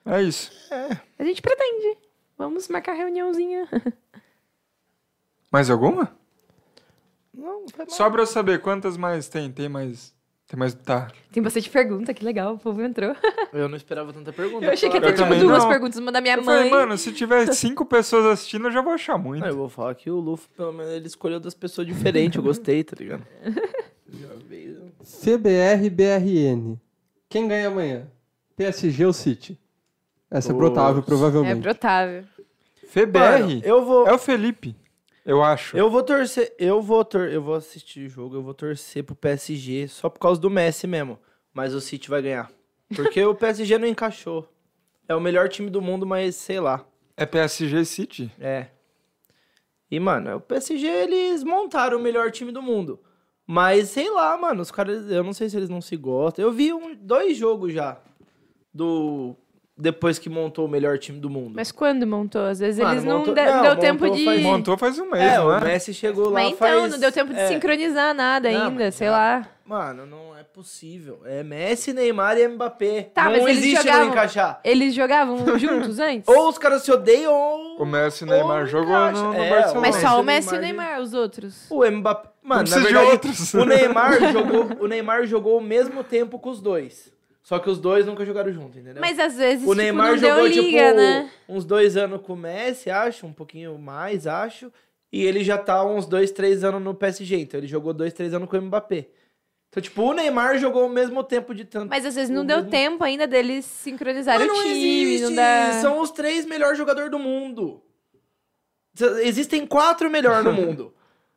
[SPEAKER 2] É. isso.
[SPEAKER 1] A gente pretende. Vamos marcar reuniãozinha.
[SPEAKER 2] Mais alguma?
[SPEAKER 3] Não, foi mal.
[SPEAKER 2] Só pra eu saber quantas mais tem. Tem mais. Tem mais. Tá.
[SPEAKER 1] Tem bastante pergunta, que legal, o povo entrou.
[SPEAKER 3] Eu não esperava tanta pergunta.
[SPEAKER 1] Eu achei que ia
[SPEAKER 3] pra
[SPEAKER 1] ter
[SPEAKER 2] Eu
[SPEAKER 1] tipo
[SPEAKER 3] falar a
[SPEAKER 2] também
[SPEAKER 1] duas
[SPEAKER 2] não.
[SPEAKER 1] perguntas, uma da minha
[SPEAKER 2] eu
[SPEAKER 1] É mãe.
[SPEAKER 2] falei, mano, se tiver cinco pessoas assistindo, eu já vou achar muito.
[SPEAKER 3] Não, Ah, eu vou falar que o Luffy, pelo menos, ele escolheu das pessoas diferentes. Eu gostei, tá ligado? Já veio.
[SPEAKER 4] CBR BRN. Quem ganha amanhã? PSG ou City? Essa é
[SPEAKER 3] Ô,
[SPEAKER 4] brotável,
[SPEAKER 1] é
[SPEAKER 4] provavelmente.
[SPEAKER 1] brotável.
[SPEAKER 3] Mano,
[SPEAKER 2] FBR?
[SPEAKER 3] eu vou.
[SPEAKER 2] É o Felipe, eu acho.
[SPEAKER 3] Eu vou torcer, eu vou tor eu vou assistir o jogo, eu vou torcer pro PSG só por causa do Messi mesmo. Mas o City vai ganhar. Porque o PSG não encaixou. É o melhor time do mundo, mas sei lá.
[SPEAKER 2] É PSG City?
[SPEAKER 3] É. E, mano, o PSG, eles montaram o melhor time do mundo. Mas, sei lá, mano, os caras, eu não sei se eles não se gostam. Eu vi um, dois jogos já do depois que montou o melhor time do mundo.
[SPEAKER 1] Mas quando montou? Às vezes
[SPEAKER 3] Mano,
[SPEAKER 1] eles não,
[SPEAKER 3] montou-
[SPEAKER 1] de-
[SPEAKER 3] não,
[SPEAKER 1] deu
[SPEAKER 3] montou
[SPEAKER 1] tempo de.
[SPEAKER 3] faz-
[SPEAKER 2] Montou faz um mês,
[SPEAKER 3] é,
[SPEAKER 2] não
[SPEAKER 3] o
[SPEAKER 2] é?
[SPEAKER 3] Messi chegou lá
[SPEAKER 1] né? Mas então,
[SPEAKER 3] faz-
[SPEAKER 1] não deu tempo de
[SPEAKER 3] é.
[SPEAKER 1] sincronizar nada
[SPEAKER 3] Não,
[SPEAKER 1] ainda,
[SPEAKER 3] mas
[SPEAKER 1] sei
[SPEAKER 3] já-
[SPEAKER 1] lá.
[SPEAKER 3] Mano, não é possível. É Messi, Neymar e Mbappé.
[SPEAKER 1] Tá,
[SPEAKER 3] não
[SPEAKER 1] mas eles
[SPEAKER 3] existe
[SPEAKER 1] jogavam-
[SPEAKER 3] não encaixar.
[SPEAKER 1] Eles jogavam juntos antes?
[SPEAKER 3] Ou os caras se odeiam ou...
[SPEAKER 2] O Messi e o Neymar
[SPEAKER 3] Ou
[SPEAKER 2] jogou
[SPEAKER 3] encaixa.
[SPEAKER 2] no, no
[SPEAKER 3] É,
[SPEAKER 2] Barcelona.
[SPEAKER 1] Mas só o
[SPEAKER 3] Messi,
[SPEAKER 1] Messi e o
[SPEAKER 3] Neymar,
[SPEAKER 1] Neymar, os outros.
[SPEAKER 3] O Mbappé... Mano, na
[SPEAKER 2] precisa de
[SPEAKER 3] verdade,
[SPEAKER 2] outros.
[SPEAKER 3] o Neymar, jogou, o Neymar jogou o mesmo tempo com os dois. Só que os dois nunca jogaram junto, entendeu?
[SPEAKER 1] Mas às vezes
[SPEAKER 3] o
[SPEAKER 1] tipo,
[SPEAKER 3] Neymar
[SPEAKER 1] não
[SPEAKER 3] jogou,
[SPEAKER 1] deu liga,
[SPEAKER 3] tipo,
[SPEAKER 1] né?
[SPEAKER 3] uns dois anos com o Messi, acho. Um pouquinho mais, acho. E ele já tá uns dois, três anos no PSG. Então, ele jogou dois, três anos com o Mbappé. Então, tipo, o Neymar jogou o mesmo tempo de tanto
[SPEAKER 1] Mas às vezes
[SPEAKER 3] o
[SPEAKER 1] não deu
[SPEAKER 3] mesmo-
[SPEAKER 1] tempo ainda deles sincronizarem
[SPEAKER 3] Mas
[SPEAKER 1] o
[SPEAKER 3] Ah, não
[SPEAKER 1] time.
[SPEAKER 3] existe.
[SPEAKER 1] Não dá...
[SPEAKER 3] São os três melhores jogadores do mundo. S- Existem quatro melhores no mundo.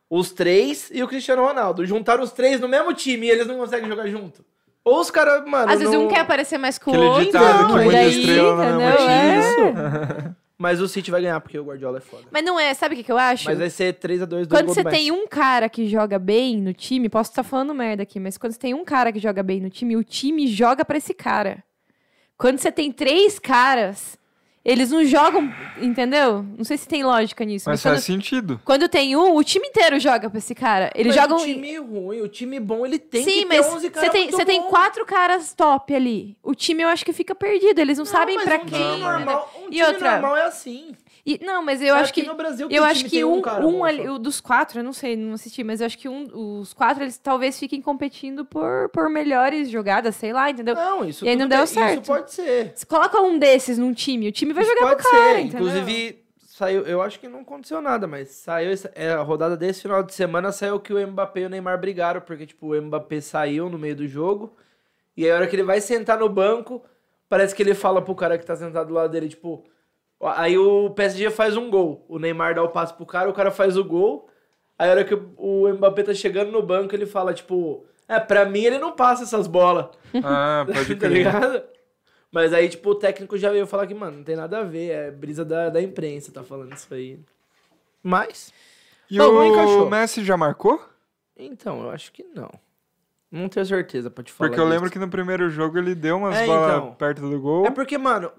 [SPEAKER 3] Os três e o Cristiano Ronaldo. Juntaram os três no mesmo time e eles não conseguem jogar junto. Ou os caras, mano.
[SPEAKER 1] Às vezes
[SPEAKER 3] não-
[SPEAKER 1] um quer aparecer mais com o
[SPEAKER 2] Aquele
[SPEAKER 1] outro.
[SPEAKER 2] ditado
[SPEAKER 3] que
[SPEAKER 1] e
[SPEAKER 3] muita
[SPEAKER 1] daí,
[SPEAKER 2] estrela não é
[SPEAKER 1] entendeu?
[SPEAKER 2] muito
[SPEAKER 1] É.
[SPEAKER 3] né? Mas o City vai ganhar, porque o Guardiola é foda.
[SPEAKER 1] Mas não é, sabe o que, que eu acho?
[SPEAKER 3] Mas vai ser 3x2 do
[SPEAKER 1] quando você tem um cara que joga bem no time, posso estar falando merda aqui, mas quando você tem um cara que joga bem no time, o time joga pra esse cara. Quando você tem três caras, eles não jogam, entendeu? Não sei se tem lógica nisso. Mas,
[SPEAKER 2] Mas faz
[SPEAKER 1] quando,
[SPEAKER 3] assim.
[SPEAKER 2] sentido.
[SPEAKER 1] quando tem um, o time inteiro joga pra esse cara. Eles
[SPEAKER 3] mas
[SPEAKER 1] jogam.
[SPEAKER 3] O time ruim, o time bom, ele tem
[SPEAKER 1] Sim,
[SPEAKER 3] que
[SPEAKER 1] mas
[SPEAKER 3] ter 11
[SPEAKER 1] você
[SPEAKER 3] caras.
[SPEAKER 1] tem,
[SPEAKER 3] muito
[SPEAKER 1] você tem
[SPEAKER 3] bom.
[SPEAKER 1] quatro caras top ali. O time eu acho que fica perdido. Eles não,
[SPEAKER 3] Não,
[SPEAKER 1] sabem
[SPEAKER 3] mas
[SPEAKER 1] pra
[SPEAKER 3] um
[SPEAKER 1] quem.
[SPEAKER 3] Time
[SPEAKER 1] entendeu?
[SPEAKER 3] normal, um
[SPEAKER 1] E
[SPEAKER 3] time
[SPEAKER 1] outra-
[SPEAKER 3] normal é assim.
[SPEAKER 1] E- não, mas eu
[SPEAKER 3] É
[SPEAKER 1] acho
[SPEAKER 3] aqui
[SPEAKER 1] que.
[SPEAKER 3] no Brasil
[SPEAKER 1] Eu
[SPEAKER 3] o
[SPEAKER 1] acho
[SPEAKER 3] time
[SPEAKER 1] que
[SPEAKER 3] tem
[SPEAKER 1] um,
[SPEAKER 3] cara
[SPEAKER 1] um
[SPEAKER 3] bom
[SPEAKER 1] ali,
[SPEAKER 3] só.
[SPEAKER 1] o dos quatro, eu não sei, não assisti, mas eu acho que um, os quatro eles talvez fiquem competindo por, por melhores jogadas, sei lá, entendeu?
[SPEAKER 3] Não, isso
[SPEAKER 1] E aí não
[SPEAKER 3] tudo
[SPEAKER 1] deu
[SPEAKER 3] bem,
[SPEAKER 1] certo.
[SPEAKER 3] Isso pode ser.
[SPEAKER 1] Se coloca um desses num time, o time vai
[SPEAKER 3] Isso
[SPEAKER 1] jogar pro
[SPEAKER 3] pode
[SPEAKER 1] cara,
[SPEAKER 3] ser.
[SPEAKER 1] entendeu?
[SPEAKER 3] Inclusive, saiu, eu acho que não aconteceu nada, mas saiu essa, é, a rodada desse final de semana saiu que o Mbappé e o Neymar brigaram, porque tipo, o Mbappé saiu no meio do jogo. E aí a hora que ele vai sentar no banco, parece que ele fala pro cara que tá sentado do lado dele, tipo, ó, aí o PSG faz um gol, o Neymar dá o passe pro cara, o cara faz o gol. Aí a hora que o Mbappé tá chegando no banco, ele fala tipo, é, pra mim ele não passa essas bolas.
[SPEAKER 2] Ah, pode
[SPEAKER 3] tá
[SPEAKER 2] crer.
[SPEAKER 3] ligado? Mas aí, tipo, o técnico já veio falar que, mano, não tem nada a ver, é brisa da, da imprensa tá falando isso aí. Mas,
[SPEAKER 2] E
[SPEAKER 3] Bom, não
[SPEAKER 2] o
[SPEAKER 3] encaixou.
[SPEAKER 2] Messi já marcou?
[SPEAKER 3] então, eu acho que não. Não tenho certeza, pode falar.
[SPEAKER 2] Porque eu lembro
[SPEAKER 3] disso.
[SPEAKER 2] que no primeiro jogo ele deu umas
[SPEAKER 3] É,
[SPEAKER 2] bolas
[SPEAKER 3] então.
[SPEAKER 2] perto do gol.
[SPEAKER 3] É porque, mano,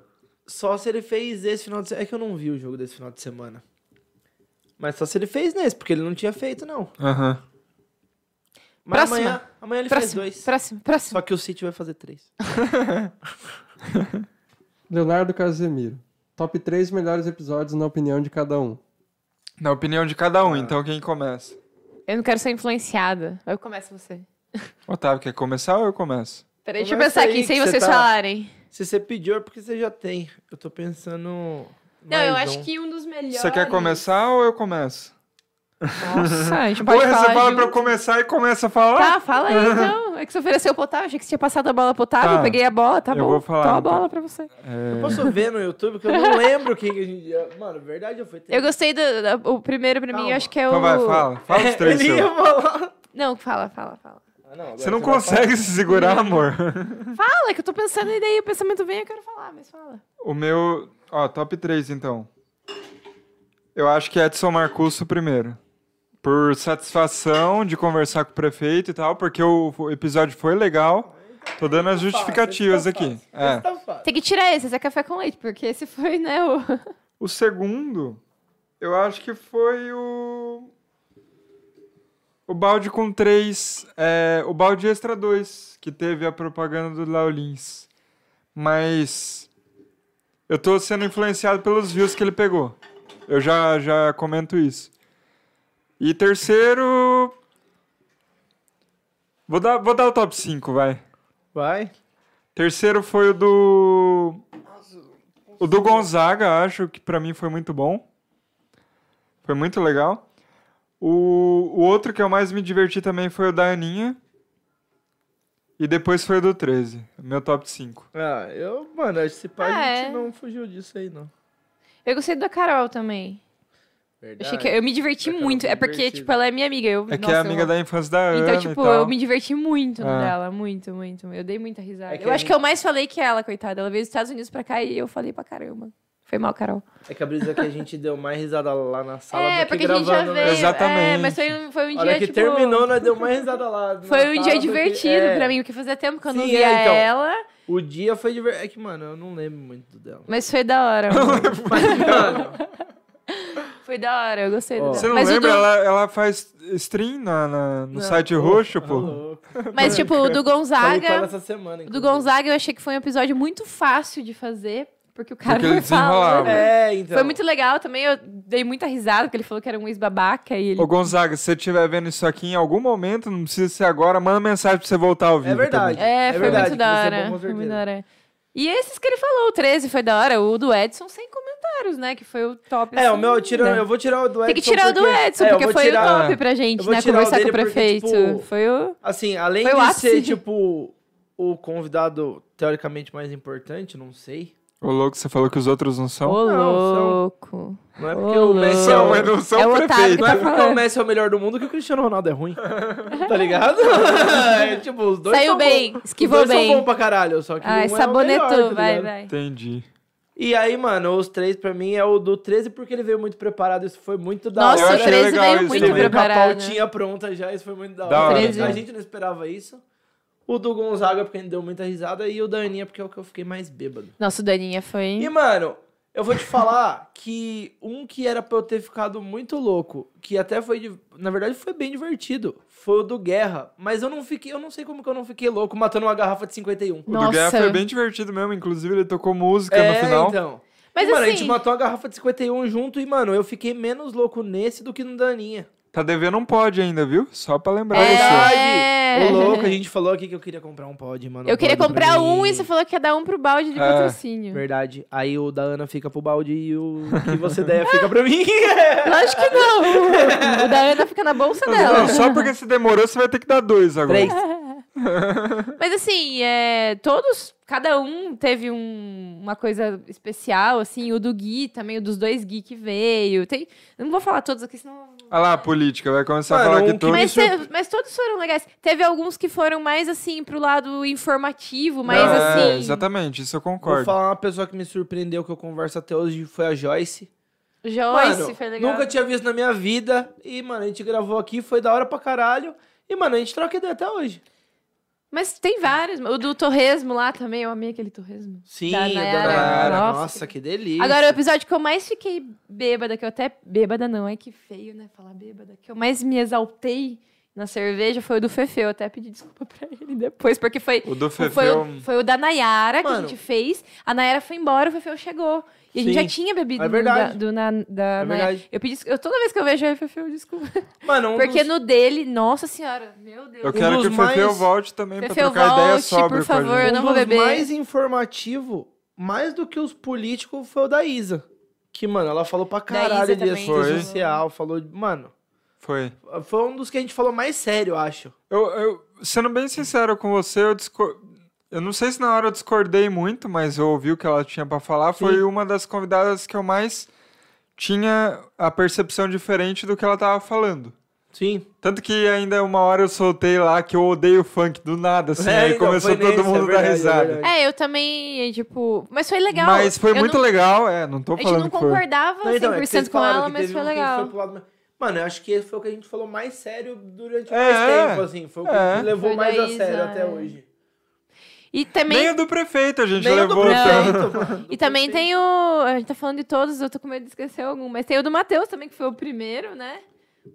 [SPEAKER 3] só se ele fez esse final de semana. É que eu não vi o jogo desse final de semana. Mas só se ele fez nesse, porque ele não tinha feito, não.
[SPEAKER 2] Aham.
[SPEAKER 3] Mas
[SPEAKER 1] Próxima.
[SPEAKER 3] amanhã, amanhã ele
[SPEAKER 1] Próximo,
[SPEAKER 3] fez dois.
[SPEAKER 1] próximo, próximo.
[SPEAKER 3] Só que o City vai fazer três.
[SPEAKER 4] Leonardo Casemiro. Top 3 melhores episódios na opinião de cada um.
[SPEAKER 2] Na opinião de cada
[SPEAKER 3] Ah.
[SPEAKER 2] um, então quem começa?
[SPEAKER 1] Eu não quero ser influenciada. Eu começo você.
[SPEAKER 2] Otávio, quer começar ou eu começo?
[SPEAKER 1] Peraí, deixa eu
[SPEAKER 3] Começa
[SPEAKER 1] pensar
[SPEAKER 3] aí
[SPEAKER 1] aqui,
[SPEAKER 3] que
[SPEAKER 1] sem
[SPEAKER 3] você
[SPEAKER 1] vocês
[SPEAKER 3] tá-
[SPEAKER 1] falarem.
[SPEAKER 3] Se você pediu, é porque você já tem. Eu tô pensando.
[SPEAKER 1] Não, eu
[SPEAKER 3] Mais
[SPEAKER 1] acho
[SPEAKER 3] um.
[SPEAKER 1] que um dos melhores.
[SPEAKER 2] Você quer começar ou eu começo?
[SPEAKER 1] Nossa, a gente pode
[SPEAKER 2] Porra,
[SPEAKER 1] falar.
[SPEAKER 2] você fala
[SPEAKER 1] junto.
[SPEAKER 2] pra eu começar e começa a falar?
[SPEAKER 1] Tá, fala aí então. É que você ofereceu o potável, achei que você tinha passado a bola potável,
[SPEAKER 2] Tá.
[SPEAKER 1] eu peguei a bola, tá
[SPEAKER 2] Eu
[SPEAKER 1] bom.
[SPEAKER 2] vou falar,
[SPEAKER 1] Toma a
[SPEAKER 2] então.
[SPEAKER 1] bola pra você.
[SPEAKER 3] Eu posso ver no YouTube, que eu não lembro quem que a gente... Mano, verdade, eu fui... ter-
[SPEAKER 1] Eu gostei do. do- o primeiro pra mim,
[SPEAKER 3] Calma.
[SPEAKER 1] eu acho que é o.
[SPEAKER 2] Então vai, fala. Fala os três.
[SPEAKER 3] Ele ia
[SPEAKER 2] seu.
[SPEAKER 3] falar...
[SPEAKER 1] Não, fala, fala, fala.
[SPEAKER 3] Ah, não, agora
[SPEAKER 2] Você não
[SPEAKER 3] vai falar.
[SPEAKER 2] consegue se segurar, amor.
[SPEAKER 1] Fala, é que eu tô pensando e daí o pensamento vem e eu quero falar, mas fala.
[SPEAKER 2] O meu. Ó, top 3 então. Eu acho que Edson Marcuso primeiro. Por satisfação de conversar com o prefeito e tal, porque o o episódio foi legal. Tô dando as
[SPEAKER 3] Então
[SPEAKER 2] justificativas
[SPEAKER 3] Fácil,
[SPEAKER 2] aqui.
[SPEAKER 3] esse tá fácil.
[SPEAKER 2] É.
[SPEAKER 3] Esse tá fácil.
[SPEAKER 1] Tem que tirar esse, esse é café com leite, porque esse foi, né? O...
[SPEAKER 2] O segundo, eu acho que foi o. O balde com três. é, o balde extra 2, que teve a propaganda do Laulins. Mas. Eu tô sendo influenciado pelos views que ele pegou. Eu já, já comento isso. E terceiro. Vou dar, vou dar o top 5, vai.
[SPEAKER 3] Vai.
[SPEAKER 2] Terceiro foi o do. O do Gonzaga, acho que pra mim foi muito bom. Foi muito legal. O, o outro que eu mais me diverti também foi o da Aninha. E depois foi o do 13, meu top 5.
[SPEAKER 3] Ah, eu... Mano, esse pai
[SPEAKER 1] Ah,
[SPEAKER 3] a gente
[SPEAKER 1] é.
[SPEAKER 3] não fugiu disso aí, não.
[SPEAKER 1] Eu gostei da Carol também. Eu Achei que eu me diverti
[SPEAKER 3] Da Carol
[SPEAKER 1] muito.
[SPEAKER 3] foi
[SPEAKER 1] É porque,
[SPEAKER 3] divertida.
[SPEAKER 1] tipo, ela é minha amiga. Eu,
[SPEAKER 2] É que
[SPEAKER 1] nossa,
[SPEAKER 2] é
[SPEAKER 1] eu
[SPEAKER 2] amiga da infância da Ana
[SPEAKER 1] Então,
[SPEAKER 2] e
[SPEAKER 1] tipo,
[SPEAKER 2] tal.
[SPEAKER 1] eu me diverti muito no
[SPEAKER 2] É.
[SPEAKER 1] dela. Muito, muito. Eu dei muita risada.
[SPEAKER 3] É que
[SPEAKER 1] eu
[SPEAKER 3] a
[SPEAKER 1] acho que eu mais falei que ela, coitada. Ela veio dos Estados Unidos pra cá e eu falei pra caramba. Foi mal, Carol.
[SPEAKER 3] É que a brisa que a gente deu mais risada lá na sala do
[SPEAKER 1] é,
[SPEAKER 3] que
[SPEAKER 1] porque a gente
[SPEAKER 3] gravando,
[SPEAKER 1] já
[SPEAKER 3] né?
[SPEAKER 1] veio. É,
[SPEAKER 2] Exatamente.
[SPEAKER 1] mas foi, foi um
[SPEAKER 3] Olha
[SPEAKER 1] dia, tipo...
[SPEAKER 3] que terminou, nós deu mais risada lá. na
[SPEAKER 1] Foi um
[SPEAKER 3] sala
[SPEAKER 1] dia
[SPEAKER 3] do que-
[SPEAKER 1] divertido
[SPEAKER 3] é.
[SPEAKER 1] pra mim, porque fazia tempo que eu não
[SPEAKER 3] Sim,
[SPEAKER 1] via
[SPEAKER 3] é, então.
[SPEAKER 1] ela.
[SPEAKER 3] O dia foi divertido. É que, mano, eu não lembro muito dela.
[SPEAKER 1] Mas foi da hora.
[SPEAKER 3] Mas, mano,
[SPEAKER 1] foi da hora, eu gostei
[SPEAKER 3] Ó.
[SPEAKER 1] dela.
[SPEAKER 2] Você não
[SPEAKER 1] mas o
[SPEAKER 2] lembra?
[SPEAKER 1] do-
[SPEAKER 2] Ela, ela faz stream na, na- no
[SPEAKER 3] Não.
[SPEAKER 2] site
[SPEAKER 3] Ô,
[SPEAKER 2] roxo, pô.
[SPEAKER 3] louco.
[SPEAKER 1] Mas, tipo, o do
[SPEAKER 3] Falei com ela assim.
[SPEAKER 1] Gonzaga...
[SPEAKER 3] essa semana,
[SPEAKER 1] o Do
[SPEAKER 3] inclusive.
[SPEAKER 1] Gonzaga eu achei que foi um episódio muito fácil de fazer, porque o cara
[SPEAKER 2] Porque ele
[SPEAKER 1] foi falando.
[SPEAKER 2] desenrolava.
[SPEAKER 3] É, então.
[SPEAKER 1] Foi muito legal também, eu dei muita risada, porque ele falou que era um ex-babaca e ele...
[SPEAKER 2] Ô Gonzaga, se você estiver vendo isso aqui em algum momento, não precisa ser agora, manda mensagem pra você voltar tá ao vivo.
[SPEAKER 3] verdade.
[SPEAKER 1] É,
[SPEAKER 3] É
[SPEAKER 1] foi
[SPEAKER 3] verdade,
[SPEAKER 1] muito
[SPEAKER 3] que
[SPEAKER 1] da
[SPEAKER 3] você é
[SPEAKER 1] hora.
[SPEAKER 3] bom, com
[SPEAKER 1] foi muito
[SPEAKER 3] certeza.
[SPEAKER 1] da hora. E esses que ele falou, o 13 foi da hora, o do Edson sem comentários, né? Que foi o top.
[SPEAKER 3] É, o
[SPEAKER 1] assim,
[SPEAKER 3] meu, eu, tiro,
[SPEAKER 1] né?
[SPEAKER 3] eu vou tirar o do Edson.
[SPEAKER 1] Tem que tirar o do Edson,
[SPEAKER 3] é, eu
[SPEAKER 1] porque
[SPEAKER 3] vou
[SPEAKER 1] foi
[SPEAKER 3] tirar-
[SPEAKER 1] o top
[SPEAKER 2] é.
[SPEAKER 1] pra gente,
[SPEAKER 3] Eu vou
[SPEAKER 1] né?
[SPEAKER 3] tirar o
[SPEAKER 1] Conversar com o
[SPEAKER 3] dele porque,
[SPEAKER 1] prefeito.
[SPEAKER 3] tipo,
[SPEAKER 1] Foi o.
[SPEAKER 3] Assim, além
[SPEAKER 1] Foi o
[SPEAKER 3] de
[SPEAKER 1] ápice.
[SPEAKER 3] ser, tipo, o convidado teoricamente mais importante, não sei.
[SPEAKER 2] Ô louco, você falou que os outros não são?
[SPEAKER 1] Ô,
[SPEAKER 3] Então, Não, são-
[SPEAKER 1] louco.
[SPEAKER 3] Não é
[SPEAKER 1] Ô,
[SPEAKER 3] porque o Messi é
[SPEAKER 1] louco.
[SPEAKER 3] o-
[SPEAKER 2] mas não são
[SPEAKER 1] é o
[SPEAKER 2] prefeito.
[SPEAKER 1] Otávio que
[SPEAKER 3] Não
[SPEAKER 1] tá
[SPEAKER 3] é porque o
[SPEAKER 1] falando.
[SPEAKER 3] Messi é o melhor do mundo que o Cristiano Ronaldo é ruim. Tá ligado? É, tipo, os dois
[SPEAKER 1] Saiu
[SPEAKER 3] são
[SPEAKER 1] bem,
[SPEAKER 3] bons.
[SPEAKER 1] esquivou
[SPEAKER 3] os dois são
[SPEAKER 1] bem.
[SPEAKER 3] bons pra caralho, só que um
[SPEAKER 1] Ai,
[SPEAKER 3] é o melhor, tá
[SPEAKER 1] sabonetou, vai,
[SPEAKER 3] ligado?
[SPEAKER 1] vai.
[SPEAKER 2] Entendi.
[SPEAKER 3] E aí, mano, os três pra mim é o do 13 porque ele veio muito preparado, isso foi muito da
[SPEAKER 1] Nossa,
[SPEAKER 2] Eu
[SPEAKER 1] o
[SPEAKER 2] achei
[SPEAKER 1] 13
[SPEAKER 2] legal
[SPEAKER 1] veio
[SPEAKER 2] isso
[SPEAKER 1] muito
[SPEAKER 2] também.
[SPEAKER 3] Ele veio com a
[SPEAKER 1] preparado. né?
[SPEAKER 3] pautinha pronta já, isso foi muito da
[SPEAKER 2] Da
[SPEAKER 3] hora.
[SPEAKER 2] hora, né?
[SPEAKER 1] Treze.
[SPEAKER 3] A gente não esperava isso. O do Gonzaga porque ele deu muita risada e o da Aninha porque é o que eu fiquei mais bêbado.
[SPEAKER 1] Nossa, o Daninha
[SPEAKER 3] E,
[SPEAKER 1] foi.
[SPEAKER 3] mano, eu vou te falar que um que era pra eu ter ficado muito louco, que até foi. de- Na verdade, foi bem divertido. Foi o do Guerra. Mas eu não fiquei. Eu não sei como que eu não fiquei louco matando uma garrafa de 51.
[SPEAKER 2] O do Guerra
[SPEAKER 1] Nossa.
[SPEAKER 2] foi bem divertido mesmo, inclusive ele tocou música no final.
[SPEAKER 3] então.
[SPEAKER 1] Mas
[SPEAKER 3] mano, a
[SPEAKER 1] assim.
[SPEAKER 3] gente matou uma garrafa de 51 junto e, mano, eu fiquei menos louco nesse do que no Daninha.
[SPEAKER 2] Tá devendo um pod ainda, viu? Só pra lembrar
[SPEAKER 1] É.
[SPEAKER 2] isso.
[SPEAKER 3] Verdade! Ô, louco, a gente falou aqui que eu queria comprar um pod, mano.
[SPEAKER 1] Eu
[SPEAKER 3] um
[SPEAKER 1] queria
[SPEAKER 3] pod pra
[SPEAKER 1] comprar
[SPEAKER 3] mim.
[SPEAKER 1] um e você falou que ia dar um pro balde de
[SPEAKER 2] É.
[SPEAKER 1] patrocínio.
[SPEAKER 3] Verdade. Aí o da Ana fica pro balde e o que você der fica pra mim.
[SPEAKER 1] Lógico que não. O da Ana fica na bolsa dela.
[SPEAKER 2] Não, só porque você demorou, você vai ter que dar dois agora.
[SPEAKER 3] Três.
[SPEAKER 1] Mas assim, é, todos, cada um teve um- uma coisa especial, assim, o do Gui também, o dos dois Gui que veio. Tem, eu não vou falar todos aqui, senão.
[SPEAKER 2] Olha lá, a política, vai começar
[SPEAKER 3] Mano,
[SPEAKER 2] a falar
[SPEAKER 3] um
[SPEAKER 2] que
[SPEAKER 3] que
[SPEAKER 2] todos.
[SPEAKER 1] Mas,
[SPEAKER 3] isso-
[SPEAKER 1] te- mas todos foram legais. Teve alguns que foram mais assim pro lado informativo, mas
[SPEAKER 2] é,
[SPEAKER 1] assim.
[SPEAKER 2] Exatamente, isso eu
[SPEAKER 3] Vou
[SPEAKER 2] concordo.
[SPEAKER 3] falar uma pessoa que me surpreendeu, que eu converso até hoje, foi a Joyce.
[SPEAKER 1] Joyce
[SPEAKER 3] Mano,
[SPEAKER 1] foi legal.
[SPEAKER 3] Nunca tinha visto na minha vida. E, mano, a gente gravou aqui, foi da hora pra caralho. E, mano, a gente troca ideia até hoje.
[SPEAKER 1] Mas tem vários. O do Torresmo lá também, eu amei aquele Torresmo.
[SPEAKER 3] Sim,
[SPEAKER 1] Da
[SPEAKER 3] a dona
[SPEAKER 1] Nayara.
[SPEAKER 3] Nayara.
[SPEAKER 1] Nossa,
[SPEAKER 3] Nossa,
[SPEAKER 1] que-
[SPEAKER 3] que delícia.
[SPEAKER 1] Agora, o episódio que eu mais fiquei bêbada, que eu até. Bêbada não, é que feio, né? Falar bêbada. Que eu mais me exaltei na cerveja foi o do Fefe. Eu até pedi desculpa pra ele depois, porque foi.
[SPEAKER 2] O do Fefe
[SPEAKER 1] Foi,
[SPEAKER 2] é
[SPEAKER 1] o,
[SPEAKER 2] um-
[SPEAKER 1] foi o da Nayara que a
[SPEAKER 3] Mano.
[SPEAKER 1] gente fez. A Nayara foi embora, o Fefeu chegou. E a gente
[SPEAKER 3] Sim.
[SPEAKER 1] já tinha bebido
[SPEAKER 3] É
[SPEAKER 1] do-
[SPEAKER 3] verdade.
[SPEAKER 1] da, do na- da
[SPEAKER 3] É
[SPEAKER 1] Nayara.
[SPEAKER 3] verdade.
[SPEAKER 1] Eu pedi desculpa. eu- Toda vez que eu vejo o Fefeu, desculpa.
[SPEAKER 3] Mano, um
[SPEAKER 1] Porque
[SPEAKER 3] dos-
[SPEAKER 1] no dele, nossa senhora, meu Deus.
[SPEAKER 2] Eu quero
[SPEAKER 3] dos
[SPEAKER 2] que o Fefeu
[SPEAKER 3] mais-
[SPEAKER 2] volte também pra
[SPEAKER 1] Fefeu,
[SPEAKER 2] trocar ideia
[SPEAKER 1] volte,
[SPEAKER 2] sobre
[SPEAKER 1] por
[SPEAKER 2] com a
[SPEAKER 1] favor,
[SPEAKER 2] gente.
[SPEAKER 1] eu
[SPEAKER 3] um
[SPEAKER 1] não vou
[SPEAKER 3] dos
[SPEAKER 1] beber.
[SPEAKER 3] mais informativo, mais do que os políticos, foi o da Isa. Que, mano, ela falou pra
[SPEAKER 1] Da Isa
[SPEAKER 3] caralho de
[SPEAKER 1] também.
[SPEAKER 3] assistência
[SPEAKER 2] Foi.
[SPEAKER 3] social, falou... Mano,
[SPEAKER 2] Foi.
[SPEAKER 3] foi um dos que a gente falou mais sério, eu acho.
[SPEAKER 2] Eu, eu- sendo bem sincero com você, eu discor... Eu não sei se na hora eu discordei muito, mas eu ouvi o que ela tinha pra falar. Foi uma das convidadas que eu mais tinha a percepção diferente do que ela tava falando.
[SPEAKER 3] Sim.
[SPEAKER 2] Tanto que ainda uma hora eu soltei lá que eu odeio funk do nada, assim,
[SPEAKER 3] É,
[SPEAKER 2] aí
[SPEAKER 3] então,
[SPEAKER 2] começou
[SPEAKER 3] foi
[SPEAKER 2] todo
[SPEAKER 3] nesse, é
[SPEAKER 2] mundo a dar
[SPEAKER 3] verdade, é
[SPEAKER 2] risada.
[SPEAKER 3] verdade.
[SPEAKER 1] É, eu também, tipo. Mas foi legal.
[SPEAKER 2] Mas foi
[SPEAKER 1] Eu
[SPEAKER 2] muito
[SPEAKER 1] não-
[SPEAKER 2] legal, é, não tô
[SPEAKER 1] A gente
[SPEAKER 2] falando
[SPEAKER 1] não
[SPEAKER 2] que foi.
[SPEAKER 1] concordava
[SPEAKER 3] Não, então, é que
[SPEAKER 1] 100%
[SPEAKER 3] vocês
[SPEAKER 1] com
[SPEAKER 3] falaram
[SPEAKER 1] ela,
[SPEAKER 3] que
[SPEAKER 1] mas
[SPEAKER 3] teve
[SPEAKER 1] foi
[SPEAKER 3] um que
[SPEAKER 1] legal.
[SPEAKER 3] foi pro lado mais- Mano, eu acho que esse foi o que a gente falou mais sério durante
[SPEAKER 2] É,
[SPEAKER 3] mais tempo, assim. Foi o que
[SPEAKER 2] é.
[SPEAKER 1] Foi
[SPEAKER 3] levou
[SPEAKER 1] da
[SPEAKER 3] mais a
[SPEAKER 1] Isa,
[SPEAKER 3] sério
[SPEAKER 1] é.
[SPEAKER 3] até hoje.
[SPEAKER 1] E também,
[SPEAKER 2] Nem o do prefeito a gente
[SPEAKER 3] Nem o do
[SPEAKER 2] levou.
[SPEAKER 3] prefeito, mano. do
[SPEAKER 1] é, então, e também
[SPEAKER 3] prefeito.
[SPEAKER 1] tem o. A gente tá falando de todos, eu tô com medo de esquecer algum. Mas tem o do Matheus também, que foi o primeiro, né?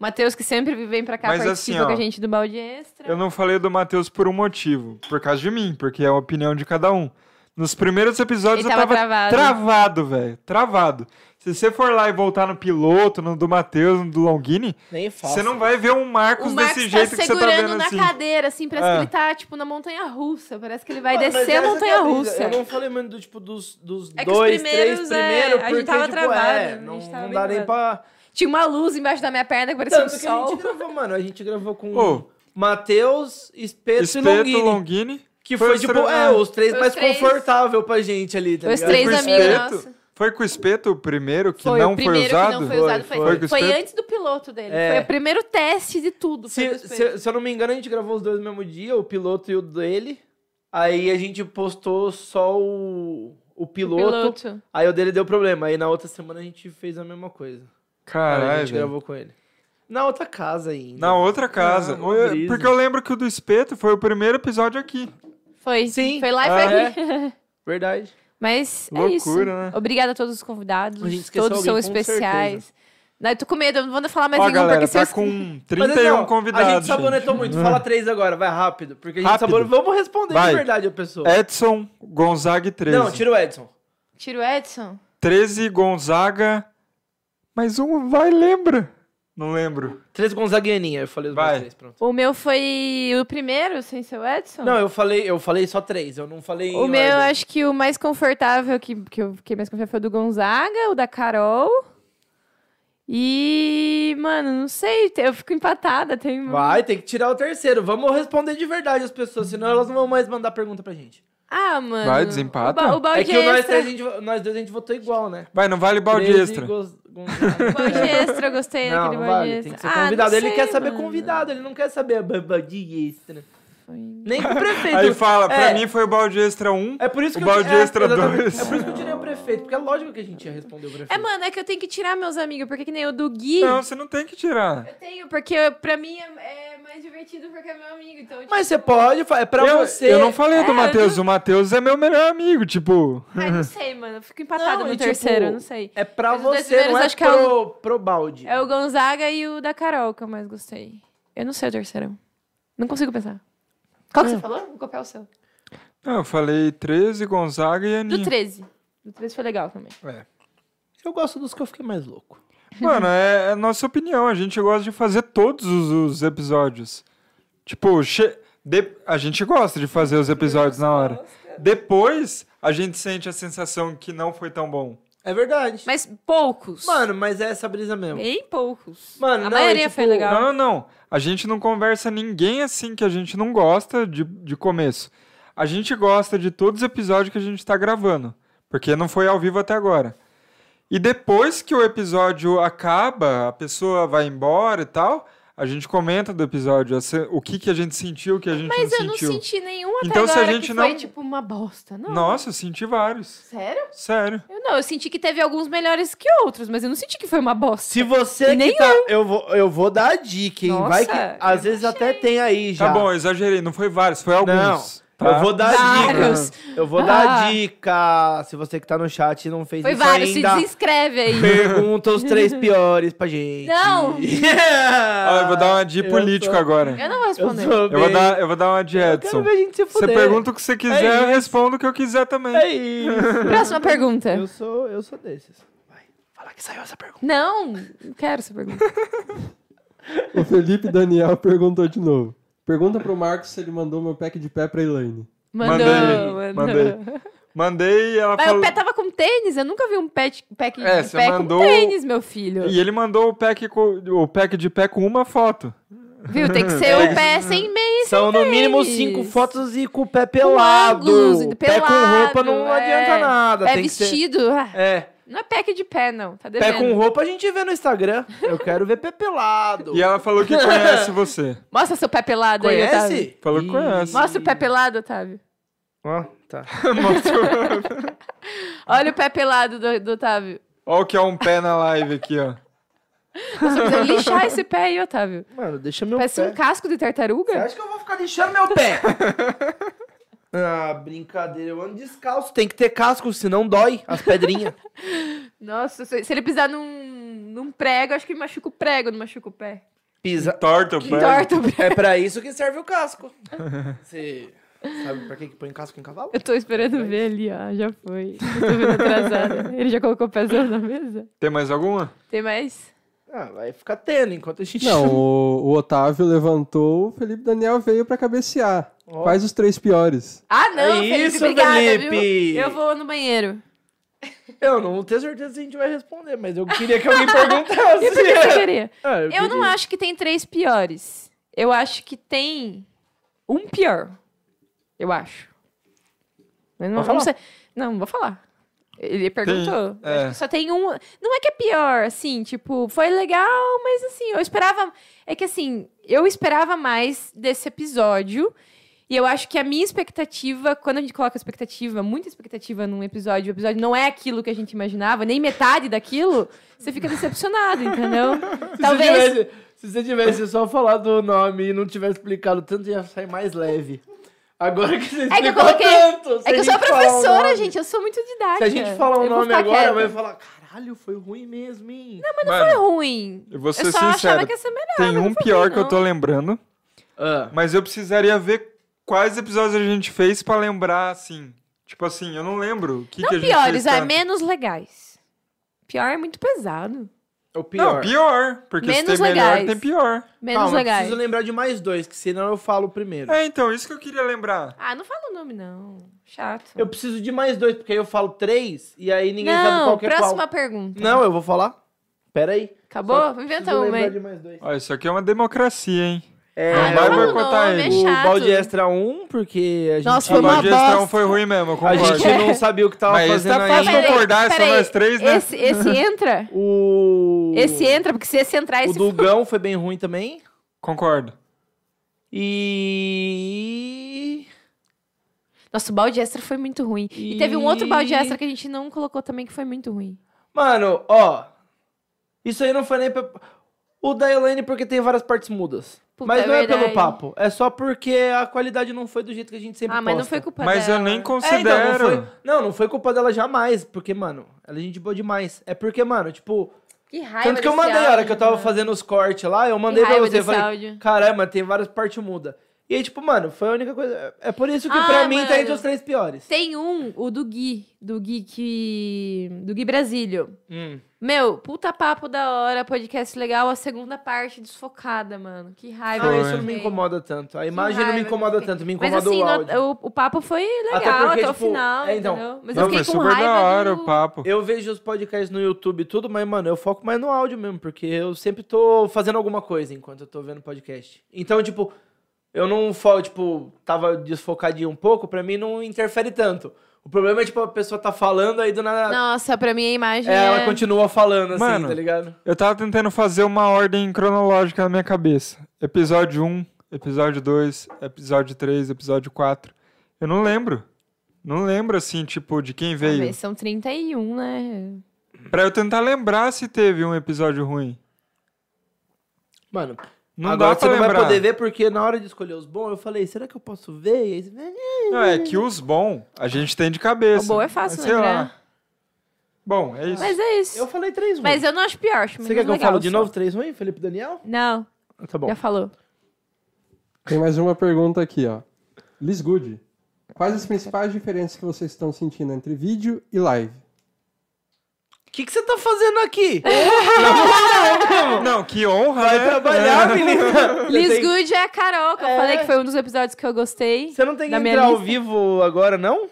[SPEAKER 1] Matheus, que sempre vem pra cá,
[SPEAKER 2] Mas
[SPEAKER 1] participa
[SPEAKER 2] assim, ó,
[SPEAKER 1] com a gente do balde extra.
[SPEAKER 2] Eu não falei do Matheus por um motivo, por causa de mim, porque é a opinião de cada um. Nos primeiros episódios
[SPEAKER 1] Ele
[SPEAKER 2] eu
[SPEAKER 1] tava
[SPEAKER 2] tava
[SPEAKER 1] travado.
[SPEAKER 2] travado, velho. Travado. Se você for lá e voltar no piloto, no do Matheus, no do Longini,
[SPEAKER 3] Nem faço.
[SPEAKER 2] você não vai ver um Marcos,
[SPEAKER 1] O Marcos
[SPEAKER 2] desse
[SPEAKER 1] tá
[SPEAKER 2] jeito que você tá
[SPEAKER 1] segurando
[SPEAKER 2] vendo
[SPEAKER 1] na
[SPEAKER 2] assim.
[SPEAKER 1] cadeira, assim, parece que
[SPEAKER 2] É.
[SPEAKER 1] ele tá, tipo, na montanha russa. Parece que ele vai
[SPEAKER 3] Mano, mas
[SPEAKER 1] descer a
[SPEAKER 3] essa que é
[SPEAKER 1] montanha
[SPEAKER 3] brisa.
[SPEAKER 1] russa.
[SPEAKER 3] Eu não falei muito do, tipo, dos, dos
[SPEAKER 1] É que os
[SPEAKER 3] dois,
[SPEAKER 1] primeiros,
[SPEAKER 3] três primeiros,
[SPEAKER 1] é, a
[SPEAKER 3] porque,
[SPEAKER 1] gente tava
[SPEAKER 3] tipo,
[SPEAKER 1] travado, a
[SPEAKER 3] é,
[SPEAKER 1] gente
[SPEAKER 3] não,
[SPEAKER 1] tava
[SPEAKER 3] não
[SPEAKER 1] bem
[SPEAKER 3] dá nem pra...
[SPEAKER 1] Tinha uma luz embaixo da minha perna que parecia
[SPEAKER 3] Tanto
[SPEAKER 1] um
[SPEAKER 3] que a gente
[SPEAKER 1] sol.
[SPEAKER 3] gravou, mano, a gente gravou com
[SPEAKER 2] Ô.
[SPEAKER 3] Matheus, Espeto, e
[SPEAKER 2] Espeto,
[SPEAKER 3] Longini,
[SPEAKER 2] Longini.
[SPEAKER 3] que
[SPEAKER 2] foi
[SPEAKER 3] foi,
[SPEAKER 2] os
[SPEAKER 3] tipo,
[SPEAKER 2] três,
[SPEAKER 3] é,
[SPEAKER 2] né?
[SPEAKER 3] os três
[SPEAKER 1] Foi os
[SPEAKER 3] mais
[SPEAKER 1] três.
[SPEAKER 3] confortável pra gente ali, tá
[SPEAKER 1] Foi os
[SPEAKER 3] ligado?
[SPEAKER 1] três
[SPEAKER 2] Foi com
[SPEAKER 1] amigos
[SPEAKER 2] espeto?
[SPEAKER 1] nossos.
[SPEAKER 2] Foi com o Espeto o primeiro que
[SPEAKER 1] Foi
[SPEAKER 2] não
[SPEAKER 1] o primeiro
[SPEAKER 2] foi usado?
[SPEAKER 1] que não foi usado. Foi,
[SPEAKER 3] Foi,
[SPEAKER 2] foi com
[SPEAKER 1] foi,
[SPEAKER 2] o espeto?
[SPEAKER 1] antes do piloto dele.
[SPEAKER 3] É.
[SPEAKER 1] Foi o primeiro teste de tudo. Foi com o
[SPEAKER 3] Se,
[SPEAKER 1] espeto.
[SPEAKER 3] se, se eu não me engano, a gente gravou os dois no mesmo dia, o piloto e o dele. Aí a gente postou só o, o,
[SPEAKER 1] O
[SPEAKER 3] piloto,
[SPEAKER 1] piloto.
[SPEAKER 3] Aí o dele deu problema. Aí na outra semana a gente fez a mesma coisa. Aí a
[SPEAKER 2] Caralho,
[SPEAKER 3] gente
[SPEAKER 2] velho.
[SPEAKER 3] gravou com ele. Na outra casa ainda.
[SPEAKER 2] Na outra casa.
[SPEAKER 3] Ah,
[SPEAKER 2] Oi,
[SPEAKER 3] brisa.
[SPEAKER 2] porque eu lembro que o do Espeto foi o primeiro episódio aqui.
[SPEAKER 1] Foi.
[SPEAKER 3] Sim.
[SPEAKER 1] Foi lá e
[SPEAKER 2] Ah,
[SPEAKER 1] foi aqui.
[SPEAKER 3] Verdade.
[SPEAKER 1] Mas é
[SPEAKER 2] Loucura,
[SPEAKER 1] isso.
[SPEAKER 2] né?
[SPEAKER 1] Obrigada a todos os convidados.
[SPEAKER 3] A gente esqueceu
[SPEAKER 1] todos são
[SPEAKER 3] alguém, com
[SPEAKER 1] especiais. Não, eu tô com medo, eu não vou falar mais
[SPEAKER 2] Ó,
[SPEAKER 1] nenhum,
[SPEAKER 2] galera,
[SPEAKER 1] porque
[SPEAKER 2] tá
[SPEAKER 1] se eu...
[SPEAKER 2] com
[SPEAKER 3] Mas,
[SPEAKER 2] 31
[SPEAKER 3] não,
[SPEAKER 2] convidados.
[SPEAKER 3] A gente sabonetou muito. Fala três agora, vai rápido. Porque a gente
[SPEAKER 2] Rápido.
[SPEAKER 3] sabonetou. Vamos responder
[SPEAKER 2] Vai.
[SPEAKER 3] de verdade a pessoa.
[SPEAKER 2] Edson Gonzaga e 13.
[SPEAKER 3] Não, tira o Edson.
[SPEAKER 1] Tira o Edson.
[SPEAKER 2] 13 Gonzaga. Mais um vai, lembra? Não lembro.
[SPEAKER 3] Três Gonzaguianinha. Eu falei os
[SPEAKER 2] Vai.
[SPEAKER 3] meus três, pronto.
[SPEAKER 1] O meu foi o primeiro, sem ser o Edson?
[SPEAKER 3] Não, eu falei, eu falei só três. Eu não falei.
[SPEAKER 1] O
[SPEAKER 3] em
[SPEAKER 1] meu, é
[SPEAKER 3] ordem.
[SPEAKER 1] acho que o mais confortável, que, que eu fiquei mais confortável, foi o do Gonzaga, o da Carol. E, mano, não sei, eu fico empatada. Tem... um-
[SPEAKER 3] um. Vai, tem que tirar o terceiro. Vamos responder de verdade as pessoas, senão elas não vão mais mandar pergunta pra gente.
[SPEAKER 1] Ah, mano.
[SPEAKER 2] Vai, desempata.
[SPEAKER 1] O, ba o balde
[SPEAKER 3] é que o nós,
[SPEAKER 1] extra,
[SPEAKER 3] três, a gente, nós dois a gente votou igual, né?
[SPEAKER 2] Vai, não vale balde
[SPEAKER 3] Treze
[SPEAKER 2] extra.
[SPEAKER 3] Gonz- Gonzaga.
[SPEAKER 1] o balde extra, eu gostei
[SPEAKER 3] Não,
[SPEAKER 1] daquele balde
[SPEAKER 3] não vale,
[SPEAKER 1] extra.
[SPEAKER 3] tem que ser
[SPEAKER 1] Ah, não
[SPEAKER 3] convidado. ele
[SPEAKER 1] sei,
[SPEAKER 3] quer saber
[SPEAKER 1] mano.
[SPEAKER 3] convidado, ele não quer saber babadinha extra. Nem com o prefeito.
[SPEAKER 2] Aí fala, pra
[SPEAKER 3] É.
[SPEAKER 2] mim foi o balde extra 1.
[SPEAKER 3] É por isso
[SPEAKER 2] O
[SPEAKER 3] que
[SPEAKER 2] balde
[SPEAKER 3] eu, é,
[SPEAKER 2] extra
[SPEAKER 3] exatamente.
[SPEAKER 2] dois.
[SPEAKER 3] É por isso que eu tirei o prefeito, porque é lógico que a gente ia responder o prefeito.
[SPEAKER 1] É, mano, é que eu tenho que tirar meus amigos, porque que nem o do Gui.
[SPEAKER 2] Não, você não tem que tirar.
[SPEAKER 1] Eu tenho, porque pra mim é, é mais divertido porque é meu amigo. Então,
[SPEAKER 3] Mas você
[SPEAKER 1] tipo,
[SPEAKER 3] pode, fa- é pra
[SPEAKER 2] eu,
[SPEAKER 3] você.
[SPEAKER 2] eu não falei
[SPEAKER 1] É,
[SPEAKER 2] do
[SPEAKER 1] eu
[SPEAKER 2] Matheus. O Matheus é meu melhor amigo, tipo.
[SPEAKER 1] Ai, não sei, mano. Eu fico empatada
[SPEAKER 3] Não,
[SPEAKER 1] no
[SPEAKER 3] e, tipo,
[SPEAKER 1] terceiro, eu não sei.
[SPEAKER 3] É pra
[SPEAKER 1] Mas os dois
[SPEAKER 3] você, não
[SPEAKER 1] primeiros
[SPEAKER 3] é
[SPEAKER 1] acho que é o-
[SPEAKER 3] pro, pro balde.
[SPEAKER 1] É o Gonzaga e o da Carol que eu mais gostei. Eu não sei o terceiro. Não consigo pensar. Hum. Qual que você falou? Vou copiar o seu.
[SPEAKER 2] Não, eu falei 13, Gonzaga e
[SPEAKER 1] Do
[SPEAKER 2] Aninha.
[SPEAKER 1] 13. Do 13 foi legal também.
[SPEAKER 3] Eu gosto dos que eu fiquei mais louco.
[SPEAKER 2] Mano, é, é nossa opinião. A gente gosta de fazer todos os, os episódios. Tipo, che- de- a gente gosta de fazer os episódios na hora. Depois, a gente sente a sensação que não foi tão bom.
[SPEAKER 3] É verdade.
[SPEAKER 1] Mas poucos.
[SPEAKER 3] Mano, mas é essa brisa mesmo.
[SPEAKER 1] Bem poucos.
[SPEAKER 3] Mano,
[SPEAKER 1] a
[SPEAKER 3] não,
[SPEAKER 1] maioria
[SPEAKER 3] é tipo-
[SPEAKER 1] foi legal.
[SPEAKER 2] Não, não, não. A gente não conversa ninguém assim que a gente não gosta de, de começo. A gente gosta de todos os episódios que a gente tá gravando. Porque não foi ao vivo até agora. E depois que o episódio acaba, a pessoa vai embora e tal, a gente comenta do episódio, a se- o que, que a gente sentiu, o que a gente
[SPEAKER 1] Mas
[SPEAKER 2] não
[SPEAKER 1] eu não
[SPEAKER 2] sentiu.
[SPEAKER 1] senti nenhum até
[SPEAKER 2] Então, se a
[SPEAKER 1] agora
[SPEAKER 2] gente
[SPEAKER 1] que
[SPEAKER 2] não-
[SPEAKER 1] foi tipo uma bosta. Não.
[SPEAKER 2] Nossa, eu senti vários.
[SPEAKER 1] Sério?
[SPEAKER 2] Sério.
[SPEAKER 1] Eu não, eu senti que teve alguns melhores que outros, mas eu não senti que foi uma bosta.
[SPEAKER 3] Se você
[SPEAKER 1] E nem
[SPEAKER 3] que tá. Eu vou, eu vou dar a dica, hein?
[SPEAKER 1] Nossa,
[SPEAKER 3] Vai que.
[SPEAKER 1] eu
[SPEAKER 3] Às vezes até tem aí já.
[SPEAKER 2] Tá bom, eu exagerei. Não foi vários, foi alguns. tá?
[SPEAKER 3] Eu vou dar a dica.
[SPEAKER 1] Vários.
[SPEAKER 3] Eu vou dar
[SPEAKER 1] Ah.
[SPEAKER 3] a dica. Se você que tá no chat e não fez
[SPEAKER 1] Foi
[SPEAKER 3] isso
[SPEAKER 1] vários, se
[SPEAKER 3] ainda,
[SPEAKER 1] desinscreve aí.
[SPEAKER 3] pergunta os três piores pra gente.
[SPEAKER 1] Não.
[SPEAKER 2] Ah, eu vou dar uma de
[SPEAKER 3] Eu
[SPEAKER 2] político
[SPEAKER 3] sou-
[SPEAKER 2] agora.
[SPEAKER 1] Eu não vou
[SPEAKER 3] Eu,
[SPEAKER 1] responder.
[SPEAKER 3] sou
[SPEAKER 2] Eu vou,
[SPEAKER 3] bem-
[SPEAKER 2] dar, eu vou dar uma de
[SPEAKER 3] Eu quero
[SPEAKER 2] Edson.
[SPEAKER 3] ver a gente se
[SPEAKER 2] Você
[SPEAKER 3] fuder.
[SPEAKER 2] pergunta o que você quiser,
[SPEAKER 3] É
[SPEAKER 2] eu
[SPEAKER 3] isso.
[SPEAKER 2] respondo o que eu quiser também.
[SPEAKER 3] É isso.
[SPEAKER 1] Próxima pergunta.
[SPEAKER 3] eu, sou, eu sou desses. Vai. Fala que saiu essa pergunta.
[SPEAKER 1] Não, não quero essa pergunta.
[SPEAKER 4] O Felipe Daniel perguntou de novo. Pergunta pro Marcos se ele mandou meu pack de pé pra Elaine.
[SPEAKER 1] Mandou,
[SPEAKER 2] Mandei,
[SPEAKER 1] mandou.
[SPEAKER 2] mandei. Mandei e ela
[SPEAKER 1] Mas o
[SPEAKER 2] falou.
[SPEAKER 1] pé tá tava com tênis. Eu nunca vi um pack, pack
[SPEAKER 2] É,
[SPEAKER 1] de
[SPEAKER 2] você
[SPEAKER 1] pé
[SPEAKER 2] mandou-
[SPEAKER 1] com tênis, meu filho.
[SPEAKER 2] E ele mandou o pack, co- o pack de pé com uma foto.
[SPEAKER 1] Viu? Tem que ser o pé sem meia e
[SPEAKER 3] São no mínimo
[SPEAKER 1] tênis.
[SPEAKER 3] cinco fotos e com o pé pelado.
[SPEAKER 1] óculos,
[SPEAKER 3] pé com
[SPEAKER 1] pelado,
[SPEAKER 3] roupa não
[SPEAKER 1] é.
[SPEAKER 3] adianta nada.
[SPEAKER 1] Pé
[SPEAKER 3] tem Que
[SPEAKER 1] vestido. Ah,
[SPEAKER 3] ser... É,
[SPEAKER 1] Não é pack de pé, não. Tá
[SPEAKER 3] pé
[SPEAKER 1] devendo.
[SPEAKER 3] com roupa a gente vê no Instagram. Eu quero ver pé pelado.
[SPEAKER 2] E ela falou que conhece você.
[SPEAKER 1] Mostra seu pé pelado aí, Otávio.
[SPEAKER 3] Conhece?
[SPEAKER 2] Falou que
[SPEAKER 3] Ih.
[SPEAKER 2] conhece.
[SPEAKER 1] Mostra o pé pelado, Otávio.
[SPEAKER 3] Ó, tá.
[SPEAKER 1] Olha o pé pelado do, do Otávio.
[SPEAKER 2] Olha o que é um pé na live aqui, ó.
[SPEAKER 1] Você precisa lixar esse pé aí, Otávio.
[SPEAKER 3] Mano, deixa meu
[SPEAKER 1] Parece
[SPEAKER 3] pé.
[SPEAKER 1] um casco de
[SPEAKER 3] Você
[SPEAKER 1] tartaruga.
[SPEAKER 3] acha que eu vou ficar deixando meu pé? ah, brincadeira. Eu ando descalço. Tem que ter casco, senão dói as pedrinhas.
[SPEAKER 1] Nossa, se se ele pisar num, num prego, acho que machuca o prego, não machuca o pé.
[SPEAKER 3] Pisa.
[SPEAKER 2] Torta o
[SPEAKER 1] Que
[SPEAKER 2] pé.
[SPEAKER 1] torta o prego.
[SPEAKER 3] É pra isso que serve o casco. Você sabe pra que que põe casco em cavalo?
[SPEAKER 1] Eu tô esperando ver ali, ó. Já foi. Eu tô vendo atrasada. Ele já colocou o pezão na mesa?
[SPEAKER 2] Tem mais alguma?
[SPEAKER 1] Tem mais?
[SPEAKER 3] Ah, vai ficar tendo enquanto a gente...
[SPEAKER 4] Não, o, o Otávio levantou, o Felipe Daniel veio pra cabecear. Quais os três piores?
[SPEAKER 1] Ah, não,
[SPEAKER 3] É
[SPEAKER 1] Felipe,
[SPEAKER 3] isso,
[SPEAKER 1] obrigada,
[SPEAKER 3] Felipe.
[SPEAKER 1] viu? Eu vou no banheiro.
[SPEAKER 3] Eu não tenho certeza se a gente vai responder, mas eu queria que alguém perguntasse.
[SPEAKER 1] E por que você queria?
[SPEAKER 3] Ah,
[SPEAKER 1] Eu, não
[SPEAKER 3] queria.
[SPEAKER 1] acho que tem três piores. Eu acho que tem um pior. Eu acho. Mas não,
[SPEAKER 3] Pode
[SPEAKER 1] não
[SPEAKER 3] falar.
[SPEAKER 1] sei. Não, não vou falar. Ele perguntou.
[SPEAKER 2] Tem,
[SPEAKER 1] Eu
[SPEAKER 2] é.
[SPEAKER 1] Acho que só tem um. Não é que é pior, assim, tipo, foi legal, mas assim, eu esperava. É que assim, eu esperava mais desse episódio. E eu acho que a minha expectativa, quando a gente coloca expectativa, muita expectativa num episódio, o episódio não é aquilo que a gente imaginava, nem metade daquilo, você fica decepcionado, entendeu?
[SPEAKER 3] Se
[SPEAKER 1] Talvez.
[SPEAKER 3] Você tivesse, se você tivesse só falado o nome e não tivesse explicado tanto, ia sair mais leve. Agora que você
[SPEAKER 1] É que eu
[SPEAKER 3] explicou
[SPEAKER 1] coloquei.
[SPEAKER 3] tanto.
[SPEAKER 1] é
[SPEAKER 3] se a
[SPEAKER 1] que eu
[SPEAKER 3] gente
[SPEAKER 1] sou
[SPEAKER 3] falar o
[SPEAKER 1] professora,
[SPEAKER 3] nome-
[SPEAKER 1] gente. Eu sou muito didática.
[SPEAKER 3] Se a gente falar um
[SPEAKER 1] Eu vou
[SPEAKER 3] nome
[SPEAKER 1] ficar
[SPEAKER 3] agora,
[SPEAKER 1] quieta.
[SPEAKER 3] vai falar, caralho, foi ruim mesmo, hein?
[SPEAKER 2] Mas não
[SPEAKER 1] Foi ruim.
[SPEAKER 2] Eu vou ser
[SPEAKER 1] eu só
[SPEAKER 2] sincero.
[SPEAKER 1] achava que ia ser melhor.
[SPEAKER 2] Tem
[SPEAKER 1] mas
[SPEAKER 2] um
[SPEAKER 1] não foi
[SPEAKER 2] pior
[SPEAKER 1] ruim,
[SPEAKER 2] que eu tô
[SPEAKER 1] não.
[SPEAKER 2] lembrando,
[SPEAKER 3] Ah,
[SPEAKER 2] mas eu precisaria ver quais episódios a gente fez pra lembrar, assim. Tipo assim, eu não lembro o que, que a
[SPEAKER 1] Não
[SPEAKER 2] gente fez.
[SPEAKER 1] piores, vai.
[SPEAKER 2] tanto.
[SPEAKER 1] Menos legais. Pior é muito pesado.
[SPEAKER 3] o pior.
[SPEAKER 2] Não, pior. Porque
[SPEAKER 1] Menos
[SPEAKER 2] se tem melhor,
[SPEAKER 1] legais.
[SPEAKER 2] tem pior.
[SPEAKER 1] Menos
[SPEAKER 3] Calma, eu
[SPEAKER 1] legais.
[SPEAKER 3] preciso lembrar de mais dois, que senão eu falo o primeiro.
[SPEAKER 2] É, então, isso que eu queria lembrar.
[SPEAKER 1] Ah, não fala o nome, não. Chato.
[SPEAKER 3] Eu preciso de mais dois, porque aí eu falo três, e aí ninguém sabe
[SPEAKER 1] não,
[SPEAKER 3] qual que é
[SPEAKER 1] próxima
[SPEAKER 3] qual.
[SPEAKER 1] pergunta.
[SPEAKER 3] Não, eu vou falar. Pera aí.
[SPEAKER 1] Acabou?
[SPEAKER 3] Preciso
[SPEAKER 1] Inventa uma
[SPEAKER 3] lembrar
[SPEAKER 1] aí.
[SPEAKER 3] de mais dois.
[SPEAKER 2] Ó, isso aqui é uma democracia, hein?
[SPEAKER 3] É,
[SPEAKER 2] Não
[SPEAKER 1] Ah,
[SPEAKER 2] vai
[SPEAKER 1] fala o
[SPEAKER 2] boicotar
[SPEAKER 1] nome,
[SPEAKER 2] ele.
[SPEAKER 1] É
[SPEAKER 3] o
[SPEAKER 1] chato.
[SPEAKER 3] balde extra 1, porque a gente, um
[SPEAKER 1] Nossa,
[SPEAKER 2] A
[SPEAKER 1] Foi uma
[SPEAKER 2] gestão
[SPEAKER 1] bosta.
[SPEAKER 2] foi ruim mesmo, eu
[SPEAKER 3] a
[SPEAKER 2] concordo.
[SPEAKER 3] gente não sabia o que tava
[SPEAKER 2] Mas
[SPEAKER 3] fazendo
[SPEAKER 2] tá
[SPEAKER 3] aí.
[SPEAKER 2] fácil
[SPEAKER 1] Peraí,
[SPEAKER 2] concordar, são
[SPEAKER 1] peraí.
[SPEAKER 2] nós três, né?
[SPEAKER 1] Esse, esse entra?
[SPEAKER 3] é O...
[SPEAKER 1] Esse é entra, porque se esse entrar,
[SPEAKER 3] O
[SPEAKER 1] esse
[SPEAKER 3] Dugão foi bem ruim também.
[SPEAKER 2] Concordo.
[SPEAKER 3] E...
[SPEAKER 1] Nossa, o balde extra foi muito ruim. E... teve um outro balde extra que a gente não colocou também, que foi muito ruim.
[SPEAKER 3] Mano, ó. Isso aí não foi nem... Pra... O da Elaine porque tem várias partes mudas.
[SPEAKER 1] Puta,
[SPEAKER 3] mas
[SPEAKER 1] é
[SPEAKER 3] não é pelo
[SPEAKER 1] verdade.
[SPEAKER 3] papo. É só porque a qualidade não foi do jeito que a gente sempre
[SPEAKER 1] Ah, mas não
[SPEAKER 3] posta.
[SPEAKER 1] foi culpa
[SPEAKER 2] Mas
[SPEAKER 1] dela.
[SPEAKER 2] eu nem
[SPEAKER 3] É, então, não,
[SPEAKER 2] considero.
[SPEAKER 3] foi, não, não foi culpa dela jamais. Porque, mano, ela é gente boa demais. É porque, mano, tipo...
[SPEAKER 1] Que raiva
[SPEAKER 3] Tanto que eu
[SPEAKER 1] desse
[SPEAKER 3] mandei a hora
[SPEAKER 1] áudio,
[SPEAKER 3] que eu tava
[SPEAKER 1] mano.
[SPEAKER 3] fazendo os cortes lá, eu mandei
[SPEAKER 1] Que
[SPEAKER 3] pra
[SPEAKER 1] raiva
[SPEAKER 3] você. Eu
[SPEAKER 1] desse
[SPEAKER 3] falei,
[SPEAKER 1] áudio.
[SPEAKER 3] caramba, tem várias partes muda. E aí, tipo, mano, foi a única coisa. É por isso que
[SPEAKER 1] Ah,
[SPEAKER 3] pra mim tá
[SPEAKER 1] mano.
[SPEAKER 3] entre os três piores.
[SPEAKER 1] Tem um, o do Gui, do Gui que... do Gui Brasílio.
[SPEAKER 3] Hum.
[SPEAKER 1] Meu, puta papo da hora, podcast legal, a segunda parte desfocada, mano. Que
[SPEAKER 3] Ah,
[SPEAKER 1] raiva.
[SPEAKER 2] Foi.
[SPEAKER 1] que
[SPEAKER 3] isso
[SPEAKER 1] eu
[SPEAKER 3] não me
[SPEAKER 1] fiquei.
[SPEAKER 3] incomoda tanto. A
[SPEAKER 1] Que
[SPEAKER 3] imagem não me
[SPEAKER 1] raiva
[SPEAKER 3] incomoda
[SPEAKER 1] que eu
[SPEAKER 3] tanto, me
[SPEAKER 1] fiquei.
[SPEAKER 3] incomoda o
[SPEAKER 1] Mas assim,
[SPEAKER 3] áudio.
[SPEAKER 1] no- o, o papo foi legal
[SPEAKER 3] Até
[SPEAKER 1] até,
[SPEAKER 3] porque,
[SPEAKER 1] o
[SPEAKER 3] tipo,
[SPEAKER 1] final,
[SPEAKER 3] é, então.
[SPEAKER 1] entendeu? Mas eu
[SPEAKER 2] Não, foi
[SPEAKER 1] fiquei com
[SPEAKER 2] super
[SPEAKER 1] raiva
[SPEAKER 2] da hora
[SPEAKER 1] do-
[SPEAKER 2] o papo.
[SPEAKER 3] Eu vejo os podcasts no YouTube e tudo, mas, mano, eu foco mais no áudio mesmo, porque eu sempre tô fazendo alguma coisa enquanto eu tô vendo podcast. Então, tipo, eu não foco, tipo, tava desfocadinho um pouco, pra mim não interfere tanto. O problema é, tipo, a pessoa tá falando, aí do nada
[SPEAKER 1] Nossa, pra mim a imagem
[SPEAKER 3] É, ela
[SPEAKER 1] é-
[SPEAKER 3] continua falando assim,
[SPEAKER 2] Mano.
[SPEAKER 3] tá ligado?
[SPEAKER 2] Eu tava tentando fazer uma ordem cronológica na minha cabeça. Episódio 1, episódio 2, episódio 3, episódio 4. Eu não lembro. Não lembro, assim, tipo, de quem
[SPEAKER 1] Ah,
[SPEAKER 2] veio.
[SPEAKER 1] mas são 31, né?
[SPEAKER 2] Pra eu tentar lembrar se teve um episódio ruim.
[SPEAKER 3] Mano,
[SPEAKER 2] Não
[SPEAKER 3] agora
[SPEAKER 2] dá
[SPEAKER 3] você
[SPEAKER 2] pra
[SPEAKER 3] não vai
[SPEAKER 2] lembrar.
[SPEAKER 3] poder ver porque na hora de escolher os bons, eu falei, será que eu posso ver? E aí, você vê, né?
[SPEAKER 2] Não, é que os bons a gente tem de
[SPEAKER 1] O
[SPEAKER 2] cabeça.
[SPEAKER 1] bom é fácil
[SPEAKER 2] Mas sei
[SPEAKER 1] lembrar.
[SPEAKER 2] lá. Bom, é isso.
[SPEAKER 1] Mas é isso.
[SPEAKER 3] eu falei três ruins.
[SPEAKER 1] Mas eu não acho pior, acho
[SPEAKER 3] Você
[SPEAKER 1] menos
[SPEAKER 3] quer que eu
[SPEAKER 1] legal
[SPEAKER 3] fale de
[SPEAKER 1] só.
[SPEAKER 3] novo três ruins, Felipe Daniel?
[SPEAKER 1] Não,
[SPEAKER 3] Ah, Tá bom.
[SPEAKER 1] já falou.
[SPEAKER 4] Tem mais uma pergunta aqui, ó. Liz Good. Quais as principais diferenças que vocês estão sentindo entre vídeo e live?
[SPEAKER 3] O que, que você tá fazendo aqui?
[SPEAKER 1] é.
[SPEAKER 2] Não, que honra,
[SPEAKER 3] Vai
[SPEAKER 2] né?
[SPEAKER 3] trabalhar, menina.
[SPEAKER 1] Liz
[SPEAKER 3] Você tem-
[SPEAKER 1] Good é a Carol, que eu
[SPEAKER 3] É.
[SPEAKER 1] falei que foi um dos episódios que eu gostei.
[SPEAKER 3] Você não tem que
[SPEAKER 1] da minha
[SPEAKER 3] entrar ao
[SPEAKER 1] lista.
[SPEAKER 3] vivo agora, não?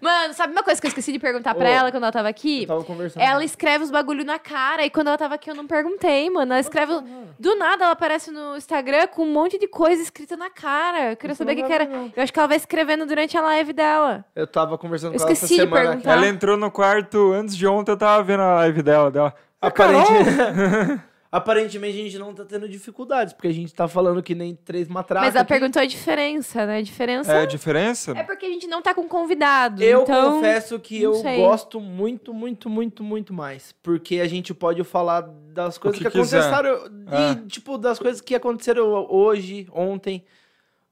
[SPEAKER 1] Mano, sabe uma coisa que eu esqueci de perguntar pra
[SPEAKER 3] Ô,
[SPEAKER 1] ela quando ela tava aqui?
[SPEAKER 3] Eu tava conversando.
[SPEAKER 1] Ela escreve os bagulho na cara e quando ela tava aqui eu não perguntei, mano. Ela escreve. Do nada ela aparece no Instagram com um monte de coisa escrita na cara. Eu queria saber o que,
[SPEAKER 3] não
[SPEAKER 1] que
[SPEAKER 3] vai
[SPEAKER 1] era. Eu acho que ela vai escrevendo durante a live dela.
[SPEAKER 3] Eu tava conversando
[SPEAKER 1] Eu
[SPEAKER 3] com ela essa
[SPEAKER 1] esqueci de
[SPEAKER 3] semana.
[SPEAKER 1] perguntar.
[SPEAKER 2] Ela entrou no quarto antes de ontem, eu tava vendo a live dela. dela.
[SPEAKER 3] Ah, Aparentemente... Aparentemente a gente não tá tendo dificuldades, porque a gente tá falando que nem três matracas.
[SPEAKER 1] Mas ela perguntou a diferença, né? A diferença
[SPEAKER 2] É a
[SPEAKER 1] é,
[SPEAKER 2] diferença?
[SPEAKER 1] porque a gente não tá com convidado.
[SPEAKER 3] Eu
[SPEAKER 1] então...
[SPEAKER 3] confesso que
[SPEAKER 1] não
[SPEAKER 3] eu
[SPEAKER 1] sei.
[SPEAKER 3] gosto muito, muito, muito, muito mais. Porque a gente pode falar das coisas
[SPEAKER 2] que
[SPEAKER 3] que,
[SPEAKER 2] quiser.
[SPEAKER 3] aconteceram. E, tipo, das coisas que aconteceram hoje, ontem.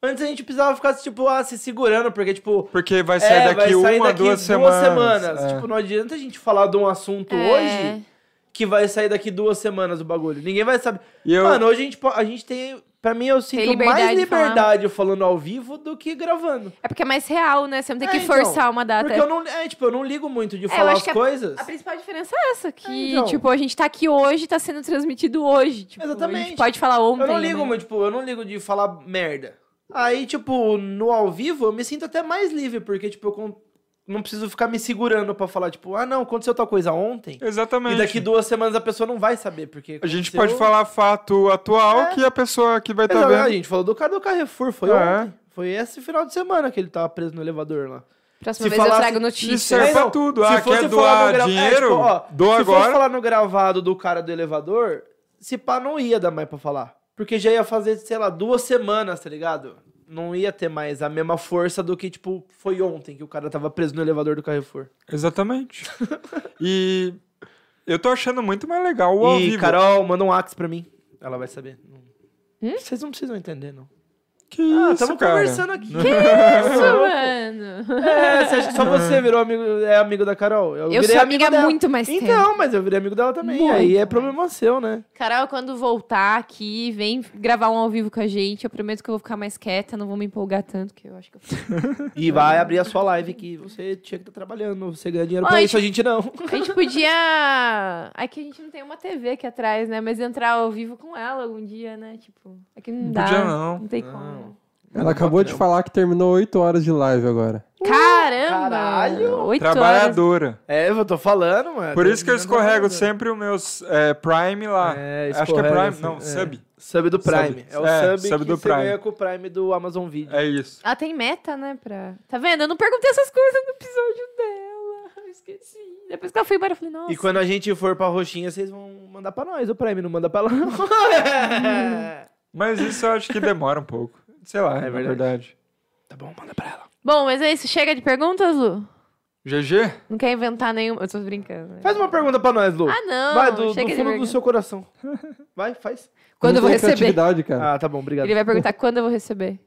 [SPEAKER 3] Antes a gente precisava ficar, tipo, ah, se segurando, porque, tipo.
[SPEAKER 2] Porque vai sair
[SPEAKER 3] é,
[SPEAKER 2] daqui
[SPEAKER 3] vai sair
[SPEAKER 2] uma,
[SPEAKER 3] daqui
[SPEAKER 2] duas, semanas. É.
[SPEAKER 3] Tipo, não adianta a gente falar de um assunto
[SPEAKER 1] É.
[SPEAKER 3] hoje que vai sair daqui duas semanas o bagulho. Ninguém vai saber.
[SPEAKER 2] E eu,
[SPEAKER 3] Mano, hoje a gente, po- a gente tem. Pra mim, eu sinto
[SPEAKER 1] liberdade
[SPEAKER 3] mais
[SPEAKER 1] de falar.
[SPEAKER 3] liberdade falando ao vivo do que gravando.
[SPEAKER 1] É porque é mais real, né? Você não tem
[SPEAKER 3] É,
[SPEAKER 1] que
[SPEAKER 3] então,
[SPEAKER 1] forçar uma data.
[SPEAKER 3] Porque eu não. É, tipo, eu não ligo muito de
[SPEAKER 1] eu
[SPEAKER 3] falar
[SPEAKER 1] acho
[SPEAKER 3] as
[SPEAKER 1] que é
[SPEAKER 3] coisas.
[SPEAKER 1] A principal diferença é essa, que,
[SPEAKER 3] É, então.
[SPEAKER 1] tipo, a gente tá aqui hoje, tá sendo transmitido hoje. Tipo, A gente
[SPEAKER 3] Exatamente.
[SPEAKER 1] pode falar ontem.
[SPEAKER 3] Eu não ligo,
[SPEAKER 1] né?
[SPEAKER 3] mas, tipo, eu não ligo de falar merda. Aí, tipo, no ao vivo, eu me sinto até mais livre, porque, tipo, eu con- não preciso ficar me segurando pra falar, tipo, ah, não, aconteceu tal coisa ontem.
[SPEAKER 2] exatamente.
[SPEAKER 3] E daqui duas semanas a pessoa não vai saber, porque.
[SPEAKER 2] A gente
[SPEAKER 3] aconteceu-
[SPEAKER 2] pode falar fato atual
[SPEAKER 3] É.
[SPEAKER 2] que a pessoa que vai estar
[SPEAKER 3] Exato, Tá A
[SPEAKER 2] tá vendo.
[SPEAKER 3] gente falou do cara do Carrefour, foi
[SPEAKER 2] É.
[SPEAKER 3] ontem. Foi esse final de semana que ele tava preso no elevador lá.
[SPEAKER 1] Próxima
[SPEAKER 3] Se
[SPEAKER 1] vez eu
[SPEAKER 3] falasse-
[SPEAKER 1] trago
[SPEAKER 2] Isso
[SPEAKER 1] notícias.
[SPEAKER 2] serve
[SPEAKER 3] É,
[SPEAKER 2] pra
[SPEAKER 3] não,
[SPEAKER 2] tudo.
[SPEAKER 3] se
[SPEAKER 2] Ah,
[SPEAKER 3] fosse
[SPEAKER 2] quer
[SPEAKER 3] falar
[SPEAKER 2] doar
[SPEAKER 3] no gra- é,
[SPEAKER 2] dinheiro?
[SPEAKER 3] tipo, ó,
[SPEAKER 2] Doa
[SPEAKER 3] se fosse
[SPEAKER 2] agora.
[SPEAKER 3] falar no gravado do cara do elevador, se pá, não ia dar mais pra falar. Porque já ia fazer, sei lá, duas semanas, tá ligado? Não ia ter mais a mesma força do que, tipo, foi ontem que o cara tava preso no elevador do Carrefour.
[SPEAKER 2] Exatamente. e eu tô achando muito mais legal o ao
[SPEAKER 3] e,
[SPEAKER 2] vivo.
[SPEAKER 3] Carol, manda um ax pra mim. Ela vai saber. Não-
[SPEAKER 1] Hum?
[SPEAKER 3] Vocês não precisam entender, não.
[SPEAKER 2] Que
[SPEAKER 3] Ah,
[SPEAKER 2] isso,
[SPEAKER 3] tamo
[SPEAKER 2] cara.
[SPEAKER 3] conversando aqui.
[SPEAKER 1] Isso, mano.
[SPEAKER 3] É, você acha que só você virou amigo, é amigo da Carol?
[SPEAKER 1] Eu
[SPEAKER 3] virei
[SPEAKER 1] sou amiga
[SPEAKER 3] amigo dela.
[SPEAKER 1] muito mais tempo.
[SPEAKER 3] Então, mas eu virei amigo dela também.
[SPEAKER 1] Muito
[SPEAKER 3] Aí é problema seu, né?
[SPEAKER 1] Carol, quando voltar aqui, vem gravar um ao vivo com a gente. Eu prometo que eu vou ficar mais quieta, não vou me empolgar tanto, que eu acho que eu...
[SPEAKER 3] E vai abrir a sua live que você tinha que estar trabalhando. Você ganha dinheiro
[SPEAKER 1] Ó,
[SPEAKER 3] pra
[SPEAKER 1] a
[SPEAKER 3] isso, a gente não.
[SPEAKER 1] A gente podia... Aqui a gente não tem uma TV aqui atrás, né? Mas entrar ao vivo com ela algum dia, né? Tipo, aqui não dá.
[SPEAKER 2] Podia não.
[SPEAKER 1] Não tem
[SPEAKER 3] Não. Uh,
[SPEAKER 1] como.
[SPEAKER 4] Ela acabou de falar que terminou 8 horas de live agora.
[SPEAKER 1] Caramba!
[SPEAKER 3] caralho!
[SPEAKER 1] Oito horas.
[SPEAKER 2] Trabalhadora.
[SPEAKER 3] É, eu tô falando, mano.
[SPEAKER 2] Por isso que eu
[SPEAKER 3] Tô
[SPEAKER 2] escorrego
[SPEAKER 3] falando.
[SPEAKER 2] sempre os meus é, Prime lá.
[SPEAKER 3] Tá É,
[SPEAKER 2] Acho que é
[SPEAKER 3] escorrega,
[SPEAKER 2] Prime,
[SPEAKER 3] assim,
[SPEAKER 2] não,
[SPEAKER 3] é.
[SPEAKER 2] Sub.
[SPEAKER 3] Sub do Prime.
[SPEAKER 2] Sub.
[SPEAKER 3] É o
[SPEAKER 2] É,
[SPEAKER 3] sub,
[SPEAKER 2] sub
[SPEAKER 3] que
[SPEAKER 2] do
[SPEAKER 3] você
[SPEAKER 2] Prime.
[SPEAKER 3] ganha com o Prime do Amazon Video.
[SPEAKER 2] É isso.
[SPEAKER 1] Ela tem meta, né? Pra... Tá vendo? Eu não perguntei essas coisas no episódio dela. Eu esqueci. Depois que ela foi embora, eu falei, nossa.
[SPEAKER 3] E quando a gente for pra Roxinha, vocês vão mandar pra nós. O Prime não manda pra lá.
[SPEAKER 2] Mas isso eu acho que demora um pouco. Sei lá, é
[SPEAKER 3] verdade.
[SPEAKER 2] verdade.
[SPEAKER 3] tá bom, manda pra ela.
[SPEAKER 1] Bom, mas é isso. Chega de perguntas, Lu?
[SPEAKER 2] GG?
[SPEAKER 1] Não quer inventar nenhuma. Eu tô brincando. né?
[SPEAKER 3] Faz uma pergunta pra nós, Lu.
[SPEAKER 1] Ah, não.
[SPEAKER 3] vai, do, do
[SPEAKER 1] Chega de
[SPEAKER 3] fundo do
[SPEAKER 1] pergunta.
[SPEAKER 3] seu coração. Vai, faz.
[SPEAKER 1] Quando eu vou
[SPEAKER 4] tem
[SPEAKER 1] receber.
[SPEAKER 4] criatividade, cara.
[SPEAKER 3] Ah, tá bom, obrigado.
[SPEAKER 1] Ele vai perguntar quando eu vou receber.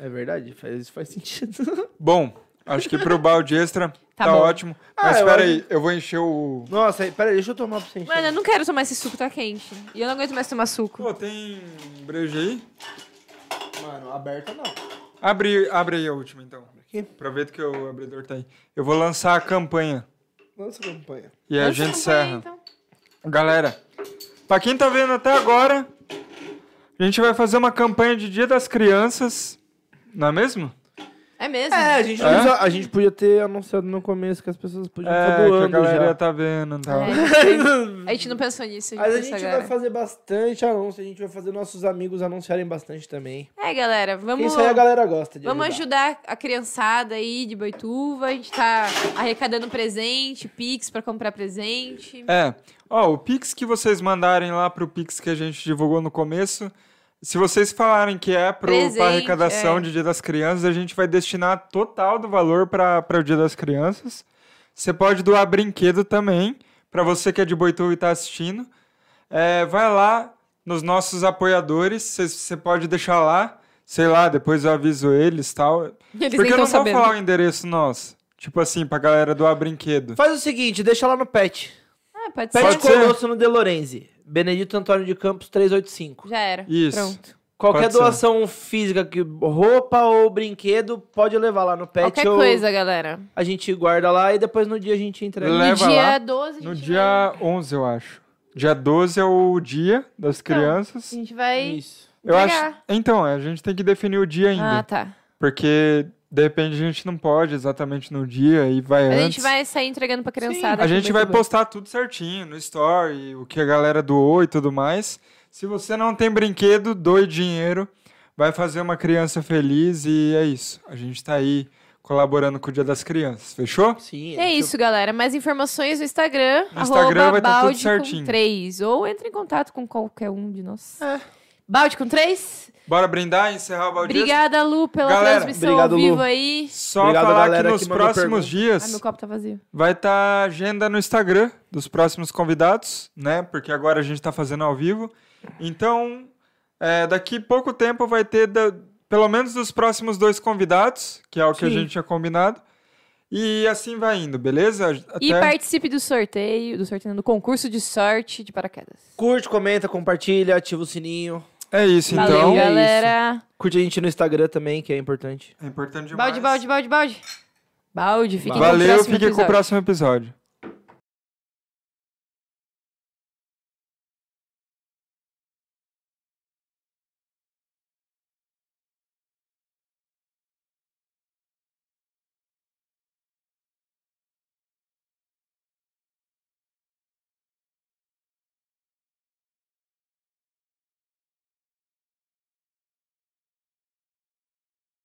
[SPEAKER 3] É verdade, faz, isso faz sentido.
[SPEAKER 2] Bom, acho que pro balde extra tá,
[SPEAKER 1] Tá bom.
[SPEAKER 2] ótimo. Mas
[SPEAKER 3] Ah, eu
[SPEAKER 2] espera
[SPEAKER 3] acho-
[SPEAKER 2] aí, eu vou encher o...
[SPEAKER 3] Nossa, pera aí, deixa eu tomar pra você encher.
[SPEAKER 1] Mano, eu não quero tomar esse suco, tá quente. E eu não aguento mais tomar suco.
[SPEAKER 2] Pô, tem breja aí?
[SPEAKER 3] Mano, aberta não.
[SPEAKER 2] Abre, abre aí a última, então.
[SPEAKER 3] aqui.
[SPEAKER 2] Aproveita que o abridor tá aí. Eu vou lançar a campanha.
[SPEAKER 3] Lança a campanha.
[SPEAKER 2] E a
[SPEAKER 1] Lança
[SPEAKER 2] gente
[SPEAKER 1] campanha,
[SPEAKER 2] encerra.
[SPEAKER 1] então.
[SPEAKER 2] Galera, pra quem tá vendo até agora, a gente vai fazer uma campanha de Dia das Crianças, não é mesmo?
[SPEAKER 1] É mesmo?
[SPEAKER 3] É, a gente, não
[SPEAKER 2] É?
[SPEAKER 3] precisa- a gente podia ter anunciado no começo que as pessoas podiam estar
[SPEAKER 2] É, que a
[SPEAKER 3] doando
[SPEAKER 2] galera
[SPEAKER 3] já.
[SPEAKER 2] tá vendo. Tá.
[SPEAKER 1] É, A gente não pensou nisso.
[SPEAKER 3] Mas a
[SPEAKER 1] pensou
[SPEAKER 3] gente vai
[SPEAKER 1] agora.
[SPEAKER 3] fazer bastante anúncio, a gente vai fazer nossos amigos anunciarem bastante também.
[SPEAKER 1] É, galera, vamos.
[SPEAKER 3] Isso aí a galera gosta de
[SPEAKER 1] Vamos ajudar a criançada aí de Boituva. A gente tá arrecadando presente, Pix pra comprar presente.
[SPEAKER 2] É, ó, o Pix que vocês mandarem lá pro Pix que a gente divulgou no começo, se vocês falarem que é pro,
[SPEAKER 1] Presente,
[SPEAKER 2] pra arrecadação
[SPEAKER 1] é.
[SPEAKER 2] de Dia das Crianças, a gente vai destinar total do valor pra pra o Dia das Crianças. Você pode doar brinquedo também, pra você que é de Boituva e tá assistindo. É, vai lá nos nossos apoiadores, você pode deixar lá, sei lá, depois eu aviso eles e tal.
[SPEAKER 1] Eles nem
[SPEAKER 2] Porque eu
[SPEAKER 1] estão
[SPEAKER 2] não vou
[SPEAKER 1] sabendo.
[SPEAKER 2] falar o endereço nosso. Tipo assim, pra galera doar brinquedo.
[SPEAKER 3] Faz o seguinte, deixa lá no pet.
[SPEAKER 1] Ah, pode ser.
[SPEAKER 3] Pet
[SPEAKER 2] Pode ser.
[SPEAKER 3] Colosso no De Lorenzi. Benedito Antônio de Campos 385.
[SPEAKER 1] Já era.
[SPEAKER 2] Isso.
[SPEAKER 1] Pronto.
[SPEAKER 3] Qualquer
[SPEAKER 2] Pode ser.
[SPEAKER 3] doação física, que roupa ou brinquedo, pode levar lá no pet.
[SPEAKER 1] Qualquer
[SPEAKER 3] ou
[SPEAKER 1] coisa, galera.
[SPEAKER 3] A gente guarda lá e depois no dia a gente entrega.
[SPEAKER 2] Le-
[SPEAKER 1] No
[SPEAKER 2] Leva
[SPEAKER 1] dia
[SPEAKER 2] lá.
[SPEAKER 1] 12, a gente
[SPEAKER 2] No
[SPEAKER 1] vai-
[SPEAKER 2] dia 11, eu acho. Dia 12 é o dia das
[SPEAKER 1] A
[SPEAKER 2] crianças.
[SPEAKER 1] gente vai.
[SPEAKER 3] Isso.
[SPEAKER 2] Eu
[SPEAKER 1] entregar.
[SPEAKER 2] acho. Então, a gente tem que definir o dia ainda.
[SPEAKER 1] Ah, tá.
[SPEAKER 2] Porque De repente a gente não pode exatamente no dia e vai
[SPEAKER 1] Mas
[SPEAKER 2] É, antes.
[SPEAKER 1] a gente vai sair entregando pra criançada.
[SPEAKER 2] A
[SPEAKER 1] aqui no
[SPEAKER 2] gente vai
[SPEAKER 1] YouTube.
[SPEAKER 2] postar tudo certinho no story, o que a galera doou e tudo mais. Se você não tem brinquedo, doe dinheiro. Vai fazer uma criança feliz e é isso. A gente tá aí colaborando com o Dia das Crianças, fechou?
[SPEAKER 3] Sim.
[SPEAKER 1] É isso, galera. Mais informações no Instagram.
[SPEAKER 2] No Instagram
[SPEAKER 1] arroba
[SPEAKER 2] vai tá tudo
[SPEAKER 1] balde
[SPEAKER 2] certinho. É.
[SPEAKER 1] com 3. Ou entre em contato com qualquer um de nós. Balde com 3.
[SPEAKER 2] Bora brindar e encerrar o balde?
[SPEAKER 1] Obrigada, Lu, pela
[SPEAKER 2] Galera,
[SPEAKER 1] transmissão
[SPEAKER 3] obrigado,
[SPEAKER 1] ao
[SPEAKER 3] Lu.
[SPEAKER 1] vivo aí.
[SPEAKER 2] Só
[SPEAKER 3] Obrigado,
[SPEAKER 2] falar que
[SPEAKER 3] galera,
[SPEAKER 2] nos
[SPEAKER 3] que mandou
[SPEAKER 2] próximos
[SPEAKER 3] pergunta.
[SPEAKER 1] Ah,
[SPEAKER 2] dias
[SPEAKER 1] meu copo tá vazio.
[SPEAKER 2] vai estar a agenda no Instagram dos próximos convidados, né? Porque agora a gente tá fazendo ao vivo. Então, é, daqui pouco tempo vai ter da- pelo menos dos próximos dois convidados, que é o que a
[SPEAKER 3] Sim.
[SPEAKER 2] gente tinha combinado. E assim vai indo, beleza?
[SPEAKER 1] E
[SPEAKER 2] Até-
[SPEAKER 1] participe do sorteio, do sorteio, não, do concurso de sorte de paraquedas.
[SPEAKER 3] Curte, comenta, compartilha, ativa o sininho.
[SPEAKER 2] É isso,
[SPEAKER 1] Valeu,
[SPEAKER 2] então.
[SPEAKER 3] é
[SPEAKER 1] galera.
[SPEAKER 3] Curte a gente no Instagram também, que é importante.
[SPEAKER 2] É importante demais.
[SPEAKER 1] Balde, balde, balde, balde. Balde, fiquem com o
[SPEAKER 2] Valeu,
[SPEAKER 1] próximo
[SPEAKER 2] fiquem com o
[SPEAKER 1] episódio.
[SPEAKER 2] próximo episódio.